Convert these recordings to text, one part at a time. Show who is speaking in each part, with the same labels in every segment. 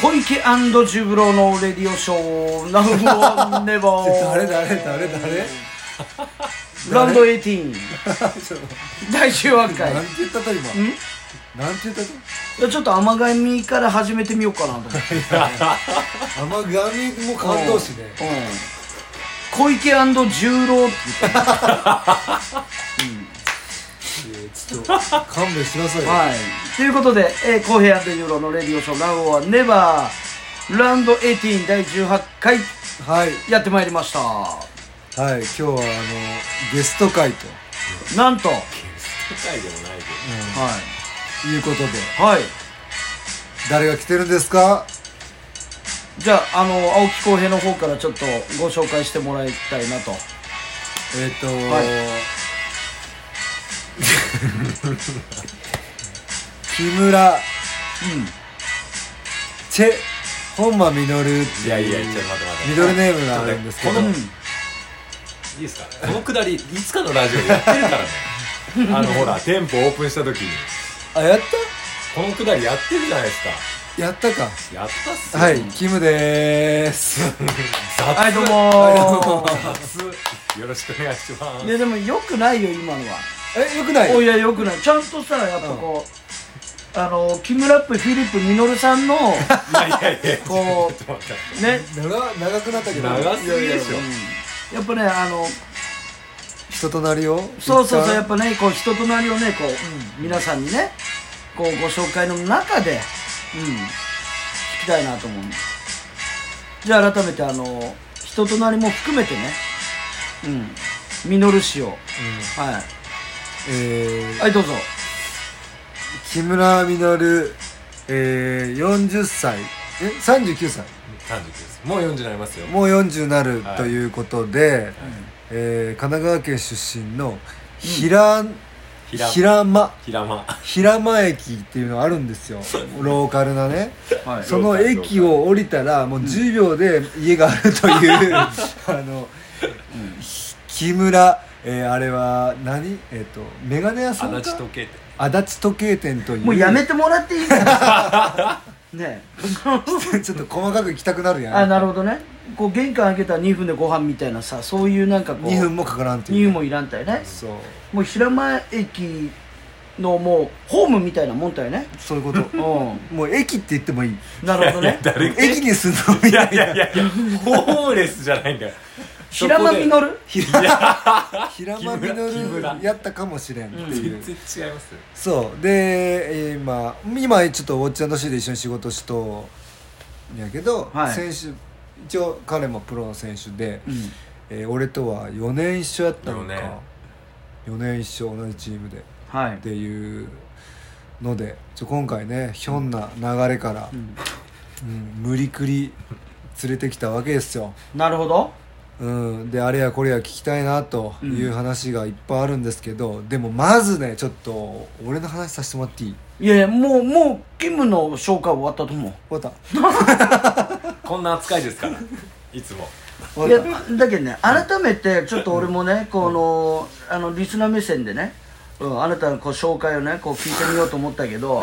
Speaker 1: 小池十ブロのレディオショー、ナウンネバー。
Speaker 2: 誰誰誰誰
Speaker 1: ランドエイティーン、
Speaker 2: ちょっと
Speaker 1: 第18回。
Speaker 2: なん
Speaker 1: い
Speaker 2: て言ったと今
Speaker 1: ん
Speaker 2: なんて言ったと
Speaker 1: やちょっと甘がみから始めてみようかなと思って。
Speaker 2: 甘神も感動しね
Speaker 1: うん。小池十郎って言っ
Speaker 2: いやちょっと勘弁してください
Speaker 1: た。
Speaker 2: よ
Speaker 1: はい。ということで、えー、コーヘイユーロのレディオショー、ナウはネバー、ランドエイティーン第18回、
Speaker 2: はい
Speaker 1: やってまいりました。
Speaker 2: はい今日はあのゲスト会と
Speaker 1: なんと、は
Speaker 3: 世界でもないけ
Speaker 2: いうことで
Speaker 1: い。はい。
Speaker 2: 誰が来てるんですか
Speaker 1: じゃあ、あの、青木浩平の方からちょっとご紹介してもらいたいなと。
Speaker 2: えっ、と
Speaker 1: はい
Speaker 2: 木村
Speaker 1: うん。
Speaker 2: チェ本間実っていう
Speaker 3: どいやいやちょっと待って待って
Speaker 2: ミドルネームがあるんですけど
Speaker 3: ちょっとね
Speaker 1: うん
Speaker 3: いいですかこのくだりいつかのラジオでやってるから ねあのほら店舗オープンした時に
Speaker 2: あやっ
Speaker 3: このくだりやってるじゃないですか
Speaker 2: たやったか
Speaker 3: やったっすよ
Speaker 2: はいキムでーす
Speaker 3: 雑
Speaker 1: はい、どうも
Speaker 3: 雑よろしくお願いしま
Speaker 1: ー。いや、でも良くないよ、今のは。
Speaker 2: えよくない
Speaker 1: おいや、良くない。ちゃんとさ、やっぱこう、あの、木村っぽいフィリップ・ミノルさんの、
Speaker 3: すいやいやいや
Speaker 1: こ
Speaker 3: ちょっと待って
Speaker 1: う、ね。
Speaker 2: 長長くなったけど
Speaker 3: 長すぎでしょ
Speaker 1: やっぱね、あの、
Speaker 2: 人となりを
Speaker 1: そうそうそう、やっ
Speaker 2: ぱ
Speaker 1: ぱね、こう、人となりをね、こう、皆さんにね、こう、ご紹介の中で、うん、聞きたいなと思うんでじゃあ、改めて、あの、人となりも含めてね、うん、ミノル氏を、はい。
Speaker 2: えー
Speaker 1: はい、どうぞ。
Speaker 2: 木村実えー、40歳え39歳
Speaker 3: 39ですもう40になりますよ
Speaker 2: もう40なる
Speaker 3: はい
Speaker 2: ということで、えー神奈川県出身の平、
Speaker 3: 平
Speaker 2: 平間
Speaker 3: 平間
Speaker 2: 平間駅っていうのがあるんですよローカルなね
Speaker 1: はい。
Speaker 2: その駅を降りたらもう10秒で家があるという、 あの、木村、えーあれは何えっ、とメガネ屋さんか
Speaker 3: 足立時計店
Speaker 2: 足立時計店という
Speaker 1: もうやめてもらっていいかなねえ
Speaker 2: ちょっと細かく行きたくなるやん
Speaker 1: あなるほどねこう玄関開けたら2分でご飯みたいなさそういうなんかこう
Speaker 2: 2分もかからんって
Speaker 1: 2
Speaker 2: いう
Speaker 1: 分もいらんたいね
Speaker 2: そう
Speaker 1: もう平間駅のもうホームみたいなもんたいね
Speaker 2: そういうこと
Speaker 1: うん
Speaker 2: もう駅って言ってもいい
Speaker 1: なるほどね
Speaker 3: 誰が
Speaker 2: 駅に住んで
Speaker 3: い
Speaker 2: みた
Speaker 3: や
Speaker 2: い
Speaker 3: いやい
Speaker 2: な
Speaker 3: やいやホームレスじゃないんだよ
Speaker 1: 平間
Speaker 3: そこ
Speaker 1: 実
Speaker 2: 平間
Speaker 3: 木村木村
Speaker 2: 実やったかもしれんって
Speaker 3: で
Speaker 2: いう、
Speaker 3: 全然違いますよ
Speaker 2: そうでえー今今ちょっとウォッチャンドシーで一緒に仕事しとんやけど、
Speaker 1: はい
Speaker 2: 選手一応彼もプロの選手で、
Speaker 1: うん
Speaker 2: えー俺とは4年一緒やったの
Speaker 3: 四年
Speaker 2: か4年一緒同じチームで
Speaker 1: はい
Speaker 2: っていうのでちょ今回ねひょんな流れか
Speaker 1: ん
Speaker 2: ら、うん無理くり連れてきたわけですよ、
Speaker 1: なるほど
Speaker 2: うん、であれやこれや聞きたいなという話がいっぱいあるんですけど、でもまずねちょっと俺の話させてもらっていい
Speaker 1: いやいやもうもうキムの紹介終わったと思
Speaker 2: 終わった
Speaker 3: こんな扱いですからいつも
Speaker 2: 終
Speaker 1: うい
Speaker 2: わ
Speaker 1: や
Speaker 2: った
Speaker 1: だけどね改めてちょっと俺もねこのあのリスナー目線でね、うん、あなたのこう紹介をねこう聞いてみようと思ったけ どもう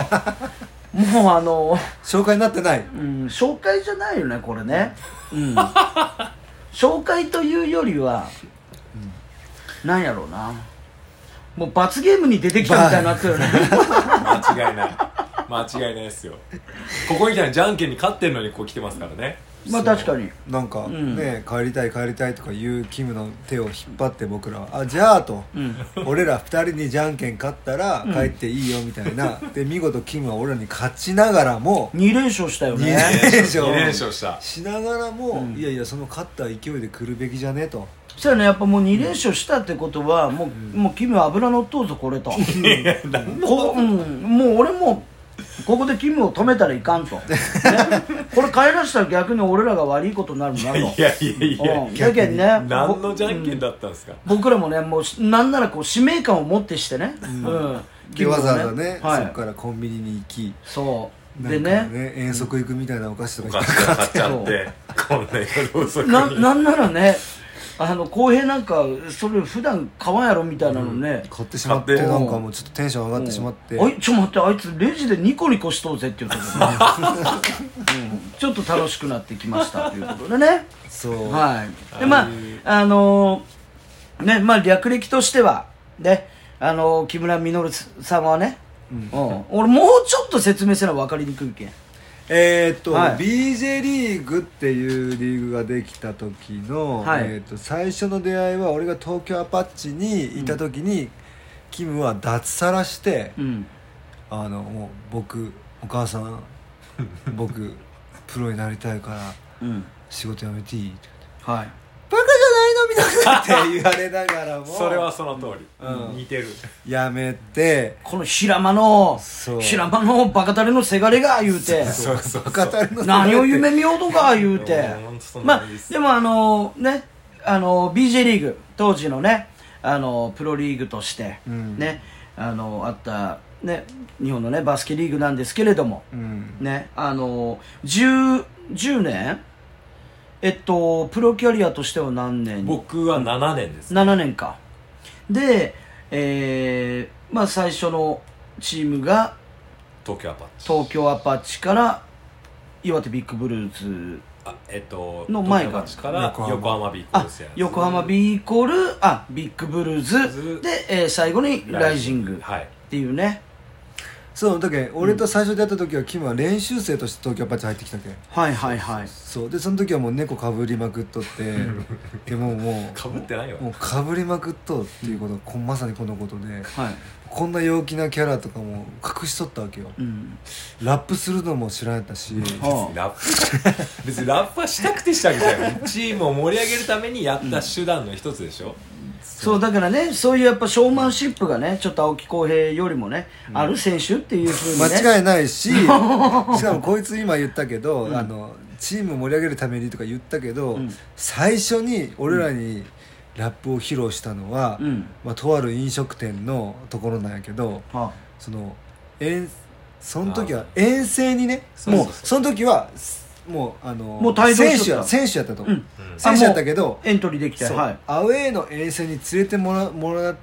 Speaker 1: あの
Speaker 2: 紹介になってない
Speaker 1: うん、紹介じゃないよねこれね、うん、紹介というよりは、なんやろうなもう罰ゲームに出てきたみたいになってるよね
Speaker 3: 間違いない間違いないですよここに来たらじゃんけんに勝ってるのにここ来てますからね
Speaker 1: まあ確かに
Speaker 2: なんか
Speaker 1: ん
Speaker 2: ね、帰りたい帰りたいとか言うキムの手を引っ張って僕らは「あじゃあ」と、俺ら二人にじゃんけん勝ったら帰っていいよ」みたいな、で見事キムは俺らに勝ちながらも
Speaker 1: 2連勝したよね
Speaker 2: 二連勝
Speaker 3: 2連勝した
Speaker 2: しながらも、いやいやその勝った勢いで来るべきじゃねえと
Speaker 1: そしたらねやっぱもう2連勝したってことは、もうもう君は油乗っとうぞこれとこ、うん、もう俺もここでキムを止めたらいかんと、ね、これ帰らしたら逆に俺らが悪いことになるなと
Speaker 3: いやいやいや
Speaker 1: うん、だけどね
Speaker 3: 何のじゃんけんだったんですか
Speaker 1: 僕らもねもうしなんならこう使命感を持ってしてね、うん
Speaker 2: でわざわざね、
Speaker 1: は
Speaker 2: そこ
Speaker 1: い
Speaker 2: からコンビニに行き
Speaker 1: そう
Speaker 2: なん
Speaker 1: で
Speaker 2: か
Speaker 1: ね
Speaker 2: 遠足行くみたいなお菓子と
Speaker 3: お
Speaker 2: か
Speaker 3: 菓
Speaker 2: いっぱい買
Speaker 3: 子買
Speaker 2: っ
Speaker 3: っちゃってこんな夜遅く
Speaker 1: な
Speaker 3: に
Speaker 1: なんならねあの浩平なんかそれ普段買わんやろみたいなのね、
Speaker 2: 買ってしまって
Speaker 3: 買って
Speaker 2: なんかもうちょっとテンション上がってしまって
Speaker 1: あいちょっと待ってあいつレジでニコニコしとうぜっていうところ、うん、 ちょっと楽しくなってきましたということでね
Speaker 2: そう
Speaker 1: はいでまああのーねまあ略歴としてはねあのー木村稔さんはね、うん俺もうちょっと説明せな分かりにくいけん
Speaker 2: えーっと、
Speaker 1: はい
Speaker 2: BJ リーグっていうリーグができた時の、
Speaker 1: はい
Speaker 2: えーっと最初の出会いは俺が東京アパッチにいた時に、キムは脱サラして、
Speaker 1: うん
Speaker 2: あのもう僕お母さ ん僕プロになりたいから
Speaker 1: うん
Speaker 2: 仕事辞めていいって
Speaker 1: はい
Speaker 2: バカじゃないのみたいなって言われな がらも
Speaker 3: それはその通り、
Speaker 2: うん
Speaker 3: 似てる
Speaker 2: やめて
Speaker 1: この平間の
Speaker 2: そう
Speaker 1: 平間のバカタレのせがれが言うて
Speaker 3: そうそうそう
Speaker 2: 語る の
Speaker 1: 何を夢見ようとか言うて
Speaker 3: うんほんとそん
Speaker 1: ま
Speaker 3: な
Speaker 1: あ
Speaker 3: 感じです
Speaker 1: でもあのねあの BJ リーグ当時のねあのプロリーグとして、
Speaker 2: うん
Speaker 1: ねあのあったね日本のねバスケリーグなんですけれども、
Speaker 2: うん
Speaker 1: ねあの 10, 10年えっとプロキャリアとしては何年
Speaker 3: 僕は7年です
Speaker 1: 7年かでえー、まあ最初のチームが
Speaker 3: 東京アパッチ
Speaker 1: 東京アパッチから岩手ビッグブルーズ
Speaker 3: あえっと
Speaker 1: の前が
Speaker 3: 東京アパッチか
Speaker 2: 横
Speaker 3: ら横
Speaker 2: 浜
Speaker 3: 浜ビッグ
Speaker 1: あ
Speaker 3: ルセアーズ
Speaker 1: 横浜 B イコールあビッグブルーズ
Speaker 3: ズ
Speaker 1: で、えー最後にライジングっ
Speaker 3: はい
Speaker 1: ていうね
Speaker 2: そうだけ俺と最初で会った時はキムは練習生として東京アパッチ入ってきたけん
Speaker 1: はいはいはい
Speaker 2: そうでその時はもう猫かぶりまくっと ってでもうも
Speaker 3: かぶってないよ
Speaker 2: うもうかぶりまくっとっていうことこまさにこのことで
Speaker 1: はい、
Speaker 2: こんな陽気なキャラとかも隠しとったわけよ
Speaker 1: うん、
Speaker 2: ラップするのも知らんやったし
Speaker 1: ああ
Speaker 3: ラップ 別にラップはしたくてしたわけじゃないチームを盛り上げるためにやった手段の一つでしょ、
Speaker 1: そうだからねそういうやっぱショーマンシップがねちょっと青木浩平よりもね、ある選手っていうふうにね
Speaker 2: 間違いない ししかもこいつ今言ったけど、
Speaker 1: うん
Speaker 2: あのチーム盛り上げるためにとか言ったけど、
Speaker 1: うん
Speaker 2: 最初に俺らにラップを披露したのは、
Speaker 1: うん
Speaker 2: まあ、とある飲食店のところなんやけど
Speaker 1: は
Speaker 2: その遠その時は遠征にね
Speaker 3: そうそうそう
Speaker 2: もうその時はすもうあの
Speaker 1: もう帯同しと
Speaker 2: 選
Speaker 1: っ
Speaker 2: 手
Speaker 1: た
Speaker 2: や選手やったと、
Speaker 1: うん
Speaker 3: うん
Speaker 2: 選手やったけど
Speaker 1: エントリーできて
Speaker 2: そう
Speaker 1: はい
Speaker 2: アウェーの遠征に連れてもらもら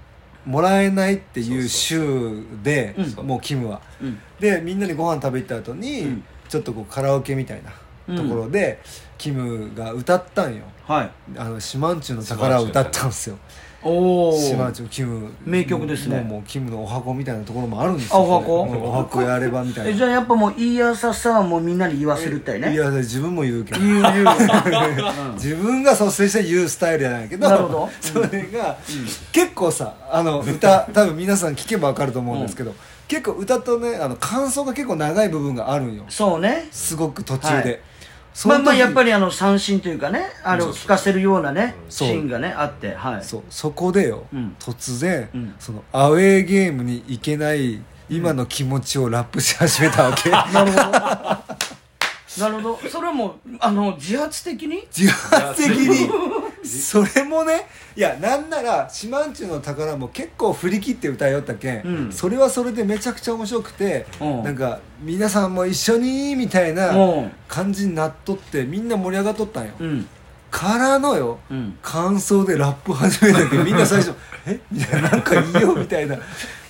Speaker 2: もらえないっていう週で
Speaker 1: そうそうそう
Speaker 2: もうキムは。
Speaker 1: うん
Speaker 2: でみんなでご飯食べ行った後に、
Speaker 1: うん
Speaker 2: ちょっとこうカラオケみたいなところで、キムが歌ったんよ
Speaker 1: はい
Speaker 2: あの「島んちゅうの宝」を歌ったんですよ
Speaker 1: おお
Speaker 2: 島んちゅうキム
Speaker 1: 名曲ですね
Speaker 2: もうもうキムのお箱みたいなところもあるんですよ
Speaker 1: あお箱
Speaker 2: もうお箱やればみた
Speaker 1: え
Speaker 2: い
Speaker 1: じゃ
Speaker 2: な
Speaker 1: あやっぱもう言いやささはもうみんなに言わせるったいね
Speaker 2: いや自分も言うけど
Speaker 1: 言う 言う
Speaker 2: 自分が率先して言うスタイルやないけど
Speaker 1: なるほど
Speaker 2: それが、結構さあの歌多分皆さん聞けば分かると思うんですけど、結構歌とねあの感想が結構長い部分があるんよ
Speaker 1: そうね
Speaker 2: すごく途中で、
Speaker 1: はい
Speaker 2: そ
Speaker 1: ま
Speaker 2: の
Speaker 1: あま
Speaker 2: 時
Speaker 1: あやっぱりあの三振というかねあれを聞かせるようなねシ
Speaker 2: そう
Speaker 1: ーンがねあってはい
Speaker 2: そうそこでよ、
Speaker 1: うん
Speaker 2: 突然、
Speaker 1: うん
Speaker 2: そのアウェーゲームに行けない今の気持ちをラップし始めたわ け
Speaker 1: なるほどなるほどそれはもうあの自発的に
Speaker 2: 自発的にそれもねいやなんなら「島んちゅうの宝」も結構振り切って歌いよったけん、
Speaker 1: うん
Speaker 2: それはそれでめちゃくちゃ面白くて、
Speaker 1: うん
Speaker 2: なんか皆さんも一緒にみたいな
Speaker 1: も
Speaker 2: 感じになっとってみんな盛り上がっとったんよ、
Speaker 1: ううん
Speaker 2: からのよ、
Speaker 1: うん
Speaker 2: 感想でラップ始め たけどみんな最初「えみたいな「なんかいいよ」みたいな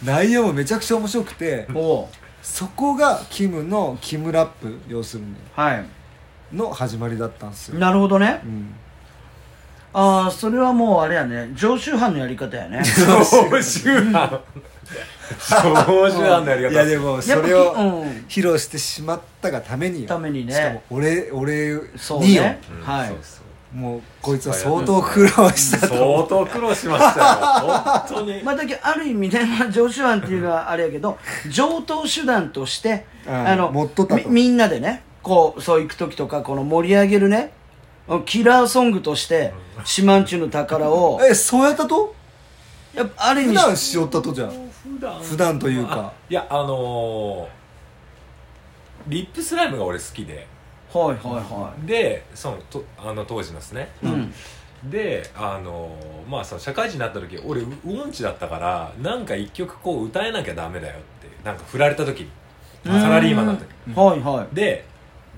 Speaker 2: 内容もめちゃくちゃ面白くて
Speaker 1: おお
Speaker 2: そこがキムのキムラップ要するに
Speaker 1: はい
Speaker 2: の始まりだったんですよ、
Speaker 1: なるほどね
Speaker 2: うん、
Speaker 1: ああそれはもうあれやね常習犯のやり方やね
Speaker 3: 常習犯常習犯のやり方
Speaker 2: いやでも それ
Speaker 1: やっ
Speaker 2: を
Speaker 1: ぱうん
Speaker 2: 披露してしまったがためによ
Speaker 1: ためにね
Speaker 2: しかも俺俺によ
Speaker 1: そうね
Speaker 3: うん
Speaker 1: はい
Speaker 3: そうそう
Speaker 2: もうこいつは相当苦労したと
Speaker 3: 相当苦労しましたよ本当に
Speaker 1: まあ、だけどある意味ね、まあ、常習犯っていうのはあれやけど上等手段として、
Speaker 2: うん
Speaker 1: あの
Speaker 2: 持っとった
Speaker 1: み
Speaker 2: と
Speaker 1: みんなでねこうそう行く時とかこの盛り上げるねキラーソングとして「島んちゅの宝を」
Speaker 2: えそうやったと
Speaker 1: やっぱある意
Speaker 2: 普
Speaker 1: 味
Speaker 2: 段しよったとじゃん
Speaker 3: 普段
Speaker 2: 普段という
Speaker 3: あ
Speaker 2: か
Speaker 3: いやあのーリップスライムが俺好きで
Speaker 1: はいはいは
Speaker 3: でそのとあの当時のですね、
Speaker 1: いうん
Speaker 3: であのーまあその社会人になった時俺うウオンチだったからなんか一曲こう歌えなきゃダメだよってなんか振られた時に
Speaker 1: うん
Speaker 3: サラリーマンだった時
Speaker 1: はいはい
Speaker 3: で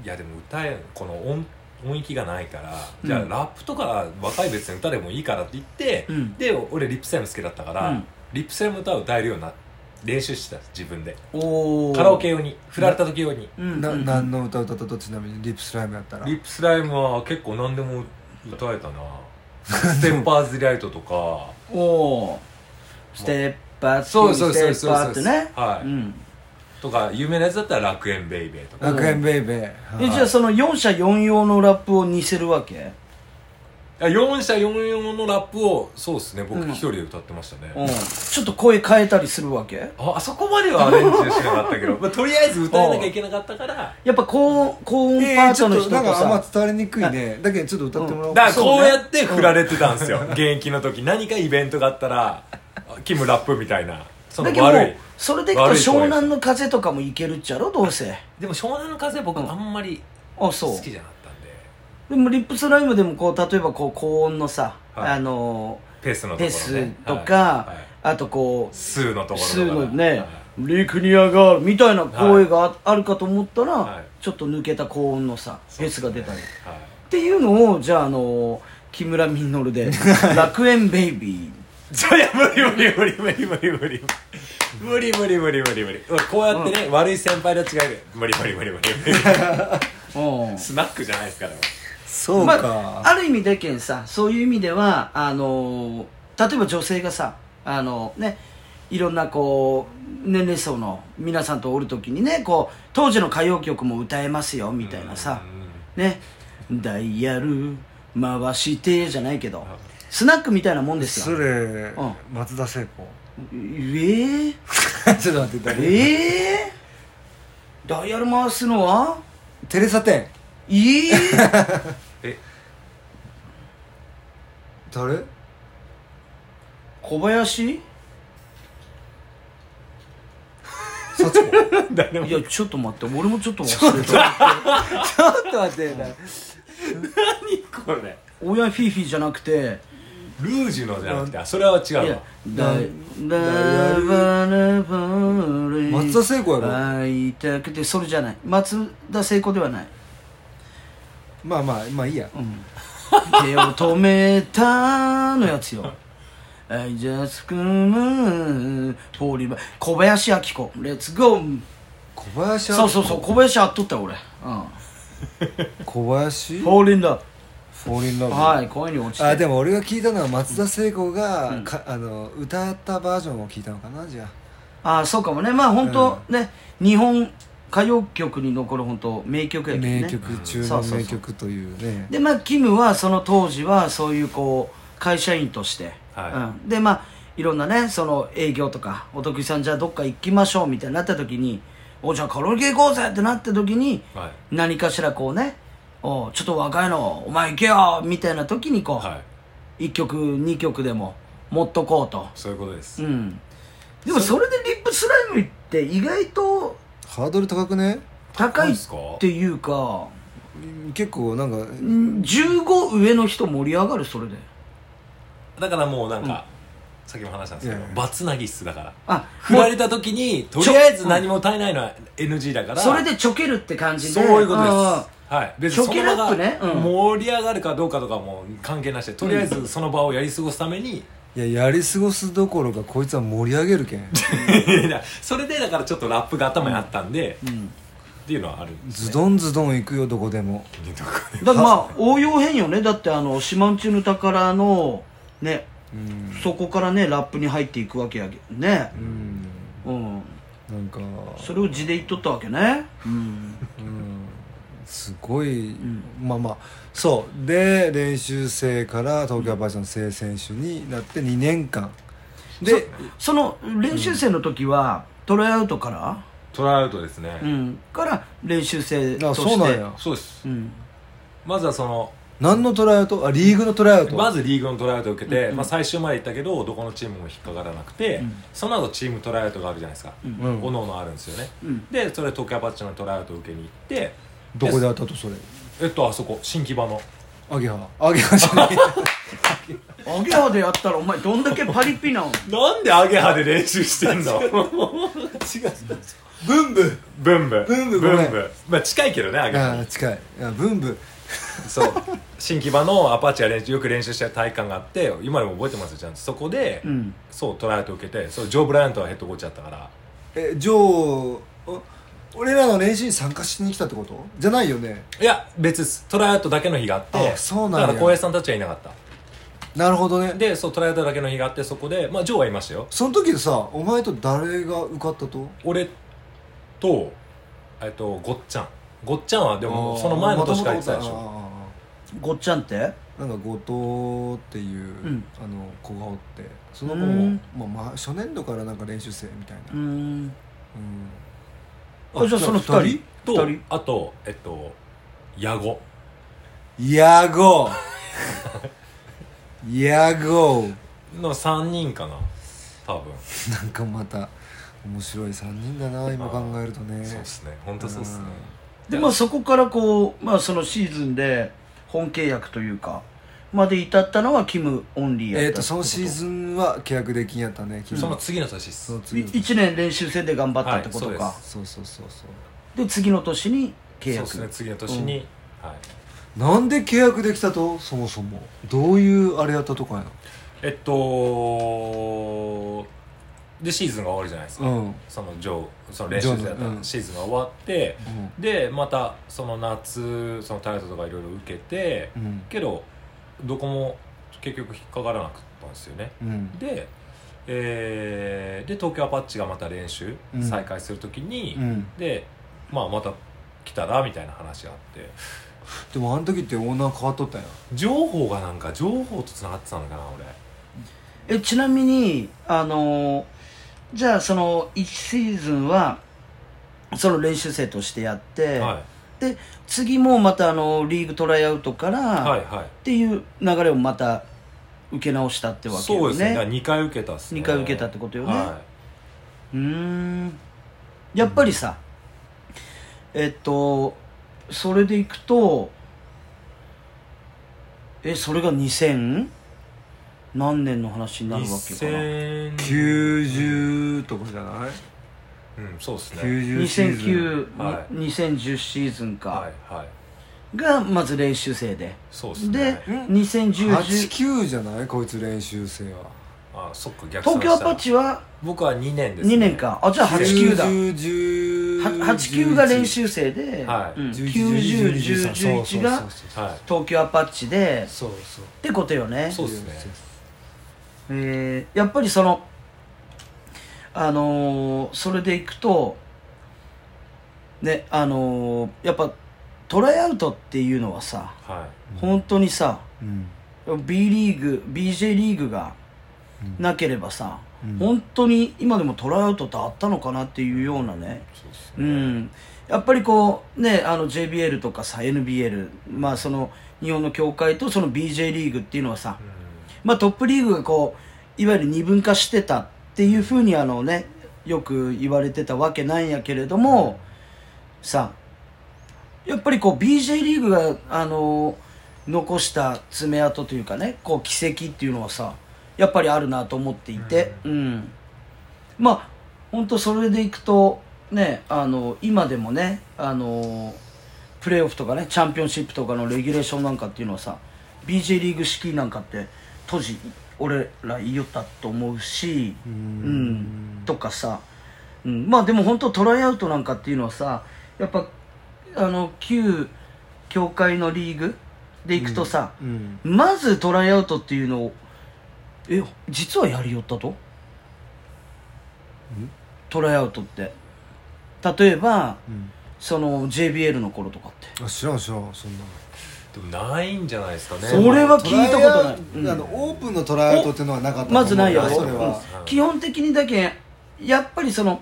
Speaker 3: いやでも歌えこの音音域がないから、じゃあ
Speaker 1: うん
Speaker 3: ラップとか若い別に歌でもいいからって言って、
Speaker 1: うん
Speaker 3: で俺リップスライム好きだったから、
Speaker 1: うん
Speaker 3: リップスライム歌を歌えるような練習してた自分で
Speaker 1: おー
Speaker 3: カラオケ用に振られた時用に
Speaker 1: うん
Speaker 2: な
Speaker 1: うん
Speaker 2: 何の歌歌ったとちなみにリップスライムやったら
Speaker 3: リップスライムは結構何でも歌えたな ステッパーズリライトとか
Speaker 1: おおステッパー
Speaker 3: そうそうそ
Speaker 1: ステ
Speaker 3: うそ
Speaker 1: ッ
Speaker 3: う
Speaker 1: パ
Speaker 3: そ
Speaker 1: ー
Speaker 3: う
Speaker 1: ってね
Speaker 3: はい
Speaker 1: うん
Speaker 3: とか有名なやつだったら「楽園ベイベー」とか
Speaker 2: 楽園ベイベー
Speaker 1: え
Speaker 2: はい
Speaker 1: じゃあその4社4用のラップを似せるわけ
Speaker 3: 4社4用のラップをそうですね僕
Speaker 1: うん
Speaker 3: 一人で歌ってましたね、
Speaker 1: うんちょっと声変えたりするわけ
Speaker 3: ああそこまではアレンジしなかった けど、まあ、とりあえず歌えなきゃいけなかったから
Speaker 1: やっぱ高音高音パ
Speaker 2: えー
Speaker 1: ー
Speaker 2: ちょ
Speaker 1: ト
Speaker 2: っ
Speaker 1: の人
Speaker 2: と
Speaker 1: と
Speaker 2: なんかあんま
Speaker 1: さ
Speaker 2: 伝わりにくいねだけどちょっと歌ってもらおう
Speaker 3: だ
Speaker 2: か
Speaker 3: からこうやって振られてたんですよ、現役の時何かイベントがあったらあキムラップみたいなその
Speaker 1: だけども
Speaker 3: 悪いう
Speaker 1: それでいくと
Speaker 3: 悪い声
Speaker 1: 湘南の風とかもいけるっちゃろどうせ
Speaker 3: でも湘南の風僕あんまり
Speaker 1: あ
Speaker 3: 好
Speaker 1: そう
Speaker 3: きじゃなかったんで、
Speaker 1: でもリップスライムでもこう例えばこう高音のさ、
Speaker 3: はい
Speaker 1: あの
Speaker 3: ペースのと
Speaker 1: ペ
Speaker 3: ころ、
Speaker 1: ー
Speaker 3: ね、
Speaker 1: スとか、
Speaker 3: はいはい
Speaker 1: あとこう
Speaker 3: 数のところとか
Speaker 1: 数のね、
Speaker 3: はい
Speaker 1: 陸に上がるみたいな声がああるかと思ったら、
Speaker 3: はい
Speaker 1: ちょっと抜けた高音のさフ
Speaker 3: そ
Speaker 1: ェ
Speaker 3: うで
Speaker 1: ス
Speaker 3: す
Speaker 1: が
Speaker 3: ね
Speaker 1: 出たり、
Speaker 3: はい
Speaker 1: っていうのをじゃああの木村みのる で「楽園ベイビ
Speaker 3: じゃあいや無理無理無理無理無理無理無理無理無理無理無理こうやってね、悪い先輩たちがいる無理無理無理無理無理
Speaker 1: ー」うん
Speaker 3: スナックじゃないですから
Speaker 2: そう
Speaker 1: ま
Speaker 2: か
Speaker 1: あ、ある意味だけんさそういう意味ではあの例えば女性がさあのねいろんなこう年齢層の皆さんとおるときにねこう当時の歌謡曲も歌えますよみたいなさ「ね、ダイヤル回して」じゃないけどスナックみたいなもんです
Speaker 2: そ
Speaker 1: よ。
Speaker 2: れ
Speaker 1: うん
Speaker 2: 松田聖子
Speaker 1: えー、
Speaker 2: ちょっと待って
Speaker 1: え
Speaker 2: 誰
Speaker 1: ー、ダイヤル回すのは
Speaker 2: テレサテ
Speaker 1: え
Speaker 2: ン
Speaker 1: ー、
Speaker 3: え
Speaker 2: 誰
Speaker 1: 小林
Speaker 2: サチコ ちょっ
Speaker 3: 誰も
Speaker 1: いやちょっと待って俺もちょっと忘れた。
Speaker 2: と待って
Speaker 3: 何これ
Speaker 1: 親フィーフィーじゃなくて
Speaker 3: ルージュのじゃなくてあそれは違
Speaker 1: いう
Speaker 3: わ
Speaker 1: やだ
Speaker 2: ダイ
Speaker 1: バラバレ
Speaker 2: 松田聖子やろ
Speaker 1: 会いたくてそれじゃない松田聖子ではない、
Speaker 2: まあまあまあいいや
Speaker 1: うん、手を止めたのやつ よ I just come for you 小林明子 Let's go
Speaker 2: 小林
Speaker 1: そうそうそう小林あっとったよ俺
Speaker 2: 小林
Speaker 1: うん
Speaker 2: フォ
Speaker 1: Fall in love
Speaker 2: ーリンラブ
Speaker 1: はい声に落ちて
Speaker 2: あでも俺が聞いたのは松田聖子が、かあの歌ったバージョンを聞いたのかなじゃ
Speaker 1: あそうかもねまあ本当ね、日本歌謡曲に残る本当名曲
Speaker 2: あ、
Speaker 1: やけどね
Speaker 2: 名曲中
Speaker 1: そ
Speaker 2: の
Speaker 1: うそうそう
Speaker 2: 名曲というね
Speaker 1: でまあキムはその当時はそういうこう会社員として、
Speaker 3: はい
Speaker 1: うん、でまあいろんなねその営業とかお得意さんじゃあどっか行きましょうみたいになった時におじゃあカラオケ行こうぜってなった時に
Speaker 3: はい
Speaker 1: 何かしらこうねおちょっと若いのお前行けよみたいな時にこ、
Speaker 3: はいう
Speaker 1: 一1曲2曲でも持っとこうと
Speaker 3: そういうことです、
Speaker 1: うんでもそれでリップスライムって意外と
Speaker 2: ハードル高くね
Speaker 1: 高い
Speaker 3: ん
Speaker 1: っ
Speaker 3: すか
Speaker 1: ていうか
Speaker 2: 結構なんか
Speaker 1: うん15上の人盛り上がるそれで
Speaker 3: だからもうなんか、さっきも話したんです
Speaker 2: い
Speaker 3: けど
Speaker 2: やいや
Speaker 3: バツナギ室だから
Speaker 1: あ
Speaker 3: 振られた時にとりあえず何も歌えないのは NG だから
Speaker 1: それでちょけるって感じで
Speaker 3: そういうことです
Speaker 1: あ
Speaker 3: はい別
Speaker 1: 初期ラップね
Speaker 3: その
Speaker 1: う
Speaker 3: 場
Speaker 1: ん
Speaker 3: が盛り上がるかどうかとかも関係なしでとりあえずその場をやり過ごすた めに、
Speaker 2: いややり過ごすどころかこいつは盛り上げるけん
Speaker 3: いやそれでだからちょっとラップが頭にあったんで、っていうのはあるんです
Speaker 2: ズ
Speaker 3: ね
Speaker 2: ドンズドン行くよどこでも
Speaker 3: どこで
Speaker 1: あだからまあ応用編よねだってあの「島んちゅの宝の」ね
Speaker 2: うん
Speaker 1: そこからねラップに入っていくわけやけね
Speaker 2: うん
Speaker 1: うん
Speaker 2: なんか
Speaker 1: それを字で言っとったわけねうん
Speaker 2: うんすごい、まあまあそうで練習生から東京バイソン正選手になって2年間で
Speaker 1: その練習生の時は、トライアウトから、
Speaker 3: トライアウトですね、
Speaker 1: うん、から練習生と
Speaker 2: あ
Speaker 1: して
Speaker 2: そうなんや
Speaker 3: そうです
Speaker 1: うん
Speaker 3: まずはその
Speaker 2: 何のトライアウトあリーグのトライアウト
Speaker 3: まずリーグのトライアウトを受けて、まあ、最終まで行ったけどどこのチームも引っかからなくて、その後チームトライアウトがあるじゃないですか、
Speaker 1: ん
Speaker 2: うん
Speaker 3: おのおのあるんですよね、
Speaker 1: うん
Speaker 3: でそれ東京アパッチのトライアウトを受けに行って
Speaker 2: どこであったとそれ
Speaker 3: えっとあそこ新木場の
Speaker 2: アゲハアゲハじゃない
Speaker 1: アゲハでやったらお前どんだけパリピなの
Speaker 3: なんでアゲハで練習してん の
Speaker 2: 違うブンブン
Speaker 3: ブンブ
Speaker 2: ブ
Speaker 3: ン
Speaker 2: ンブンご
Speaker 3: ブ
Speaker 2: めん
Speaker 3: ンブンまあ近いけどねアゲハ
Speaker 2: ああ近いあブンブン
Speaker 3: そう新木場のアパッチが練習よく練習してた体育館があって今でも覚えてますよちゃんとそこで、
Speaker 1: うん
Speaker 3: そうトライアウト受けてそうジョー・ブライアントはヘッドコーチだったから
Speaker 2: えジョーお俺らの練習に参加しに来たってことじゃないよね
Speaker 3: いや別ですトライアウトだけの日があって
Speaker 2: あそうなんや
Speaker 3: だから浩平さんたちはいなかった
Speaker 2: なるほどね
Speaker 3: でそうトライアウトだけの日があってそこでまあジョーはいましたよ
Speaker 2: その時でさお前と誰が受かったと
Speaker 3: 俺とえっとごっちゃんごっちゃんはでも
Speaker 2: あー
Speaker 3: その前の年から言ってたで
Speaker 2: あ
Speaker 3: し
Speaker 2: ーあ
Speaker 3: ょ
Speaker 2: ーあ
Speaker 1: ごっちゃんって
Speaker 2: ーなんか後藤っていう、
Speaker 1: ん
Speaker 2: あの子がおってその子
Speaker 1: うん
Speaker 2: も、まあ、まあ初年度からなんか練習生みたいな、
Speaker 1: うーん
Speaker 2: うん
Speaker 1: あじゃあその二人
Speaker 2: 二
Speaker 3: と
Speaker 1: 二人
Speaker 3: あとえっと矢後
Speaker 2: ヤゴヤゴ
Speaker 3: の3人かな多分
Speaker 2: なんかまた面白い3人だな今考えるとね
Speaker 3: そうっすね本当そうっすね
Speaker 1: でまあそこからこうまあそのシーズンで本契約というかまで至ったのはキムオンリーやった
Speaker 2: えっ、とそのシーズンは契約できんやったね君
Speaker 3: その次の年っ
Speaker 2: そ
Speaker 3: す
Speaker 2: の
Speaker 1: い
Speaker 2: 次の
Speaker 1: 1年練習生で頑張ったってこと
Speaker 3: はい
Speaker 1: か、
Speaker 3: そうで
Speaker 2: そうそうそうそう
Speaker 1: で次の年に契
Speaker 3: そう
Speaker 1: 約
Speaker 3: っすね次の年にはい
Speaker 2: なんで契約できたとそもそもどういうあれやったとかや
Speaker 3: えっとでシーズンが終わるじゃないですか
Speaker 2: のうん、うん、
Speaker 3: そのジョーその練習生だった
Speaker 2: うん
Speaker 3: シーズンが終わってでまたその夏そのタイトとかいろいろ受けて
Speaker 2: うん
Speaker 3: けどどこも結局引っかからなかったんですよね
Speaker 2: うん
Speaker 3: でえーで東京アパッチがまた練習
Speaker 2: うん
Speaker 3: 再開するときに、
Speaker 2: うん
Speaker 3: で、まあ、また来たらみたいな話があって
Speaker 2: でもあの時ってオーナー変わっとったんや
Speaker 3: 情報がなんか情報とつながってたのかな俺
Speaker 1: えちなみにあのーじゃあその1シーズンはその練習生としてやって、
Speaker 3: は
Speaker 1: で次もまたあのリーグトライアウトから、
Speaker 3: いはいはい
Speaker 1: っていう流れをまた受け直したってわけ
Speaker 3: そう
Speaker 1: よ
Speaker 3: ですねだから
Speaker 1: ね
Speaker 3: 2回受けたっすね
Speaker 1: 二回受けたってことよね
Speaker 3: は
Speaker 1: うーんやっぱりさえっとそれでいくとえそれが2000何年の話
Speaker 3: い、
Speaker 1: になるわけかな
Speaker 3: 2000
Speaker 2: 90とかじゃない
Speaker 3: うんそうですね
Speaker 2: ?90 シーズン
Speaker 1: 2009、
Speaker 3: は
Speaker 1: 2010シーズンか、
Speaker 3: はいはい
Speaker 1: がまず練習生で
Speaker 3: そうです
Speaker 1: で
Speaker 3: ね
Speaker 1: 2010
Speaker 2: 89じゃないこいつ練習生は
Speaker 3: あそっか逆
Speaker 1: 東
Speaker 3: 算
Speaker 1: 京ア
Speaker 3: した
Speaker 1: パッチは
Speaker 3: 僕は2年です、ね、
Speaker 1: 2年か、あじゃあ89だ
Speaker 2: 89
Speaker 1: 89が練習生で、
Speaker 3: はい
Speaker 1: うん、
Speaker 2: 901011
Speaker 1: 901011が
Speaker 3: は
Speaker 1: 東京アパッチで
Speaker 2: そうそう
Speaker 1: ってことよね
Speaker 3: いそうですね
Speaker 1: えーやっぱりそのあのーそれでいくとねあのーやっぱトライアウトっていうのはさ
Speaker 3: は
Speaker 1: 本当にさ
Speaker 2: うん、
Speaker 1: B リーグ BJ リーグがなければさ、
Speaker 2: うん
Speaker 1: 本当に今でもトライアウトってあったのかなっていうようなね、
Speaker 3: いそうです
Speaker 1: う
Speaker 3: ね、
Speaker 1: ん、やっぱりこうねあの JBL とかさ NBL まあその日本の協会とその BJ リーグっていうのはさ、まあ、トップリーグがこういわゆる二分化してたっていうふうにあのねよく言われてたわけなんやけれどもさやっぱりこう BJ リーグがあの残した爪痕というかねこう奇跡っていうのはさやっぱりあるなと思っていて、うんまあ本当それでいくとねあの今でもねあのプレーオフとかねチャンピオンシップとかのレギュレーションなんかっていうのはさ BJ リーグ式なんかって当時俺ら言いよったと思うしうんとかさ、うん、まあでも本当トライアウトなんかっていうのはさやっぱあの旧協会のリーグでいくとさ、
Speaker 2: うん、
Speaker 1: まずトライアウトっていうのをえ実はやりよったとトライアウトって例えば
Speaker 2: うん、
Speaker 1: その JBL の頃とかって
Speaker 2: あ知らん知らんそんな
Speaker 3: でもないんじゃないですかね
Speaker 1: それは聞いたことない
Speaker 2: トライアウトあのオープンのトライアウトっていうのはなかった
Speaker 1: まずないやろ
Speaker 2: それは、
Speaker 1: うん基本的にだけやっぱりその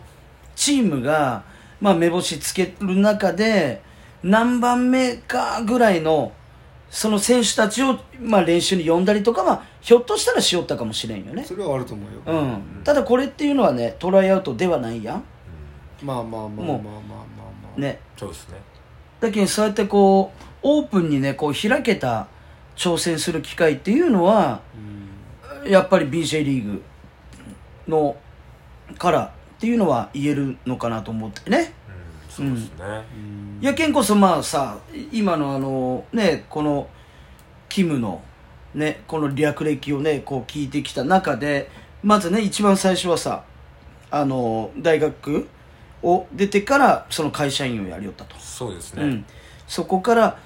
Speaker 1: チームが、まあ、目星つける中で何番目かぐらいのその選手たちを、まあ、練習に呼んだりとかはひょっとしたらしよったかもしれんよね
Speaker 2: それはあると思うよ、
Speaker 1: うん、ただこれっていうのはねトライアウトではないやん
Speaker 2: まあまあまあまあまあまあまあ、
Speaker 1: ね
Speaker 3: そうですね
Speaker 1: だけどそうやってこうオープンにねこう開けた挑戦する機会っていうのは
Speaker 2: うん
Speaker 1: やっぱり BJ リーグのからっていうのは言えるのかなと思ってね
Speaker 3: うんそうですね、
Speaker 2: うん
Speaker 1: いやけんこそまあさ今のあのねこのキムのねこの略歴をねこう聞いてきた中でまずね一番最初はさあの大学を出てからその会社員をやりよったと、
Speaker 3: そうです
Speaker 1: う
Speaker 3: ね、
Speaker 1: ん、そこから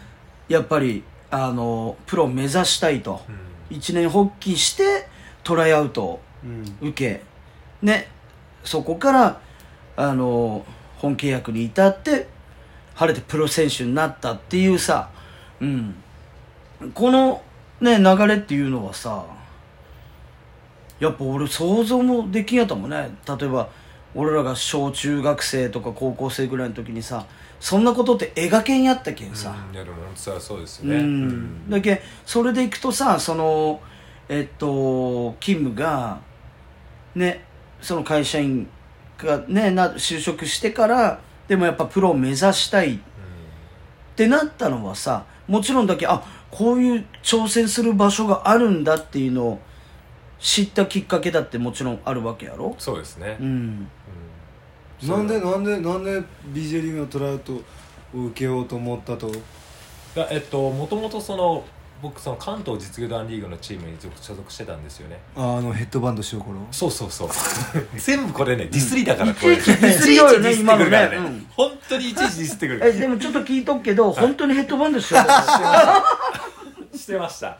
Speaker 1: やっぱりあのプロを目指したいと、
Speaker 3: うん
Speaker 1: 一年発起してトライアウトを
Speaker 2: うん
Speaker 1: 受けねそこからあの本契約に至って晴れてプロ選手になったっていうさ、うん、この、ね、流れっていうのはさやっぱ俺想像もできんやったもんね例えば俺らが小中学生とか高校生ぐらいの時にさそんなことって描けんやったけんさ、
Speaker 3: うんいやでも本当はそうです
Speaker 1: う
Speaker 3: ね、
Speaker 1: ん、だけそれでいくとさそのえっとキムがねその会社員がねな就職してからでもやっぱプロを目指したいってなったのはさもちろんだけあこういう挑戦する場所があるんだっていうのを知ったきっかけだってもちろんあるわけやろ、
Speaker 3: そうですね、
Speaker 1: う
Speaker 3: うん
Speaker 1: ん、
Speaker 2: なんでなんでなんで BJ リーグのトライアウトを受けようと思ったと
Speaker 3: いやえっともともとその僕その関東実業団リーグのチームに所属してたんですよね
Speaker 2: ああのヘッドバンドしよう頃
Speaker 3: そうそうそう全部これねディスりだからこれ、
Speaker 1: いち
Speaker 3: デ
Speaker 1: いち
Speaker 3: ィスりいちディスってくるから
Speaker 1: 今の
Speaker 3: ね
Speaker 1: ねうん
Speaker 3: 本当にいちいちディスってくるか
Speaker 1: え
Speaker 3: ら
Speaker 1: でもちょっと聞いとくけど本当にヘッドバンドしようと思って
Speaker 3: してました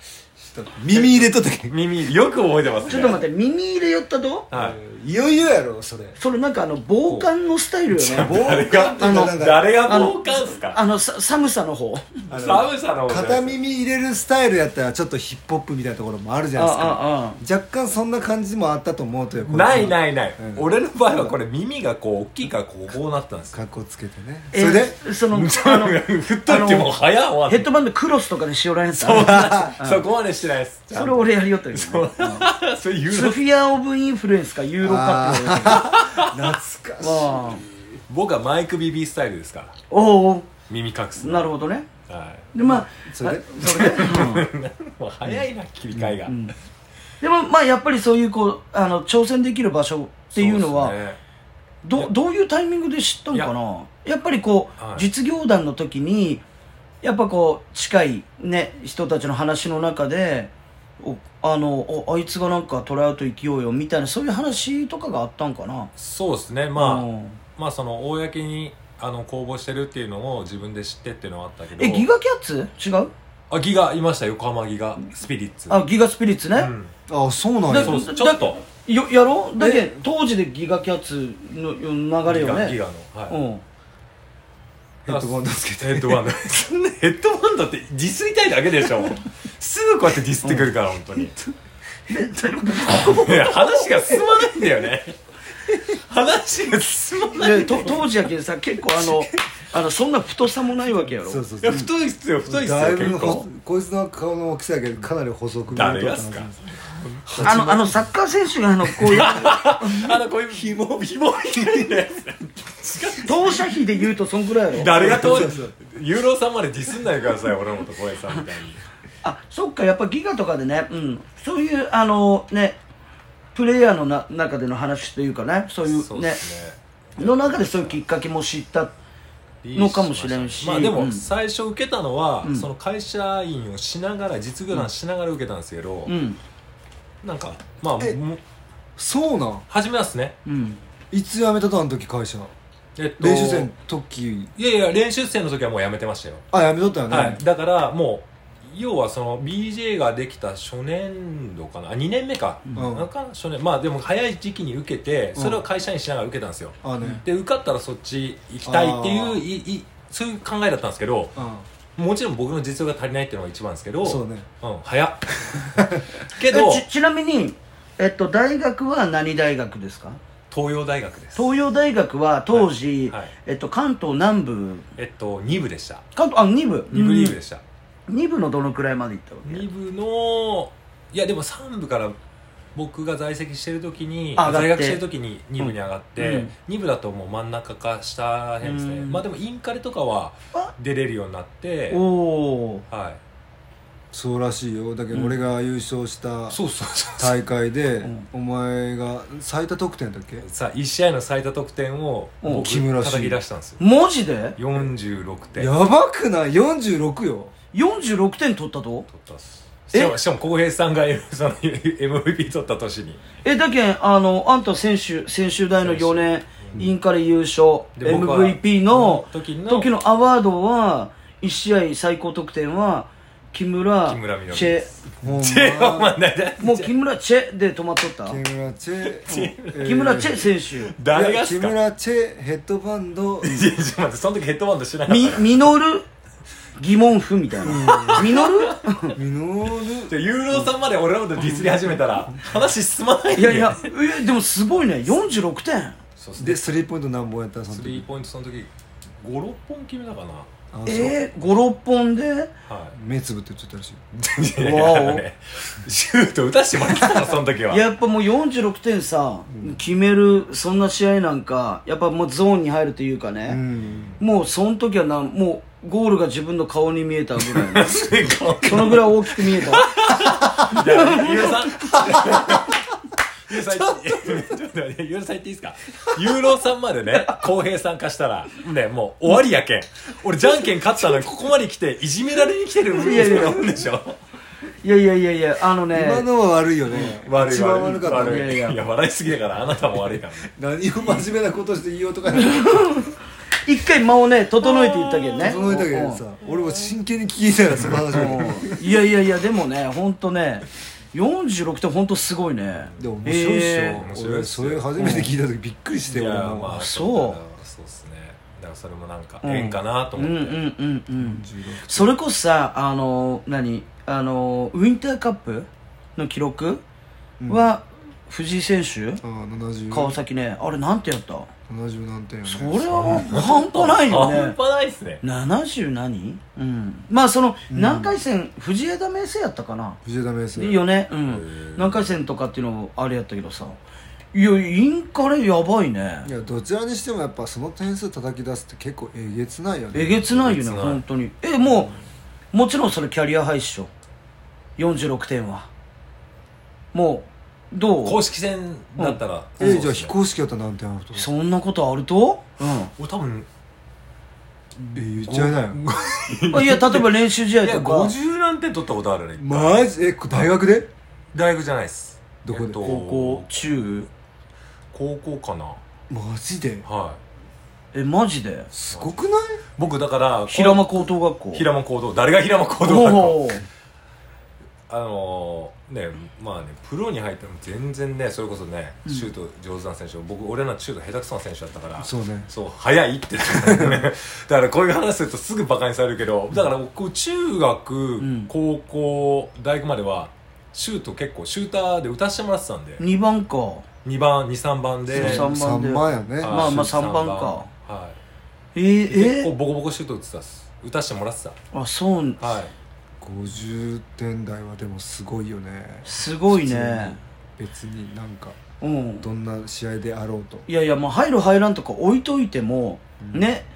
Speaker 2: 耳入れとったけん
Speaker 3: 耳よく覚えてますね
Speaker 1: ちょっと待って耳入れ寄ったと
Speaker 3: はい
Speaker 2: いよいよやろそ れ
Speaker 1: それなんかあの防寒のスタイルよね
Speaker 2: 防寒ってなんか
Speaker 3: 誰が防寒っすか
Speaker 1: あのさ寒さの方
Speaker 2: あの
Speaker 3: 寒さの方じ
Speaker 2: 片
Speaker 3: ゃないです
Speaker 2: 耳入れるスタイルやったらちょっとヒップホップみたいなところもあるじゃない
Speaker 1: あ
Speaker 2: ですか若干そんな感じもあったと思うという
Speaker 3: ない
Speaker 2: い
Speaker 3: ないない、
Speaker 2: うん
Speaker 3: 俺の場合はこれ耳がこう大きいからこうこうなったんですよ
Speaker 2: 格好つけてねそ
Speaker 1: えー
Speaker 2: れで
Speaker 1: そのあの
Speaker 3: 振っとっても早終わ
Speaker 1: ヘ
Speaker 3: っ
Speaker 1: ッドバンドクロスとかでしおらへんさ
Speaker 3: たそこまでしてないです
Speaker 1: それ俺やりよったよ、ね、スフ
Speaker 3: それ言うの
Speaker 1: ィア・オブ・インフルエンスかユーロカップ
Speaker 2: 懐かしい
Speaker 1: ああ
Speaker 3: 僕はマイク BB スタイルですから
Speaker 1: おう
Speaker 3: 耳隠す
Speaker 1: おうな
Speaker 3: る
Speaker 1: るほどね
Speaker 3: は
Speaker 1: でまあ
Speaker 2: それで
Speaker 1: あそれでうん
Speaker 3: い もう早いな切り替えが、
Speaker 1: うんでもまあやっぱりそういうこうあの挑戦できる場所っていうのは
Speaker 3: そですね
Speaker 1: どどういうタイミングで知ったのかなやっぱりこう、
Speaker 3: はい
Speaker 1: 実業団の時にやっぱこう近い、ね、人たちの話の中でおあのおあいつがなんかトライアウト行きようよみたいなそういう話とかがあったんかな
Speaker 3: そうですねまあ、
Speaker 1: うん
Speaker 3: まあその公にあの公募してるっていうのを自分で知ってっていうのはあったけど
Speaker 1: えギガキャッツ違う
Speaker 3: あギガいました横浜ギガスピリッツ
Speaker 1: あギガスピリッツね、
Speaker 3: うん
Speaker 2: あそうなん
Speaker 1: だ
Speaker 2: や
Speaker 3: そうそう
Speaker 1: だ
Speaker 3: ちょっと
Speaker 1: よやろだけ
Speaker 2: え
Speaker 1: 当時でギガキャッツのの流れ
Speaker 3: ギ
Speaker 1: よ
Speaker 3: ガ
Speaker 1: ね
Speaker 3: ギガのはい、
Speaker 1: うん
Speaker 2: ヘッドバンドつけて
Speaker 3: ヘッドバンドそんなヘッドバンドってディスりたいだけでしょすぐこうやってディスってくるから、本当にいや話が進まないんだよね話が進まない
Speaker 1: でと当時やけどさ結構あ のあのそんな太さもないわけやろ
Speaker 2: そうそう
Speaker 3: い
Speaker 2: そ
Speaker 3: や
Speaker 2: う
Speaker 3: 太いっすよ太いっすよ
Speaker 2: だいぶ
Speaker 3: 結構
Speaker 2: ほこいつの顔の大きさやけどかなり細く見え
Speaker 3: 誰
Speaker 2: と
Speaker 3: が
Speaker 2: っ
Speaker 3: っす
Speaker 2: た
Speaker 3: か
Speaker 2: な
Speaker 1: あのあのサッカー選手があのこういう
Speaker 3: あのこういう紐紐みたいなやつ
Speaker 1: 当社費で言うとそんぐらいやろ
Speaker 3: 誰が通
Speaker 2: そ
Speaker 3: る
Speaker 2: うそう
Speaker 3: ユーロさんまでディスんないでください俺のと小林さんみたいに
Speaker 1: あそっかやっぱギガとかでね、うん、そういうあのねプレイヤーのな中での話というかねそういう
Speaker 3: そう
Speaker 1: ね
Speaker 3: ですね
Speaker 1: の中でそういうきっかけも知ったのかもしれんし
Speaker 3: まあで
Speaker 1: う
Speaker 3: も
Speaker 1: ん
Speaker 3: 最初受けたのは、
Speaker 1: うん
Speaker 3: その会社員をしながら実業団しながら受けたんですけど、
Speaker 1: うん
Speaker 3: なんかまあ
Speaker 2: え
Speaker 3: も
Speaker 2: そうなん
Speaker 3: 始めますね
Speaker 1: うん
Speaker 2: いつ辞めたとあの時会社
Speaker 3: えっと
Speaker 2: 練習生の時
Speaker 3: いやいや練習生の時はもうやめてましたよ、
Speaker 2: あ辞めとったよね、
Speaker 3: はいだからもう要はその BJ ができた初年度かなあ2年目か、
Speaker 1: うん
Speaker 3: なんか初年まあでも早い時期に受けてそれを会社員しながら受けたんですよ、
Speaker 2: あね
Speaker 3: で受かったらそっち行きたいってい
Speaker 2: あ
Speaker 3: う
Speaker 2: ー
Speaker 3: いいそういう考えだったんですけど
Speaker 2: うん
Speaker 3: もちろん僕の実力が足りないっていうのが一番ですけど
Speaker 2: そうね
Speaker 3: うん、早っけ
Speaker 1: え
Speaker 3: ど
Speaker 1: ちちなみに、えっと、大学は何大学ですか
Speaker 3: 東洋大学です
Speaker 1: 東洋大学は当時、
Speaker 3: はいはい
Speaker 1: えっと、関東南部
Speaker 3: えっと2部でした
Speaker 1: 関東あ二部
Speaker 3: 2部リーグでした、
Speaker 1: 2部のどのくらいまで行ったわけ
Speaker 3: 2部のいやでも3部から僕が在籍してる時に
Speaker 1: あ上がって
Speaker 3: 在学してる時に2部に上がって、
Speaker 1: うん
Speaker 3: 2部だともう真ん中か下辺ですね、
Speaker 1: うん
Speaker 3: まあでもインカレとかは
Speaker 1: あ
Speaker 3: 出れるようになって
Speaker 1: おお
Speaker 3: は
Speaker 2: そうらしいよだけど俺が優勝した
Speaker 3: そうそうそうそう
Speaker 2: 大会で、お前が最多得点だっけ
Speaker 3: さあ1試合の最多得点を
Speaker 1: うん
Speaker 3: 僕
Speaker 2: 木村慎
Speaker 3: 叩き出したんですよ
Speaker 1: マジで
Speaker 3: 46点
Speaker 2: やばくない46よ
Speaker 1: 46点取ったと
Speaker 3: 取ったっす
Speaker 1: え
Speaker 3: しかもしかも浩平さんがその MVP 取った年に
Speaker 1: えだけんあのあんた選手専修大の4年委員から優勝
Speaker 3: で僕は
Speaker 1: MVP の
Speaker 3: 時の
Speaker 1: 時のアワードは1試合最高得点は木村
Speaker 3: 木村実
Speaker 1: チェ
Speaker 3: です
Speaker 2: ほんま
Speaker 3: チェお前だだ
Speaker 1: もう木村チェで止まっとった
Speaker 2: 木村チェ
Speaker 1: 木村チ
Speaker 2: え
Speaker 1: ェ
Speaker 2: ー
Speaker 1: 選手
Speaker 3: 誰
Speaker 2: いや
Speaker 3: がっ
Speaker 2: 木
Speaker 3: すかい
Speaker 2: 村チェヘッドバンド
Speaker 3: やちょっと待ってその時ヘッドバンドしてなかっ
Speaker 1: み
Speaker 3: たか
Speaker 1: 実る疑問符みたいな実る
Speaker 2: ミノー
Speaker 3: らユーロさんまで俺のことディスり始めたら話進まないん
Speaker 1: い
Speaker 3: だ
Speaker 1: や
Speaker 3: よ
Speaker 1: いやえでもすごいね46点
Speaker 3: そうっす
Speaker 2: ル
Speaker 3: ね
Speaker 2: でスリーポイント何本やったその
Speaker 3: スリー
Speaker 2: 時
Speaker 3: ポイントその時56本決めたかな
Speaker 2: あそう
Speaker 1: えー、56本で
Speaker 3: は
Speaker 2: 目つぶって打っちゃったらしいよ
Speaker 3: いいやいやあのねシュート打たしてもらったのその時は
Speaker 1: やっぱもう46点さ、決めるそんな試合なんかやっぱもうゾーンに入るというか
Speaker 2: う
Speaker 1: ね、
Speaker 2: ん
Speaker 1: もうその時はなんもうゴールが自分の顔に見えたぐらいの
Speaker 3: すごい
Speaker 1: そのぐらい大きく見えた
Speaker 3: いやユーロさんユーロさんちょっと待ってユーロさん言っていいですかユーロさんまでね浩平さん化したらねもう終わりやけん俺じゃんけん勝ったのにここまで来ていじめられに来てる
Speaker 1: いやいや
Speaker 3: んでしょ
Speaker 1: いやいやいやいやあのね
Speaker 2: 今のは悪いよね
Speaker 3: 悪い
Speaker 2: 一番悪かった
Speaker 1: 悪
Speaker 2: ね
Speaker 1: い
Speaker 3: い
Speaker 1: いやいや
Speaker 3: いや笑いすぎだからあなたも悪いからね
Speaker 2: 何を真面目なことして言おうとかね
Speaker 1: 一回間をね整えていったけどね
Speaker 2: 整えたけどさ俺も真剣に聞いたよその話
Speaker 1: うん
Speaker 2: を
Speaker 1: うんいやいやいやでもね本当ね46点本当すごいね
Speaker 2: でも面白いっしょ、
Speaker 1: え
Speaker 3: 面白いっ
Speaker 2: 俺
Speaker 3: す
Speaker 2: そ
Speaker 3: よ
Speaker 2: れ初めて聞いた時びっくりして
Speaker 3: い
Speaker 2: 俺
Speaker 3: や
Speaker 2: も、
Speaker 3: まあ
Speaker 1: そう
Speaker 3: そうっすねだからそれもなんか
Speaker 1: うん
Speaker 3: 変かなと
Speaker 1: ーうんうん
Speaker 3: 思って
Speaker 1: うんうん
Speaker 2: 16
Speaker 1: それこそさあの何あのウィンターカップの記録は藤井選手、
Speaker 2: ああ70
Speaker 1: 川崎ねあれなんてやった
Speaker 2: 70何点よね
Speaker 1: それは半端ないよ
Speaker 3: 半
Speaker 1: ね
Speaker 3: 端ないっすね
Speaker 1: 70何うんまあその何回戦、藤枝明星やったかな
Speaker 2: 藤枝明
Speaker 1: いい
Speaker 2: 生
Speaker 1: よねうん
Speaker 3: ん
Speaker 1: 何回戦とかっていうのもあれやったけどさいやインカレやばいね
Speaker 2: いやどちらにしてもやっぱその点数叩き出すって結構えげつないよね
Speaker 1: えげつないよね
Speaker 3: えげつない
Speaker 1: 本当にえもうもちろんそれキャリアハイっしょ46点はもうどう
Speaker 3: 公式戦だったら
Speaker 2: え
Speaker 3: そうっすね
Speaker 2: じゃあ非公式やったら何点あると
Speaker 1: そんなことあるとう
Speaker 3: 俺多分
Speaker 2: え言っちゃいなよ
Speaker 1: んあいや例えば練習試合
Speaker 3: いや
Speaker 1: とか
Speaker 3: 50何点取ったことあるね
Speaker 2: マジえこ大学で
Speaker 3: 大学じゃないっす
Speaker 2: どこで
Speaker 3: えっと
Speaker 1: 高校中
Speaker 3: 高校かな
Speaker 2: マジで
Speaker 3: はい
Speaker 1: えマジです
Speaker 2: ごくない
Speaker 3: 僕だから
Speaker 1: 平間高等学校
Speaker 3: 平間行動誰が平間行動だか
Speaker 1: おー
Speaker 3: あのーねまあねプロに入っても全然ねそれこそねシュート上手な選手僕俺らのシュート下手くそな選手だったから
Speaker 2: そうね
Speaker 3: そう早いってだ からこういう話するとすぐバカにされるけどだから僕中学、
Speaker 1: ん
Speaker 3: 高校大学まではシュート結構シューターで打たせてもらってたんで
Speaker 1: 2番か
Speaker 3: 2番23番で
Speaker 1: そう三番で
Speaker 2: 3番やね
Speaker 1: まあまあ
Speaker 3: シュート
Speaker 1: 三番か
Speaker 3: 三番はい
Speaker 1: えー、
Speaker 3: 結
Speaker 1: え
Speaker 3: 構ボコボコシュート打ってたっす打たしてもらって
Speaker 1: あそう
Speaker 3: たはい
Speaker 2: 50点台はでもすごいよね
Speaker 1: すごいね
Speaker 2: 別になんか
Speaker 1: うん
Speaker 2: どんな試合であろうと
Speaker 1: いやいやまあ入る入らんとか置いといても、ね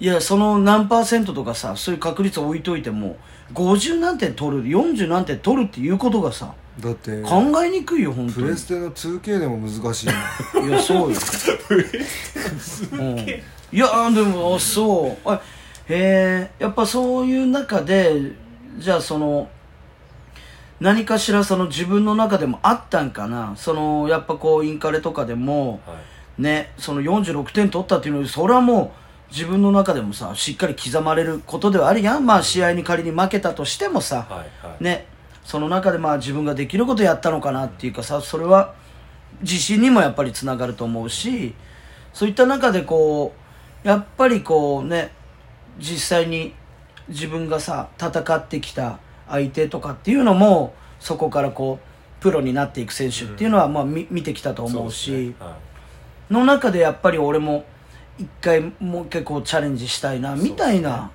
Speaker 1: いやその何パーセントとかさそういう確率置いといても50何点取る40何点取るっていうことがさ
Speaker 2: だって
Speaker 1: 考えにくいよ本当
Speaker 2: プ
Speaker 1: に
Speaker 2: レステの 2K でも難しいもん
Speaker 1: いやそうようんいやでもあそうあへえやっぱそういう中でじゃあその何かしらその自分の中でもあったんかなそのやっぱこうインカレとかでも
Speaker 3: はい
Speaker 1: ねその46点取ったっていうのでそれはもう自分の中でもさしっかり刻まれることではあるやんまあ試合に仮に負けたとしてもさ、
Speaker 3: はいはい
Speaker 1: ね、その中でまあ自分ができることやったのかなっていうかさそれは自信にもやっぱりつながると思うしそういった中でこうやっぱりこうね実際に自分がさ戦ってきた相手とかっていうのもそこからこうプロになっていく選手っていうのはまあ見見てきたと思うし。
Speaker 3: そですねは
Speaker 1: の中でやっぱり俺も一回もう結構チャレンジしたいなみたいな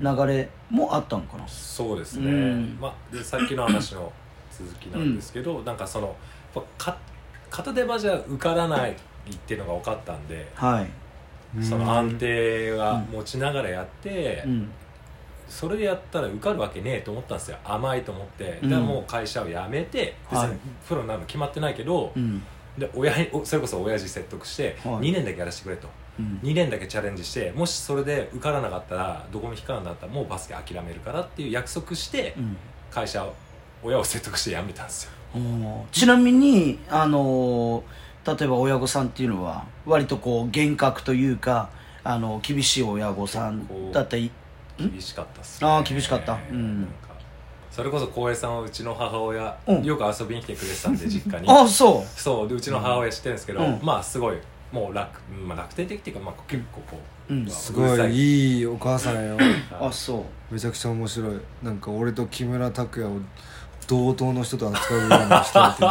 Speaker 1: 流れもあったのかな、
Speaker 3: いそうですね、
Speaker 1: うん
Speaker 3: まあ、でさっきの話の続きなんですけど、なんかそのやっぱか片手間じゃ受からないっていうのが分かったんで、
Speaker 1: はい、
Speaker 3: その安定は持ちながらやって、
Speaker 1: うん、
Speaker 3: それでやったら受かるわけねえと思ったんですよ甘いと思ってだからもう会社を辞めて別
Speaker 1: はい
Speaker 3: にプロになるの決まってないけど、
Speaker 1: うん
Speaker 3: で親におそれこそ親父説得して、
Speaker 1: はい
Speaker 3: 2年だけやらせてくれと
Speaker 1: うん
Speaker 3: 2年だけチャレンジしてもしそれで受からなかったらどこも引かなかったらもうバスケ諦めるからっていう約束して
Speaker 1: うん
Speaker 3: 会社を親を説得して辞めたんですよ
Speaker 1: おーちなみにあのー例えば親御さんっていうのは割とこう厳格というかあの厳しい親御さんだったり
Speaker 3: 厳しかったっす、
Speaker 1: あー厳しかったうん
Speaker 3: なんかそれこそ浩平さんはうちの母親、
Speaker 1: うん
Speaker 3: よく遊びに来てくれてた んで実家に
Speaker 1: あそ
Speaker 3: そうでうちの母親知ってるんですけど、
Speaker 1: うん
Speaker 3: まあすごいもう楽、まあ、楽天的っていうか、まあ、結構こう、
Speaker 1: うん
Speaker 3: まあ
Speaker 2: す
Speaker 3: う
Speaker 2: ご
Speaker 3: るさ
Speaker 2: いいいお母さんよ
Speaker 1: うあそう
Speaker 2: めちゃくちゃ面白いなんか俺と木村拓哉を同等の人と扱うぐらいの人だってい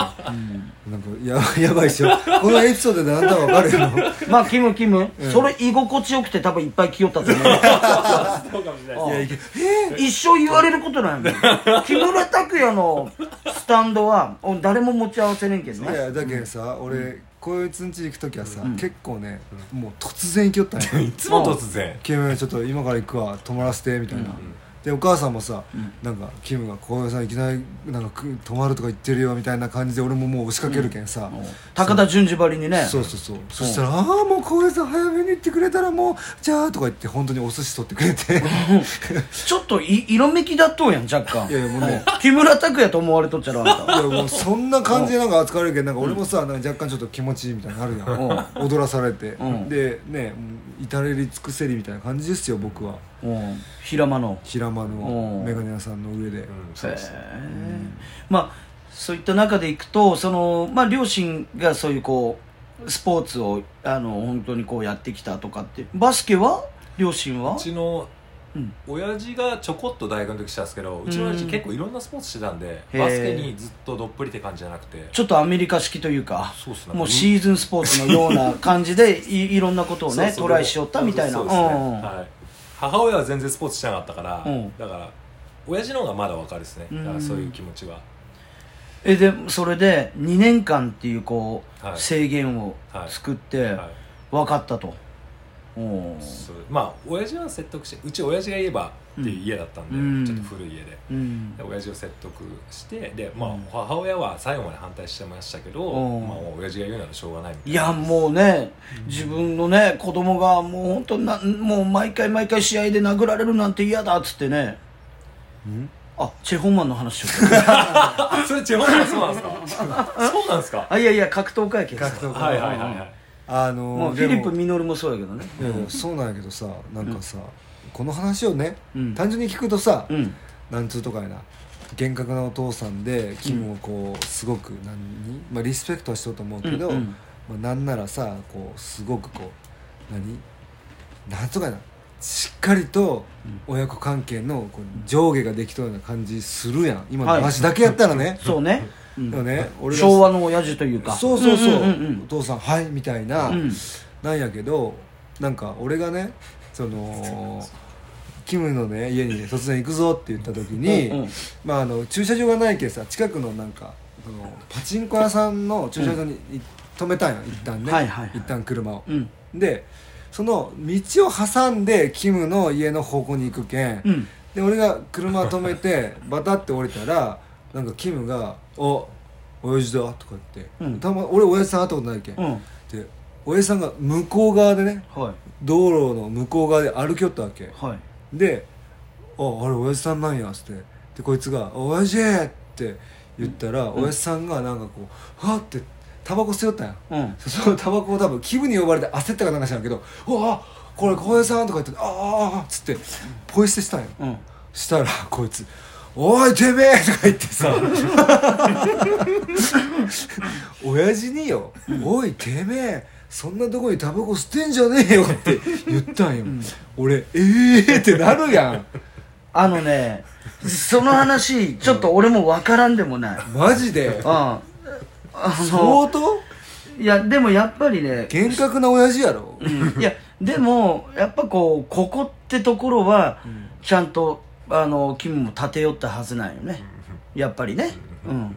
Speaker 2: うなんかややばいっしょこのエピソードであんたわかるよ
Speaker 1: まあキムキム、
Speaker 2: うん
Speaker 1: それ居心地よくて多分いっぱい来よった と思う
Speaker 3: そうかもしれない
Speaker 1: あ
Speaker 3: で
Speaker 1: あ
Speaker 3: す
Speaker 1: 一生言われること なんだよ木村拓哉のスタンドはお誰も持ち合わせねんけど
Speaker 2: い
Speaker 1: ね
Speaker 2: やだけどさ、俺こいつんち行く時はさ、結構ね、もう突然行きよったんよ
Speaker 3: いつも突然
Speaker 2: キムちょっと今から行くわ泊まらせてみたいな、でお母さんもさ、なんかキムが「こうさんいきなりなんかく泊まるとか言ってるよ」みたいな感じで俺ももう押しかけるけんさ、
Speaker 1: 高田純次ばりにね
Speaker 2: そうそうそうそしたら「ああもう浩平さん早めに行ってくれたらもうじゃあ」とか言って本当にお寿司取ってくれて
Speaker 1: ちょっとい色めきだっとうやん若干
Speaker 2: いやいやもうね
Speaker 1: 木村拓哉と思われとっちゃらあん
Speaker 2: い
Speaker 1: た
Speaker 2: やもうそんな感じでなんか扱われるけどなんか俺もさなんか若干ちょっと気持ちいいみたいなのあるやん踊らされて
Speaker 1: うん
Speaker 2: でねもう至れり尽くせりみたいな感じですよ僕は
Speaker 1: うん平間の
Speaker 2: 平間
Speaker 1: う
Speaker 2: の
Speaker 1: ん
Speaker 2: メガネ屋さんの上で
Speaker 3: うんそう
Speaker 1: へ
Speaker 3: です
Speaker 1: えまあそういった中でいくとその、まあ、両親がそういうこうスポーツをあの本当にこうやってきたとかってバスケは両親は
Speaker 3: うちの
Speaker 1: うん
Speaker 3: 親父がちょこっと大学の時したんですけどうちの親父結構いろんなスポーツしてたんで
Speaker 1: へー
Speaker 3: バスケにずっとどっぷりって感じじゃなくて
Speaker 1: ちょっとアメリカ式というか
Speaker 3: そうっすね
Speaker 1: もうシーズンスポーツのような感じで いいろんなことを
Speaker 3: そう
Speaker 1: ね
Speaker 3: そう
Speaker 1: トライしよったみたいな
Speaker 3: そううんですねはい母親は全然スポーツしてなかったから
Speaker 1: うん
Speaker 3: だから親父の方がまだわかるですね
Speaker 1: うん
Speaker 3: だからそういう気持ちは
Speaker 1: えでそれで2年間っていうこう、
Speaker 3: はい
Speaker 1: 制限を
Speaker 3: はい
Speaker 1: 作って
Speaker 3: はい
Speaker 1: 分かったと、おー
Speaker 3: そうまあ親父は説得してうち親父が言えばっていう家だった
Speaker 1: うん
Speaker 3: んでちょっと古い家で
Speaker 1: うん
Speaker 3: で親父を説得してでまあ
Speaker 1: うん
Speaker 3: 母親は最後まで反対してましたけど
Speaker 1: うん
Speaker 3: まあもう親父が言うならしょうがないみた
Speaker 1: い
Speaker 3: い
Speaker 1: や
Speaker 3: な
Speaker 1: もうね自分のね子供がもう本当なもう毎回毎回試合で殴られるなんて嫌だっつってねあチェ・ホンマンの話を
Speaker 3: あ それチェホンマンそうなんですかそうなんですか
Speaker 1: あいやいや格闘家やけどさ
Speaker 2: 格闘
Speaker 3: はいはいはい
Speaker 2: 家
Speaker 3: はい
Speaker 2: あ
Speaker 1: も
Speaker 2: の
Speaker 1: う
Speaker 2: ー
Speaker 1: フィリップ・
Speaker 2: でも
Speaker 1: ミノルもそうやけどね
Speaker 2: いやいやそうなんやけどさなんかさこの話をね
Speaker 1: うん
Speaker 2: 単純に聞くとさ
Speaker 1: うん
Speaker 2: なんつうとかやな厳格なお父さんでキムをこうすごく何に、まあ、リスペクトはしとると思うけど、
Speaker 1: うんうん
Speaker 2: まあ、なんならさこうすごくこう何なんとかやなしっかりと親子関係のこう上下ができとるような感じするやん今の話だけやったらね、
Speaker 1: そうね、う
Speaker 2: でも
Speaker 1: ん、
Speaker 2: ね俺が
Speaker 1: 昭和の親父というか
Speaker 2: そうそうそう,、
Speaker 1: んん
Speaker 2: お父さんはいみたいな、
Speaker 1: うんうん
Speaker 2: なんやけどなんか俺がねそのキムのね家にね突然行くぞって言った時に、
Speaker 1: うんうん
Speaker 2: まあ、あの駐車場がないけさ近くのなんかそのパチンコ屋さんの駐車場にい止めたんよ一旦ね、
Speaker 1: はいはいはい
Speaker 2: 一旦車を、
Speaker 1: うん
Speaker 2: でその道を挟んでキムの家の方向に行くけん、
Speaker 1: うん
Speaker 2: で俺が車止 めてバタって降りたらなんかキムが「お親父だ」とか言って、
Speaker 1: うん
Speaker 2: たま俺親父さん会ったことないけん、
Speaker 1: うん
Speaker 2: で親父さんが向こう側でね
Speaker 1: はい
Speaker 2: 道路の向こう側で歩きよったわけ
Speaker 1: はい
Speaker 2: で「ああれ親父さんなんや」っつってでこいつが「おやじ!」って言ったら、親父さんがなんかこうはってタバコ吸いよったんや
Speaker 1: うん
Speaker 2: そのタバコを多分気分に呼ばれて焦ったかなんか知らんけど「うわこれ浩平さん」とか言って「ああああ」っつってポイ捨てしたんや
Speaker 1: うん
Speaker 2: したらこいつ「おいてめえ!」とか言ってさ親父によ「おいてめえそんなとこにタバコ捨てんじゃねえよ」って言ったんよ、俺「ええー!」ってなるやん
Speaker 1: あのねその話ちょっと俺も分からんでもないうん
Speaker 2: マジで
Speaker 1: あ
Speaker 2: 相
Speaker 1: の
Speaker 2: 当
Speaker 1: いやでもやっぱりね
Speaker 2: 厳格な親父やろ
Speaker 1: いやでもやっぱこうここってところはちゃんとあの君も立て寄ったはずなんよねやっぱりねうん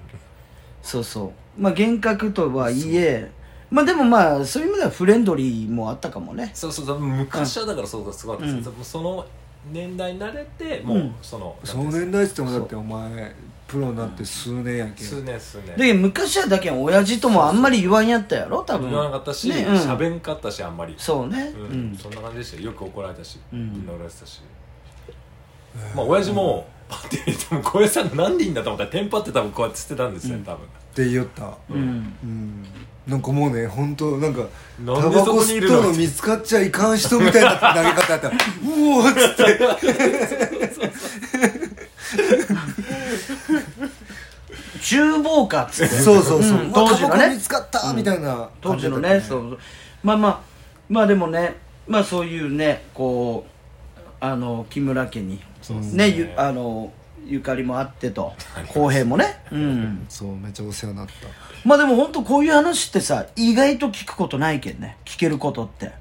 Speaker 1: そうそうまあ幻覚とはいえまあでもまあそういう意味ではフレンドリーもあったかもね
Speaker 3: そうそうそう昔はだからそうそうすごかったです、
Speaker 1: うん
Speaker 3: でもその年代になれてもう、
Speaker 1: うん
Speaker 3: その
Speaker 2: その年代っつってもだってお前プロになって数年やけん、
Speaker 3: 数年数年
Speaker 1: で昔はだけん親父ともあんまり言わんやったやろ多分
Speaker 3: 言わなかったし
Speaker 1: ねうん
Speaker 3: 喋、んかったしあんまり
Speaker 1: そうね
Speaker 3: うん
Speaker 1: うん
Speaker 3: そんな感じでしたよく怒られたし、
Speaker 1: ん
Speaker 3: 乗られてたし、まあ親父もパッて見ても小平さんが何でいいんだと思ったらテンパって多分こうやって捨てたんですよ、多分
Speaker 2: って言おった
Speaker 1: うん
Speaker 2: うんなんかもうね本当なんかタ
Speaker 3: なん
Speaker 2: バ
Speaker 3: でそ
Speaker 2: コ
Speaker 3: こに
Speaker 2: 吸
Speaker 3: い
Speaker 2: っ
Speaker 3: る
Speaker 2: と
Speaker 3: の
Speaker 2: るの見つかっちゃいかん人みたいな投げ方やったらうおーっつって
Speaker 1: 厨房かっつって
Speaker 2: そうそうそう、
Speaker 1: うん
Speaker 2: うわ
Speaker 1: 当時のね
Speaker 2: タバコ見つかったみたいな
Speaker 1: 当時の
Speaker 2: 感
Speaker 1: ね
Speaker 2: じ
Speaker 1: そ
Speaker 2: だっ
Speaker 1: うそうまあまあまあでもねまあそういうねこうあの木村家に
Speaker 3: そうですね
Speaker 1: ねゆあのゆかりもあってと浩平もねうん
Speaker 2: たそうめっちゃお世話になっ
Speaker 1: まあでも本当こういう話ってさ意外と聞くことないけんね聞けることって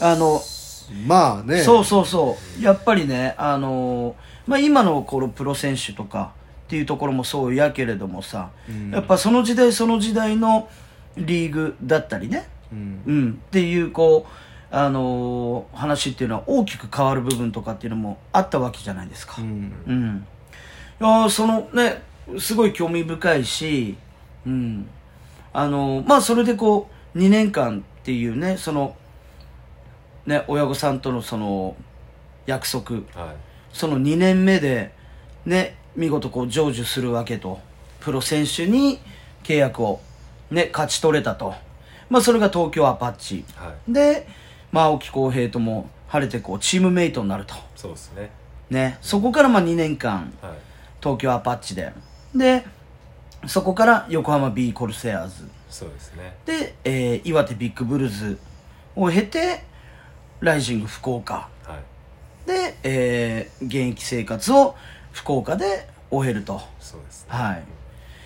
Speaker 1: あの
Speaker 2: たまあね
Speaker 1: そうそうそうやっぱりねあのーまあ、今のこのプロ選手とかっていうところもそうやけれどもさ、やっぱその時代その時代のリーグだったりね、
Speaker 2: うん
Speaker 1: うん、っていうこう、あのー話っていうのは大きく変わる部分とかっていうのもあったわけじゃないですか。
Speaker 2: うん
Speaker 1: うん、いやーそのねすごい興味深いし、うん、あのまあそれでこう2年間っていうねそのね親御さんとのその約束
Speaker 3: はい
Speaker 1: その2年目でね見事こう成就するわけとプロ選手に契約をね勝ち取れたと、まあ、それが東京アパッチ
Speaker 3: はい
Speaker 1: で、まあ、青木浩平とも晴れてこうチームメイトになると。
Speaker 3: そうですね
Speaker 1: ね、そこからまあ2年間
Speaker 3: はい
Speaker 1: 東京アパッチででそこから横浜 B コルセアーズ
Speaker 3: そうですね
Speaker 1: で、えー岩手ビッグブルーズを経てライジング福岡
Speaker 3: はい
Speaker 1: で、えー現役生活を福岡で終えると
Speaker 3: そうですね
Speaker 1: はい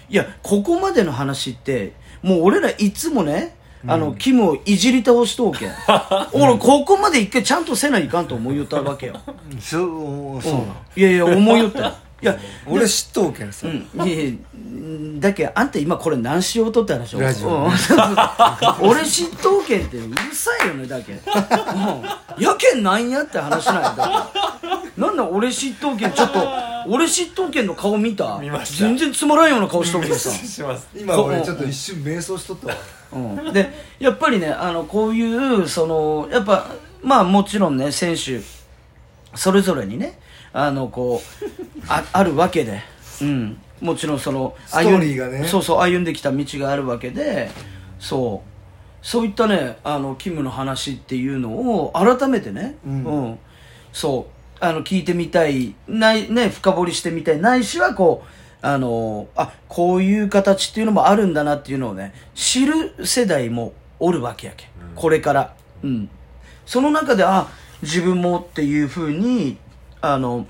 Speaker 1: いやここまでの話ってもう俺らいつもねあの、キムをいじり倒しとう けん俺ここまで一回ちゃんとせないかんと思いよったわけよ、
Speaker 2: そうそうなん
Speaker 1: うんいやいや思いよったよいや
Speaker 2: 俺知っとうけんさ、
Speaker 1: うん、いやいやうんだけどあんた今これ何しようとって話を
Speaker 2: ラジオ
Speaker 1: うん
Speaker 2: ね
Speaker 1: そうそうそう俺執刀権ってうるさいよねだけ、うん、やけんなんやって話なんやだけなんだ俺執刀権ちょっと俺執刀権の顔見た
Speaker 3: 見ました
Speaker 1: 全然つまらんような顔しとるけどさ
Speaker 3: 失礼します
Speaker 2: 今俺ちょっと一瞬瞑想しとったわ
Speaker 1: うん、でやっぱりねあのこういうそのやっぱまあもちろんね選手それぞれにねあのこうああるわけで、うん、もちろんその
Speaker 2: ストーリーがね
Speaker 1: 歩んそうそう歩んできた道があるわけでそうそういったねあのキムの話っていうのを改めてね、うんそうあの聞いてみたいない、ね、深掘りしてみたいないしはこうあのあこういう形っていうのもあるんだなっていうのをね知る世代もおるわけやけ、ん、これから、うん、その中であ自分もっていうふうにあの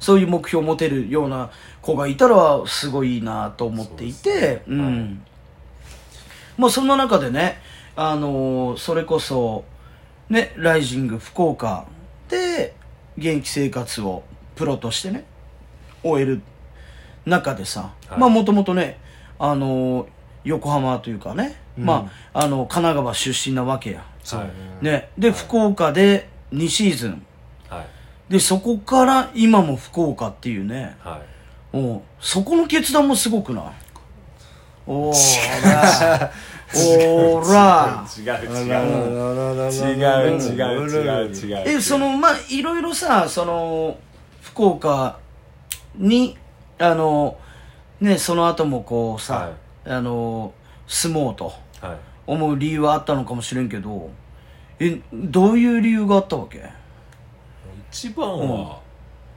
Speaker 1: そういう目標を持てるような子がいたらすごいいいなと思っていて
Speaker 3: そう
Speaker 1: う、
Speaker 3: ですねはい
Speaker 1: んまあ、そんな中でね、あのーそれこそ、ね、ライジング福岡で現役生活をプロとしてね終える中でさ
Speaker 3: はい
Speaker 1: まあもともとね、あのー横浜というかね、
Speaker 2: うん
Speaker 1: まあ、あの神奈川出身なわけや、
Speaker 3: はい
Speaker 1: ね、で福岡で2シーズン
Speaker 3: はい
Speaker 1: でそこから今も福岡っていうね
Speaker 3: はい
Speaker 1: おうそこの決断もすごくないおーらおーら
Speaker 3: 違う
Speaker 2: あ
Speaker 3: 違
Speaker 2: ら
Speaker 3: う
Speaker 2: ららららら
Speaker 3: 違う違う違う違う違う
Speaker 1: えそのまあいろいろさその福岡にあのねその後もこうさ、あの住もうと
Speaker 3: はい
Speaker 1: 思う理由はあったのかもしれんけどえどういう理由があったわけ
Speaker 3: 一番は、
Speaker 1: うん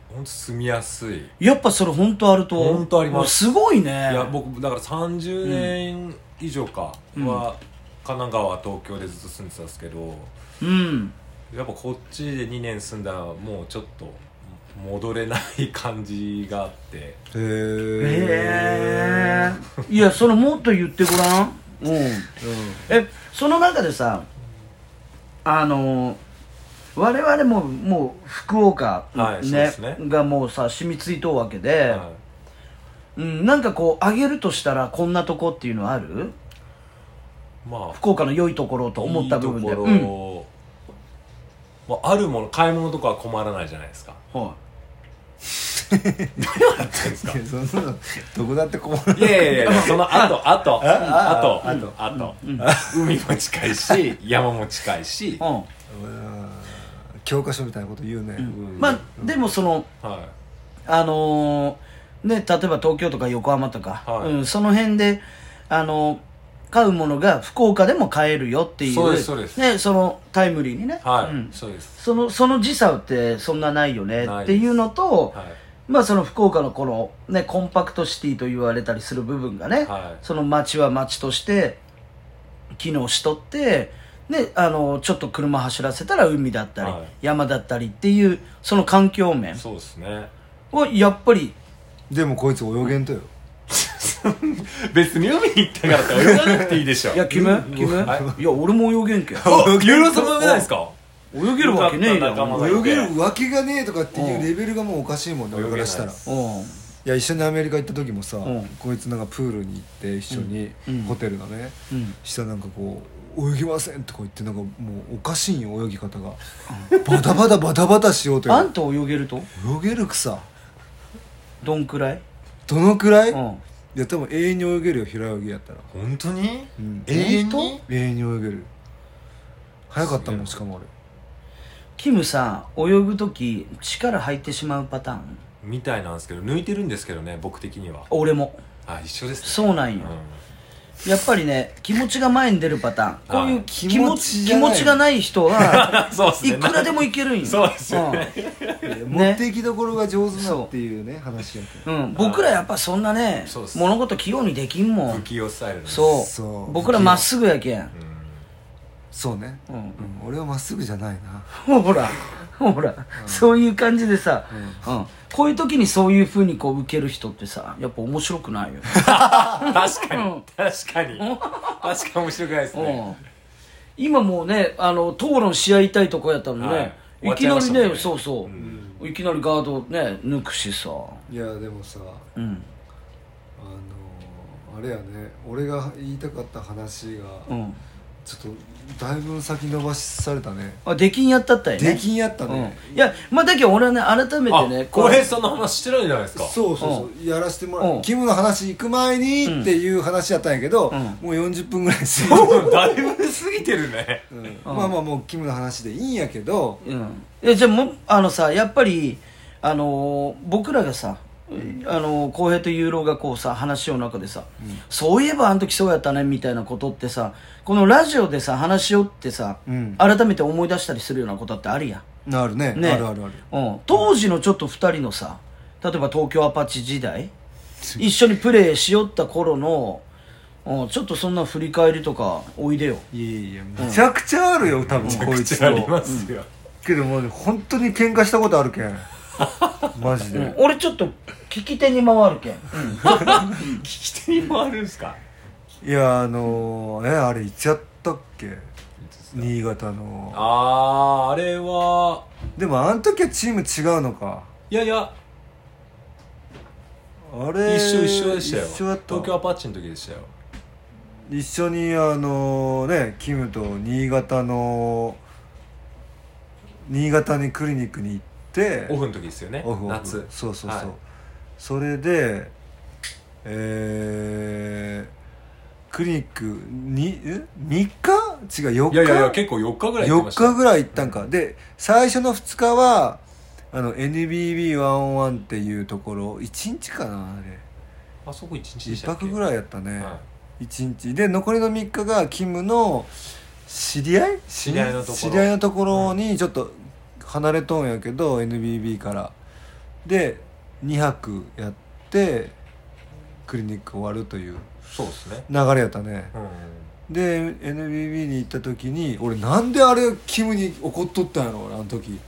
Speaker 3: 本当住みやすい、
Speaker 1: やっぱそれ本当あると
Speaker 3: 本当あります
Speaker 1: すごいね
Speaker 3: いや僕だから30年以上か
Speaker 1: うん
Speaker 3: は、神奈川東京でずっと住んでたんですけど
Speaker 1: うん
Speaker 3: やっぱこっちで2年住んだらもうちょっと戻れない感じがあって
Speaker 2: へ
Speaker 1: へえいやそのもっと言ってごらんうんえその中でさあの我々ももう福岡、
Speaker 3: はいそうですね
Speaker 1: がもうさ染みついとうわけで、
Speaker 3: は
Speaker 1: うん、なんかこう上げるとしたらこんなとこっていうのある
Speaker 3: いまあ
Speaker 1: 福岡の良いところと思った部分で
Speaker 3: いいところ、
Speaker 1: うん
Speaker 3: もうあるもの買い物とかは困らないじゃないですか
Speaker 1: は、
Speaker 3: 何やってんですか
Speaker 2: いやそん なのどこだって困る
Speaker 3: いやいやいやそのあとあとあと
Speaker 2: あ
Speaker 3: あ
Speaker 2: と
Speaker 3: と海も近いし山も近いし、はい
Speaker 2: 教科書みたいなこと言うね、
Speaker 1: うん、まあでもその
Speaker 3: い、
Speaker 1: あのーね例えば東京とか横浜とか、
Speaker 3: はい
Speaker 1: うん、その辺であのー買うものが福岡でも買えるよっていう
Speaker 3: そうですそうです
Speaker 1: ね、そのタイムリーにね、
Speaker 3: はい
Speaker 1: うん
Speaker 3: そうです、
Speaker 1: そのその時差ってそんなないよね
Speaker 3: ない
Speaker 1: っていうのと、
Speaker 3: はい
Speaker 1: まあその福岡のこのねコンパクトシティと言われたりする部分がね、
Speaker 3: はい
Speaker 1: その街は街として機能しとってであのちょっと車走らせたら海だったり、
Speaker 3: はい
Speaker 1: 山だったりっていうその環境面
Speaker 3: そうですね
Speaker 1: をやっぱり
Speaker 2: でもこいつ泳げんとよ
Speaker 3: 別に海行ったからって泳がなくていいでしょ
Speaker 1: いやキム
Speaker 3: うん
Speaker 1: キム、、
Speaker 3: はい
Speaker 1: や俺も泳げんけん
Speaker 3: おユーロさんも泳げないですか
Speaker 1: 泳げるわけねえ
Speaker 3: よかった仲間
Speaker 1: よ
Speaker 3: が
Speaker 2: 泳げるわけがねえとかっていうレベルがもうおかしいもんね
Speaker 3: 泳げ
Speaker 2: 俺
Speaker 3: ない
Speaker 2: からしたら
Speaker 1: うん
Speaker 2: いや一緒にアメリカ行った時もさ、
Speaker 1: うん
Speaker 2: こいつなんかプールに行って一緒に、
Speaker 1: うん
Speaker 2: ホテルのね、
Speaker 1: うん
Speaker 2: したらなんかこう「泳ぎません」とか言ってなんかもうおかしいんよ泳ぎ方がバタバタバタバタしようとい
Speaker 1: あ
Speaker 2: うん
Speaker 1: た泳げると
Speaker 2: 泳げるくさ
Speaker 1: どんくらい、
Speaker 2: どのくらい、
Speaker 1: う
Speaker 2: い
Speaker 1: ん、
Speaker 2: や多分永遠に泳げるよ平泳ぎやったら
Speaker 3: 本当に、
Speaker 2: うん
Speaker 3: 永遠
Speaker 1: 本
Speaker 3: に
Speaker 2: 永遠に泳げる早かったもんしかも
Speaker 1: キムさん泳ぐ時力入ってしまうパターン
Speaker 3: みたいなんですけど抜いてるんですけどね僕的には
Speaker 1: 俺も
Speaker 3: あ一緒ですね
Speaker 1: そうなんよ、やっぱりね気持ちが前に出るパターンこういう
Speaker 3: あ
Speaker 1: 気
Speaker 2: 気
Speaker 1: 持
Speaker 2: 持
Speaker 1: ち気
Speaker 2: ちじゃない
Speaker 1: 持ちがない人 は
Speaker 3: そうっす
Speaker 1: い
Speaker 3: ね
Speaker 1: くらでもいけるんよ
Speaker 3: そうですよね
Speaker 2: 俺、
Speaker 1: ね
Speaker 2: 持っていきどころが上手なっていうね話やけ
Speaker 1: うん、うん僕らやっぱそんなね
Speaker 3: そうっす
Speaker 1: 物事器用にできんも
Speaker 3: うん不
Speaker 1: ん
Speaker 3: 器用スタイルなんです
Speaker 1: そう
Speaker 2: そう
Speaker 1: 僕らまっすぐやけん、
Speaker 2: どそうね、
Speaker 1: うん
Speaker 2: うん俺はまっすぐじゃないな
Speaker 1: ほらほら、そういう感じでさ、うんこういう時にそういうふうにこう受ける人ってさやっぱ面白くないよ、
Speaker 3: 確か
Speaker 1: う
Speaker 3: に
Speaker 1: ん
Speaker 3: 確かに確かに面白くないです
Speaker 1: うん
Speaker 3: ね、
Speaker 1: 今もうねあの討論し合いたいとこやったのにね、
Speaker 3: はい
Speaker 1: い、きなりね
Speaker 3: 終わっちゃいましたもんね
Speaker 1: そうそう、
Speaker 3: う
Speaker 1: いきなりガードね抜くしさ
Speaker 2: いやでもさ
Speaker 1: うん
Speaker 2: あのーあれやね俺が言いたかった話が、
Speaker 1: うん
Speaker 2: ちょっとだいぶ先延ばしされたね
Speaker 1: あできんやったったよね
Speaker 2: できんやったね、
Speaker 1: うん、いやまあだけど俺はね改めて
Speaker 3: あ
Speaker 1: ねこ
Speaker 3: 浩平
Speaker 1: れ
Speaker 3: さんの話してないじゃないですか
Speaker 2: そうそうそう、やらせてもらう、
Speaker 1: うん
Speaker 2: キムの話行く前にっていう話やったんやけど、
Speaker 1: ん
Speaker 2: もう40分ぐらい過ぎて
Speaker 3: う だいぶ過ぎてるね
Speaker 2: うんまあまあもうキムの話でいいんやけど、
Speaker 1: うんいやじゃあもうあのさやっぱりあのー僕らがさあのー浩平とユーロがこうさ話の中でさ、そういえばあの時そうやったねみたいなことってさこのラジオでさ話しよってさ、
Speaker 2: うん
Speaker 1: 改めて思い出したりするようなことってあるやん
Speaker 2: あるね
Speaker 1: ね
Speaker 2: あるあるある
Speaker 1: うん、当時のちょっと2人のさ例えば東京アパッチ時代一緒にプレーしよった頃の、うん、ちょっとそんな振り返りとかおいでよ
Speaker 2: いやいやめちゃくちゃあるよ、多分こいつ
Speaker 3: 口あり
Speaker 2: と
Speaker 3: ますよ
Speaker 2: けどもう本当に喧嘩したことあるけんマジで、
Speaker 1: うん俺ちょっと聞き手に回るけん、
Speaker 3: 聞き手に回るんですか
Speaker 2: いやあのー、えあれいつやったっけ新潟の
Speaker 3: あーあれは
Speaker 2: でもあの時はチーム違うのか
Speaker 3: いやいや
Speaker 2: あれ
Speaker 3: 一緒一緒でしたよ
Speaker 2: 一緒だった
Speaker 3: 東京アパッチの時でしたよ
Speaker 2: 一緒にあのねキムと新潟の新潟にクリニックに行って
Speaker 3: オフの時ですよね
Speaker 2: オフオフ
Speaker 3: 夏
Speaker 2: そうそうそう、
Speaker 3: はい
Speaker 2: それでえー、クリニックにえ3日違う4日
Speaker 3: いやいやいや結構4日ぐらい行って
Speaker 2: 4
Speaker 3: ましたよ
Speaker 2: 日ぐらい行ったんか、で最初の2日はあの NBB101 っていうところ1日かなあれ
Speaker 3: あそこ1日でし
Speaker 2: 1
Speaker 3: たっけ
Speaker 2: 泊ぐらいやったね、
Speaker 3: は
Speaker 2: 一日で残りの3日がキムの知り合い
Speaker 3: 知り合いのところ
Speaker 2: 知り合いのところにちょっと離れとんやけど、NBB からで2泊やってクリニック終わるという
Speaker 3: そうですね
Speaker 2: 流れやったねで NBB に行った時に俺なんであれキムに怒っとったんやろ俺あの時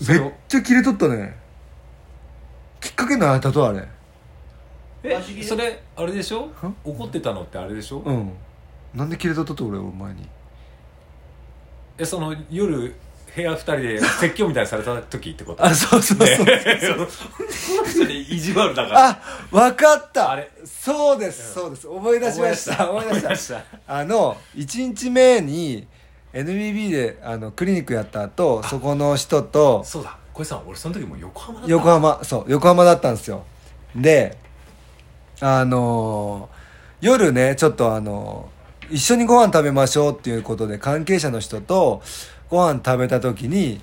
Speaker 3: そ
Speaker 2: め
Speaker 3: れ
Speaker 2: っちゃキレとったねきっかけ何やったとあれ
Speaker 3: えそれあれでしょ
Speaker 2: ん
Speaker 3: 怒ってたのってあれでしょ
Speaker 2: うんなんでキレとったと俺お前に
Speaker 3: えその夜部屋2 人で説教みたいにされた時ってこと
Speaker 2: あそうそうそう、
Speaker 3: その人に意地悪だから
Speaker 2: あ、わかった。
Speaker 3: あれ
Speaker 2: そうです、そうです。思い出しました。思い出した。
Speaker 3: た
Speaker 2: あの、1日目に、 NBB であのクリニックやった後そこの人と
Speaker 3: そうだ小石さん俺その時もう横浜だった
Speaker 2: 横浜そう横浜だったんですよであのー夜ねちょっとあのー一緒にご飯食べましょうっていうことで関係者の人とご飯食べた時に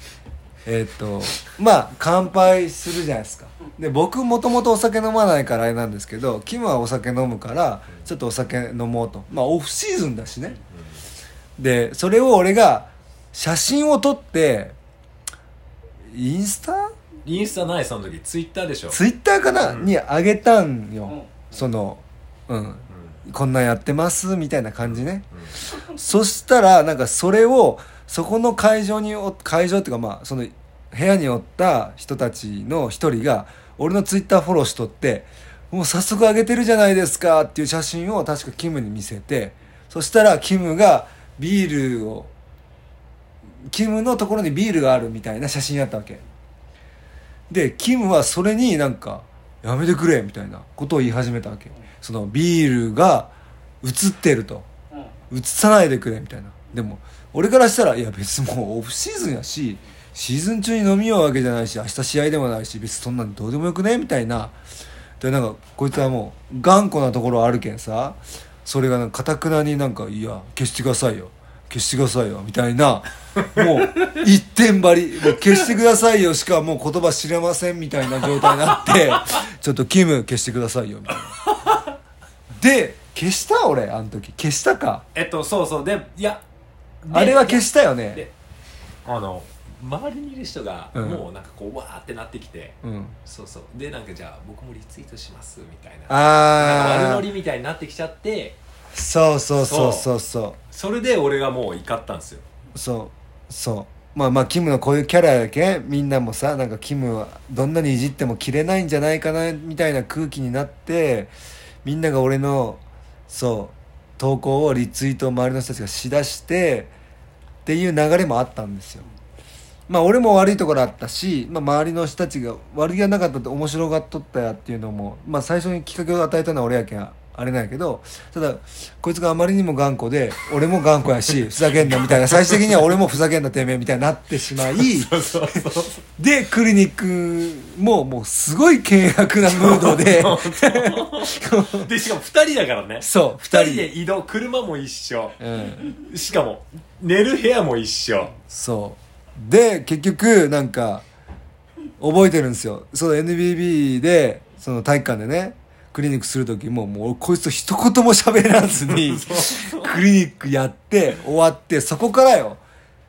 Speaker 2: えっとまあ乾杯するじゃないですかで僕もともとお酒飲まないからあれなんですけどキムはお酒飲むからちょっとお酒飲もうとまあオフシーズンだしねでそれを俺が写真を撮ってインスタ
Speaker 3: インスタないその時ツイッターでしょ
Speaker 2: ツイッターかな、
Speaker 3: うん
Speaker 2: にあげたんよ、
Speaker 1: うん
Speaker 2: そのうん
Speaker 3: うん
Speaker 2: こんなんやってますみたいな感じね、
Speaker 3: うん
Speaker 2: そしたらなんかそれをそこの会場にお会場っていうかまあその部屋におった人たちの一人が俺のツイッターフォローしとってもう早速上げてるじゃないですかっていう写真を確かキムに見せてそしたらキムがビールをキムのところにビールがあるみたいな写真やったわけでキムはそれになんかやめてくれみたいなことを言い始めたわけそのビールが映ってると
Speaker 1: うん
Speaker 2: 映さないでくれみたいなでも俺からしたらいや別にもうオフシーズンやしシーズン中に飲みようわけじゃないし明日試合でもないし別にそんなんどうでもよくねみたいなでなんかこいつはもう頑固なところあるけんさそれがなんかかたくなになんか「いや消してくださいよ消してくださいよ」みたいなもう一点張りもう消してくださいよしかもう言葉知れませんみたいな状態になって「ちょっとキム消してくださいよ」みたいなで消した俺あの時消したか
Speaker 3: えっとそうそうでいやで
Speaker 2: あれは消したよね
Speaker 3: であの周りにいる人が
Speaker 2: うん
Speaker 3: もうなんかこうわーってなってきて、
Speaker 2: うん
Speaker 3: そうそうでなんかじゃあ僕もリツイートしますみたいななんか悪
Speaker 2: あ
Speaker 3: ノ
Speaker 2: あ
Speaker 3: リみたいになってきちゃって
Speaker 2: そうそうそうそうそ
Speaker 3: それで俺がもう怒ったんです よ
Speaker 2: うそうそうまあまあキムのこういうキャラやけんみんなもさなんかキムはどんなにいじっても切れないんじゃないかなみたいな空気になってみんなが俺のそう投稿をリツイートを周りの人たちがしだしてっていう流れもあったんですよまあ俺も悪いところあったし、まあ、周りの人たちが悪気がなかったって面白がっとったやっていうのも、まあ、最初にきっかけを与えたのは俺やけんあれなんやけどただこいつがあまりにも頑固で俺も頑固や しふざけんなみたいな最終的には俺もふざけんなてめえみたいになってしまい
Speaker 3: そうそうそう
Speaker 2: でクリニックももうすごい険悪なムード で
Speaker 3: でしかも2人だからね
Speaker 2: そう
Speaker 3: 2
Speaker 2: 2
Speaker 3: 人
Speaker 2: 人
Speaker 3: で移動車も一緒
Speaker 2: うん、
Speaker 3: しかも寝る部屋も一緒
Speaker 2: そうで結局なんか覚えてるんですよその NBB でその体育館でねクリニックする時ももうこいつと一言も喋らず にクリニックやって終わってそこからよ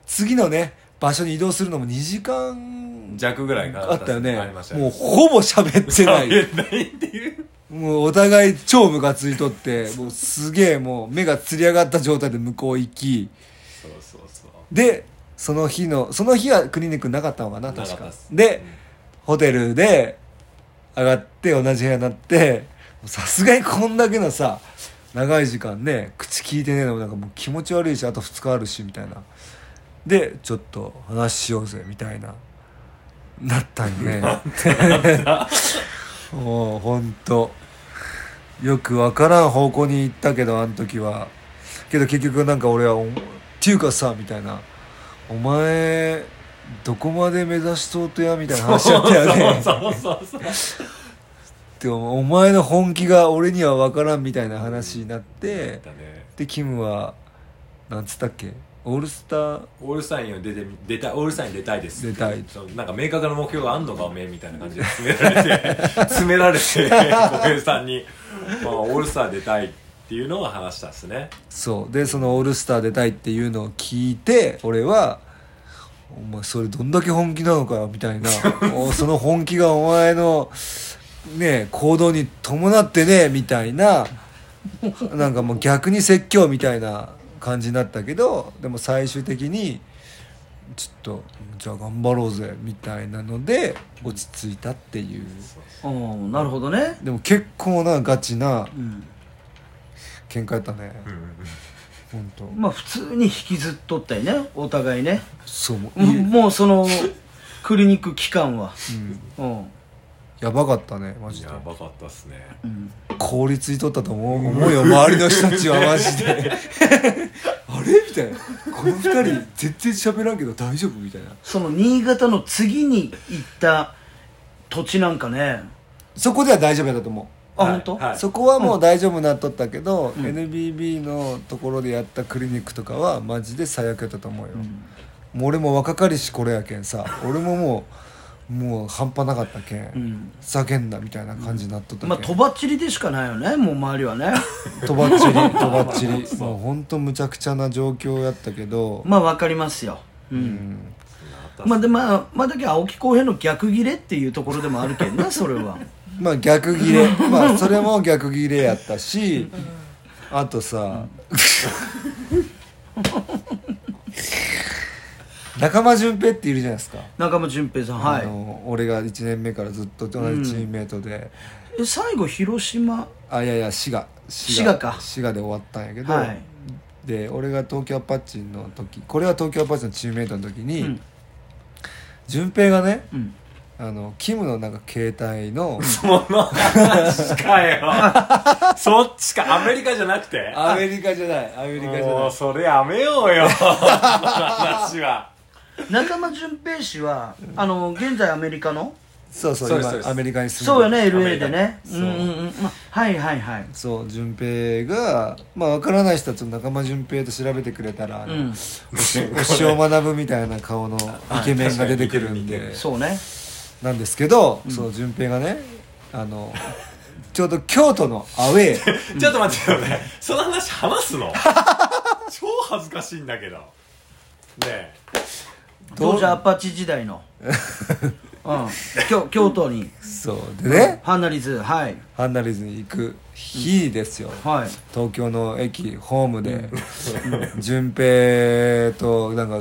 Speaker 2: 次のね場所に移動するのも2時間
Speaker 3: 弱ぐらいかな
Speaker 2: あったよね
Speaker 3: ありました
Speaker 2: もうほぼ喋ってない
Speaker 3: 喋んないっていう
Speaker 2: もうお互い超ムカついとってもうすげえもう目がつり上がった状態で向こう行き
Speaker 3: そうそうそう
Speaker 2: でその日のその日はクリニックなかったのかな
Speaker 3: なかった
Speaker 2: 確
Speaker 3: っ
Speaker 2: か
Speaker 3: す
Speaker 2: で、ホテルで上がって同じ部屋になってもうさすがにこんだけのさ長い時間ね口聞いてねえのもなんかもう気持ち悪いしあと2日あるしみたいなでちょっと話しようぜみたいななったん ねもうほんとよくわからん方向に行ったけどあの時はけど結局なんか俺はお「っていうかさ」みたいな「お前どこまで目指しとうとや」みたいな話だったよね
Speaker 3: そうそうそう
Speaker 2: でもお前の本気が俺には分からんみたいな話になって
Speaker 3: だね
Speaker 2: でキムはなんつったっけオールスター
Speaker 3: オールスタインを出てみ出たいオールスタイン出たいです
Speaker 2: 出たい
Speaker 3: そうなんか明確な目標があんのかおめえみたいな感じで詰めら れて詰められて小平さんに、まあ、オールスター出たいっていうのを話したんですね
Speaker 2: そうでそのオールスター出たいっていうのを聞いて俺は「お前それどんだけ本気なのかよ」みたいなおその本気がお前のね行動に伴ってねみたいななんかもう逆に説教みたいな感じになったけどでも最終的にちょっとじゃあ頑張ろうぜみたいなので落ち着いたっていう
Speaker 1: うんなるほどね
Speaker 2: でも結構なガチな
Speaker 1: うん
Speaker 2: 喧嘩やったね本当
Speaker 1: まあ普通に引きずっとったよねお互いね
Speaker 2: そうもう
Speaker 1: もうもうそのクリニック期間は
Speaker 2: うん
Speaker 1: うん
Speaker 2: やばかったねマジで
Speaker 3: やばかったっすね
Speaker 1: うん
Speaker 2: 効率いとったと思う思うよ周りの人たちはマジであれみたいなこの2人絶対喋らんけど大丈夫みたいな
Speaker 1: その新潟の次に行った土地なんかね
Speaker 2: そこでは大丈夫やったと思う
Speaker 1: あ、
Speaker 3: はい
Speaker 1: 本当、
Speaker 3: はい
Speaker 2: そこはもう大丈夫なっとったけど、NBB のところでやったクリニックとかはマジで最悪やったと思うよ、もう俺も若かりしこれやけんさ俺ももうもう半端なかったけん、
Speaker 1: ん
Speaker 2: ふざけんなみたいな感じになっとったけん、
Speaker 1: まあとばっちりでしかないよねもう周りはね
Speaker 2: とばっ ちりとばっちりもうほんとむちゃくちゃな状況やったけど、
Speaker 1: まあわかりますようん、まあでまあまあだけど青木浩平の逆ギレっていうところでもあるけどな それは
Speaker 2: まあ逆ギレまあそれも逆ギレやったしあとさ 仲間純平っているじゃないですか
Speaker 1: 中間淳平さんは
Speaker 2: あ
Speaker 1: い
Speaker 2: の俺が1年目からずっと同じチームメートで、
Speaker 1: え最後広島
Speaker 2: あいやいや滋賀
Speaker 1: 滋賀か
Speaker 2: 滋賀で終わったんやけど、
Speaker 1: はい
Speaker 2: で俺が東京アパッチンの時これは東京アパッチンのチームメートの時に、
Speaker 1: うん
Speaker 2: 順平がね
Speaker 1: うん
Speaker 2: あのキムのなんか携帯の
Speaker 3: その話かよそっちかアメリカじゃなくて
Speaker 2: アメリカじゃないアメリカじゃな
Speaker 3: もう
Speaker 2: い
Speaker 3: それやめようよその話は
Speaker 1: 中間淳平氏は、あの現在アメリカの
Speaker 2: そうそう
Speaker 3: そうですそうです
Speaker 2: 今アメリカに住ん
Speaker 1: そうよ
Speaker 2: でる
Speaker 1: ね
Speaker 3: ア
Speaker 1: LA
Speaker 3: メリカ
Speaker 1: でねう
Speaker 2: そうん
Speaker 1: うんうんまはいはいはい
Speaker 2: そう順平がまあ分からない人はちょっと仲間順平と調べてくれたら、
Speaker 1: うん
Speaker 2: 牛尾学ぶみたいな顔のイケメンが出てくるんで、
Speaker 3: はい確かに似てる似てる
Speaker 1: そうね
Speaker 2: なんですけど、そう順平がねあのちょうど京都のアウェ ー
Speaker 3: ちょっと待ってよねその話話すの超恥ずかしいんだけどねえ
Speaker 2: どう
Speaker 1: 当時アパッチ時代のうん京京都に
Speaker 2: そうでね
Speaker 1: ハンナリズはい
Speaker 2: ハンナリズに行く日ですよ、
Speaker 1: はい
Speaker 2: 東京の駅ホームで 順平となんか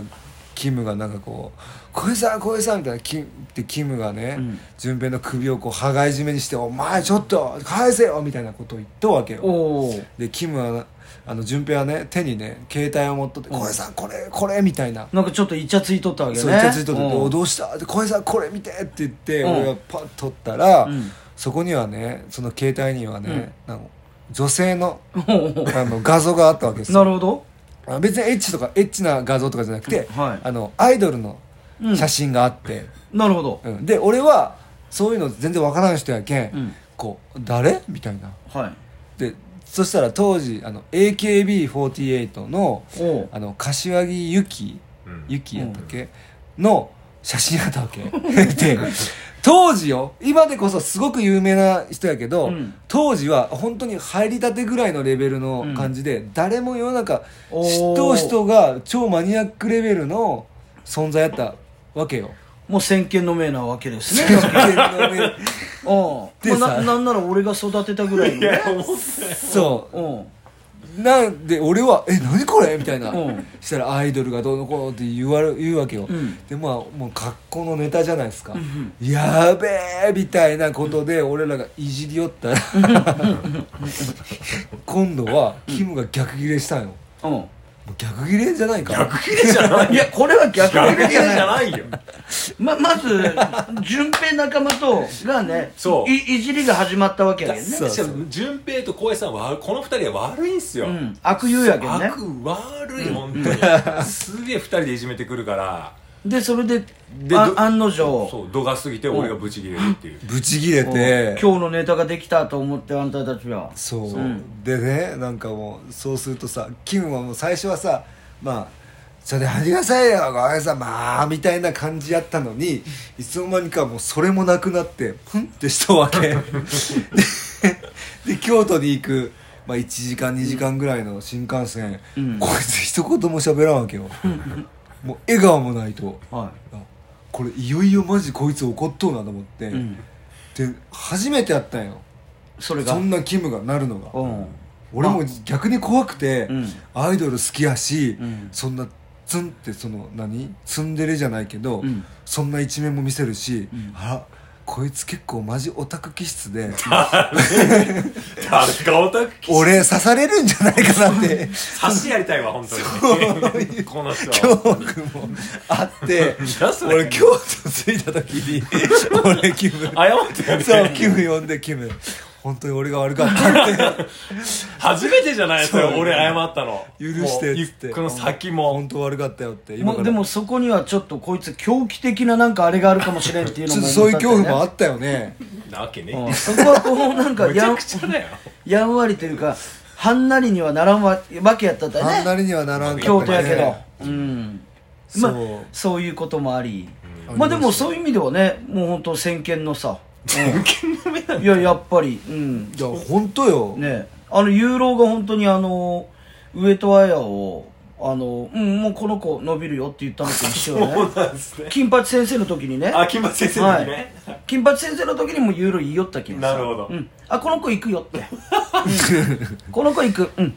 Speaker 2: キムがなんかこう「小江さん小江さん」みたいなキムでキムがね
Speaker 1: ん
Speaker 2: 順、平の首をこう羽交い締めにして「お前ちょっと返せよ」みたいなことを言ったわけよ
Speaker 1: おお
Speaker 2: でキムはあの順平はね手にね携帯を持っとって「小江さんこれこれ」みたいな
Speaker 1: なんかちょっとイチャついとったわけね
Speaker 2: そういっちゃついとって
Speaker 1: うん
Speaker 2: おどうした?」って「小林さんこれ見て」って言って
Speaker 1: うん
Speaker 2: 俺がパッと撮ったら、
Speaker 1: うん
Speaker 2: そこにはねその携帯にはね、あの女性の
Speaker 1: おうおう
Speaker 2: あの画像があったわけです
Speaker 1: な
Speaker 2: よ
Speaker 1: るほど
Speaker 2: あ別にエッチとかエッチな画像とかじゃなくて、
Speaker 1: うんはい
Speaker 2: あのアイドルの
Speaker 1: うん
Speaker 2: 写真があって、
Speaker 1: なるほど
Speaker 2: うんで俺はそういうの全然わからん人やけん、
Speaker 1: うん
Speaker 2: こう「誰?」みたいな
Speaker 1: はい
Speaker 2: でそしたら当時あの AKB48 の
Speaker 1: おお
Speaker 2: あの柏木由紀
Speaker 3: うん
Speaker 2: ユキやったっけ、の写真やったわけで当時よ今でこそすごく有名な人やけど、
Speaker 1: うん
Speaker 2: 当時は本当に入りたてぐらいのレベルの感じで、誰も世の中知っとう人が超マニアックレベルの存在やったわけよ。
Speaker 1: もう先見の明なわけ ですねおう
Speaker 2: でさ
Speaker 1: まあななんなら俺が育てたぐらいの
Speaker 3: いや
Speaker 1: ね
Speaker 3: 思っ
Speaker 2: そ
Speaker 1: おう
Speaker 2: うなんで俺は「え何これ?」みたいな、
Speaker 1: うん
Speaker 2: したら「アイドルがどうのこうの」って言われ言うわけよ、
Speaker 1: ん
Speaker 2: でまあもう格好のネタじゃないですか、やべえみたいなことで俺らがいじりよったら今度はキムが逆ギレしたんよも
Speaker 1: おう
Speaker 2: う逆ギレじゃないか
Speaker 3: 逆切れじゃない
Speaker 1: いやこれは逆
Speaker 3: 逆
Speaker 1: だ
Speaker 3: 切れ
Speaker 1: け
Speaker 3: じ
Speaker 1: じゃない
Speaker 3: ゃないよ
Speaker 1: ままず順平仲間とがね
Speaker 3: そう
Speaker 1: いいじりが始まったわけやけんね
Speaker 2: そう
Speaker 3: しかも順平と浩平さんはこの二人は悪いんすよ、
Speaker 1: うん悪友やけんね
Speaker 3: 悪悪い本当に、すげえ二人でいじめてくるから
Speaker 1: でそれで
Speaker 3: で
Speaker 1: あ
Speaker 3: ど
Speaker 1: 案の定
Speaker 3: そう度が過ぎて俺がブチ切れるっていう
Speaker 2: ブチギレ
Speaker 1: うん
Speaker 2: て
Speaker 1: 今日のネタができたと思ってあんたたちは
Speaker 2: そう、
Speaker 1: ん
Speaker 2: でねなんかもうそうするとさキムはもう最初はさまあそれで恥がさいよごめんなさいまあみたいな感じやったのにいつの間にかもうそれもなくなってふんってしたわけでで京都に行く、まあ、1時間2時間ぐらいの新幹線、
Speaker 1: うん
Speaker 2: こいつ一言も喋らんわけよもう笑顔もないと
Speaker 1: は
Speaker 2: あこれいよいよマジこいつ怒っとうなと思って、
Speaker 1: い、うん、
Speaker 2: で初めてやったんよ
Speaker 1: それが
Speaker 2: そんなキムがなるのが
Speaker 1: うん
Speaker 2: 俺も逆に怖くて、
Speaker 1: うん
Speaker 2: アイドル好きやし、
Speaker 1: うん
Speaker 2: そんなツンってその何ツンデレじゃないけど、
Speaker 1: うん
Speaker 2: そんな一面も見せるし、あこいつ結構マジオタク気質で
Speaker 3: 誰がオタク気
Speaker 2: 俺刺されるんじゃないかなって
Speaker 3: 差しやりたいわ本当にこの人
Speaker 2: 恐怖もあって
Speaker 3: なんだそれ
Speaker 2: 俺京都着いた時に俺キム
Speaker 3: 謝ってよね
Speaker 2: そうキム呼んでキム本当に俺が悪かったって
Speaker 3: 初めてじゃないです
Speaker 2: そう
Speaker 3: よ俺謝ったの
Speaker 2: 許してっつって
Speaker 3: もうこの先も
Speaker 2: 本当悪かったよって今
Speaker 1: ま
Speaker 2: から
Speaker 1: でもそこにはちょっとこいつ狂気的ななんかあれがあるかもしれんっていうの
Speaker 2: ちょっ
Speaker 1: も
Speaker 2: とそういう恐怖もあ
Speaker 1: あ
Speaker 2: ったよね
Speaker 3: なわけね
Speaker 1: うんそこはこうなんか
Speaker 3: めち
Speaker 1: や
Speaker 3: ゃ
Speaker 1: ん
Speaker 3: くちゃだよ
Speaker 1: やんわりというかはんなりにはならんわわけやったったよ
Speaker 2: あんな
Speaker 1: ね
Speaker 2: りにはならんかったね
Speaker 1: 京都やけどうんまあ
Speaker 2: そう
Speaker 1: そういうこともあり
Speaker 2: うん
Speaker 1: まあ
Speaker 2: ありました
Speaker 1: でもそういう意味ではねもう本当先見の さ
Speaker 3: 全権の目なん
Speaker 1: いややっぱりうん
Speaker 2: いや本当よ、
Speaker 1: ねあのユーロが本当にあの上戸彩をあのうんもうこの子伸びるよって言ったのと一緒よね
Speaker 3: だなんですね
Speaker 1: 金八先生の時にね
Speaker 3: 秋葉先生の時ね、
Speaker 1: はい、金八先生の時にもユーロ言いよった気がす
Speaker 3: なるほど
Speaker 1: うん、あこの子行くよって、 うんこの子行くうん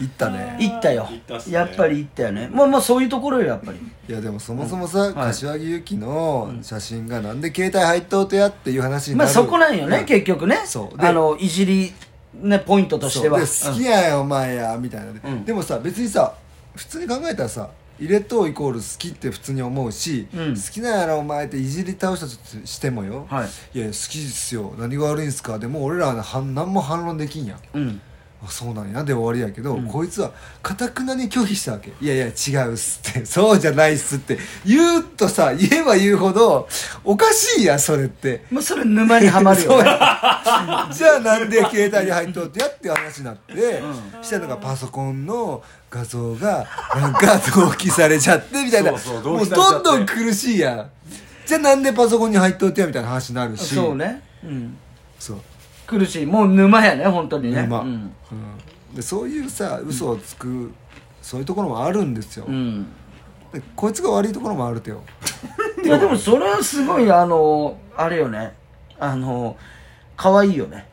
Speaker 2: 行ったね
Speaker 1: 行ったよ
Speaker 3: 行ったっすね
Speaker 1: やっぱり行ったよねまあまあそういうところよやっぱり
Speaker 2: いやでもそもそもさ、
Speaker 1: はい
Speaker 2: 柏木由紀の写真がなんで携帯入っとうとやっていう話に
Speaker 1: ま
Speaker 2: な
Speaker 1: あ
Speaker 2: る、
Speaker 1: そこなんよね、
Speaker 2: うん
Speaker 1: 結局ね
Speaker 2: そうで
Speaker 1: あのいじり、ね、ポイントとしては
Speaker 2: そうで好きやよお前やみたいなね、
Speaker 1: うん
Speaker 2: でもさ別にさ普通に考えたらさ入れとうイコール好きって普通に思うし、
Speaker 1: うん
Speaker 2: 好きなんやろお前っていじり倒したとしてもよ、
Speaker 1: はい
Speaker 2: い、や好きっすよ何が悪いんすかでも俺らは反何も反論できんやん
Speaker 1: うん、うん
Speaker 2: あそうなんやで終わりやけど、こいつはかたくなに拒否したわけいやいや違うっすって そうじゃないっすって言うとさ言えば言うほどおかしいやんそれって
Speaker 1: まあ、 それ沼にはまるよ、ね、
Speaker 2: じゃあなんで携帯に入っとってやっていう話になって、したのがパソコンの画像がなんか同期されちゃってみたいな
Speaker 3: そうそ
Speaker 2: も
Speaker 3: う同
Speaker 2: う
Speaker 3: 期されちゃって
Speaker 2: どんどん苦しいやんじゃあなんでパソコンに入っとってやみたいな話になるし
Speaker 1: そうね、うん、
Speaker 2: そう
Speaker 1: 苦しいもう沼やね本当にね
Speaker 2: 沼
Speaker 1: うん、
Speaker 2: うんでそういうさ嘘をつく、そういうところもあるんですよ、
Speaker 1: うん
Speaker 2: でこいつが悪いところもあるてよ
Speaker 1: いやでもそれはすごいあのあれよねあの可愛いよね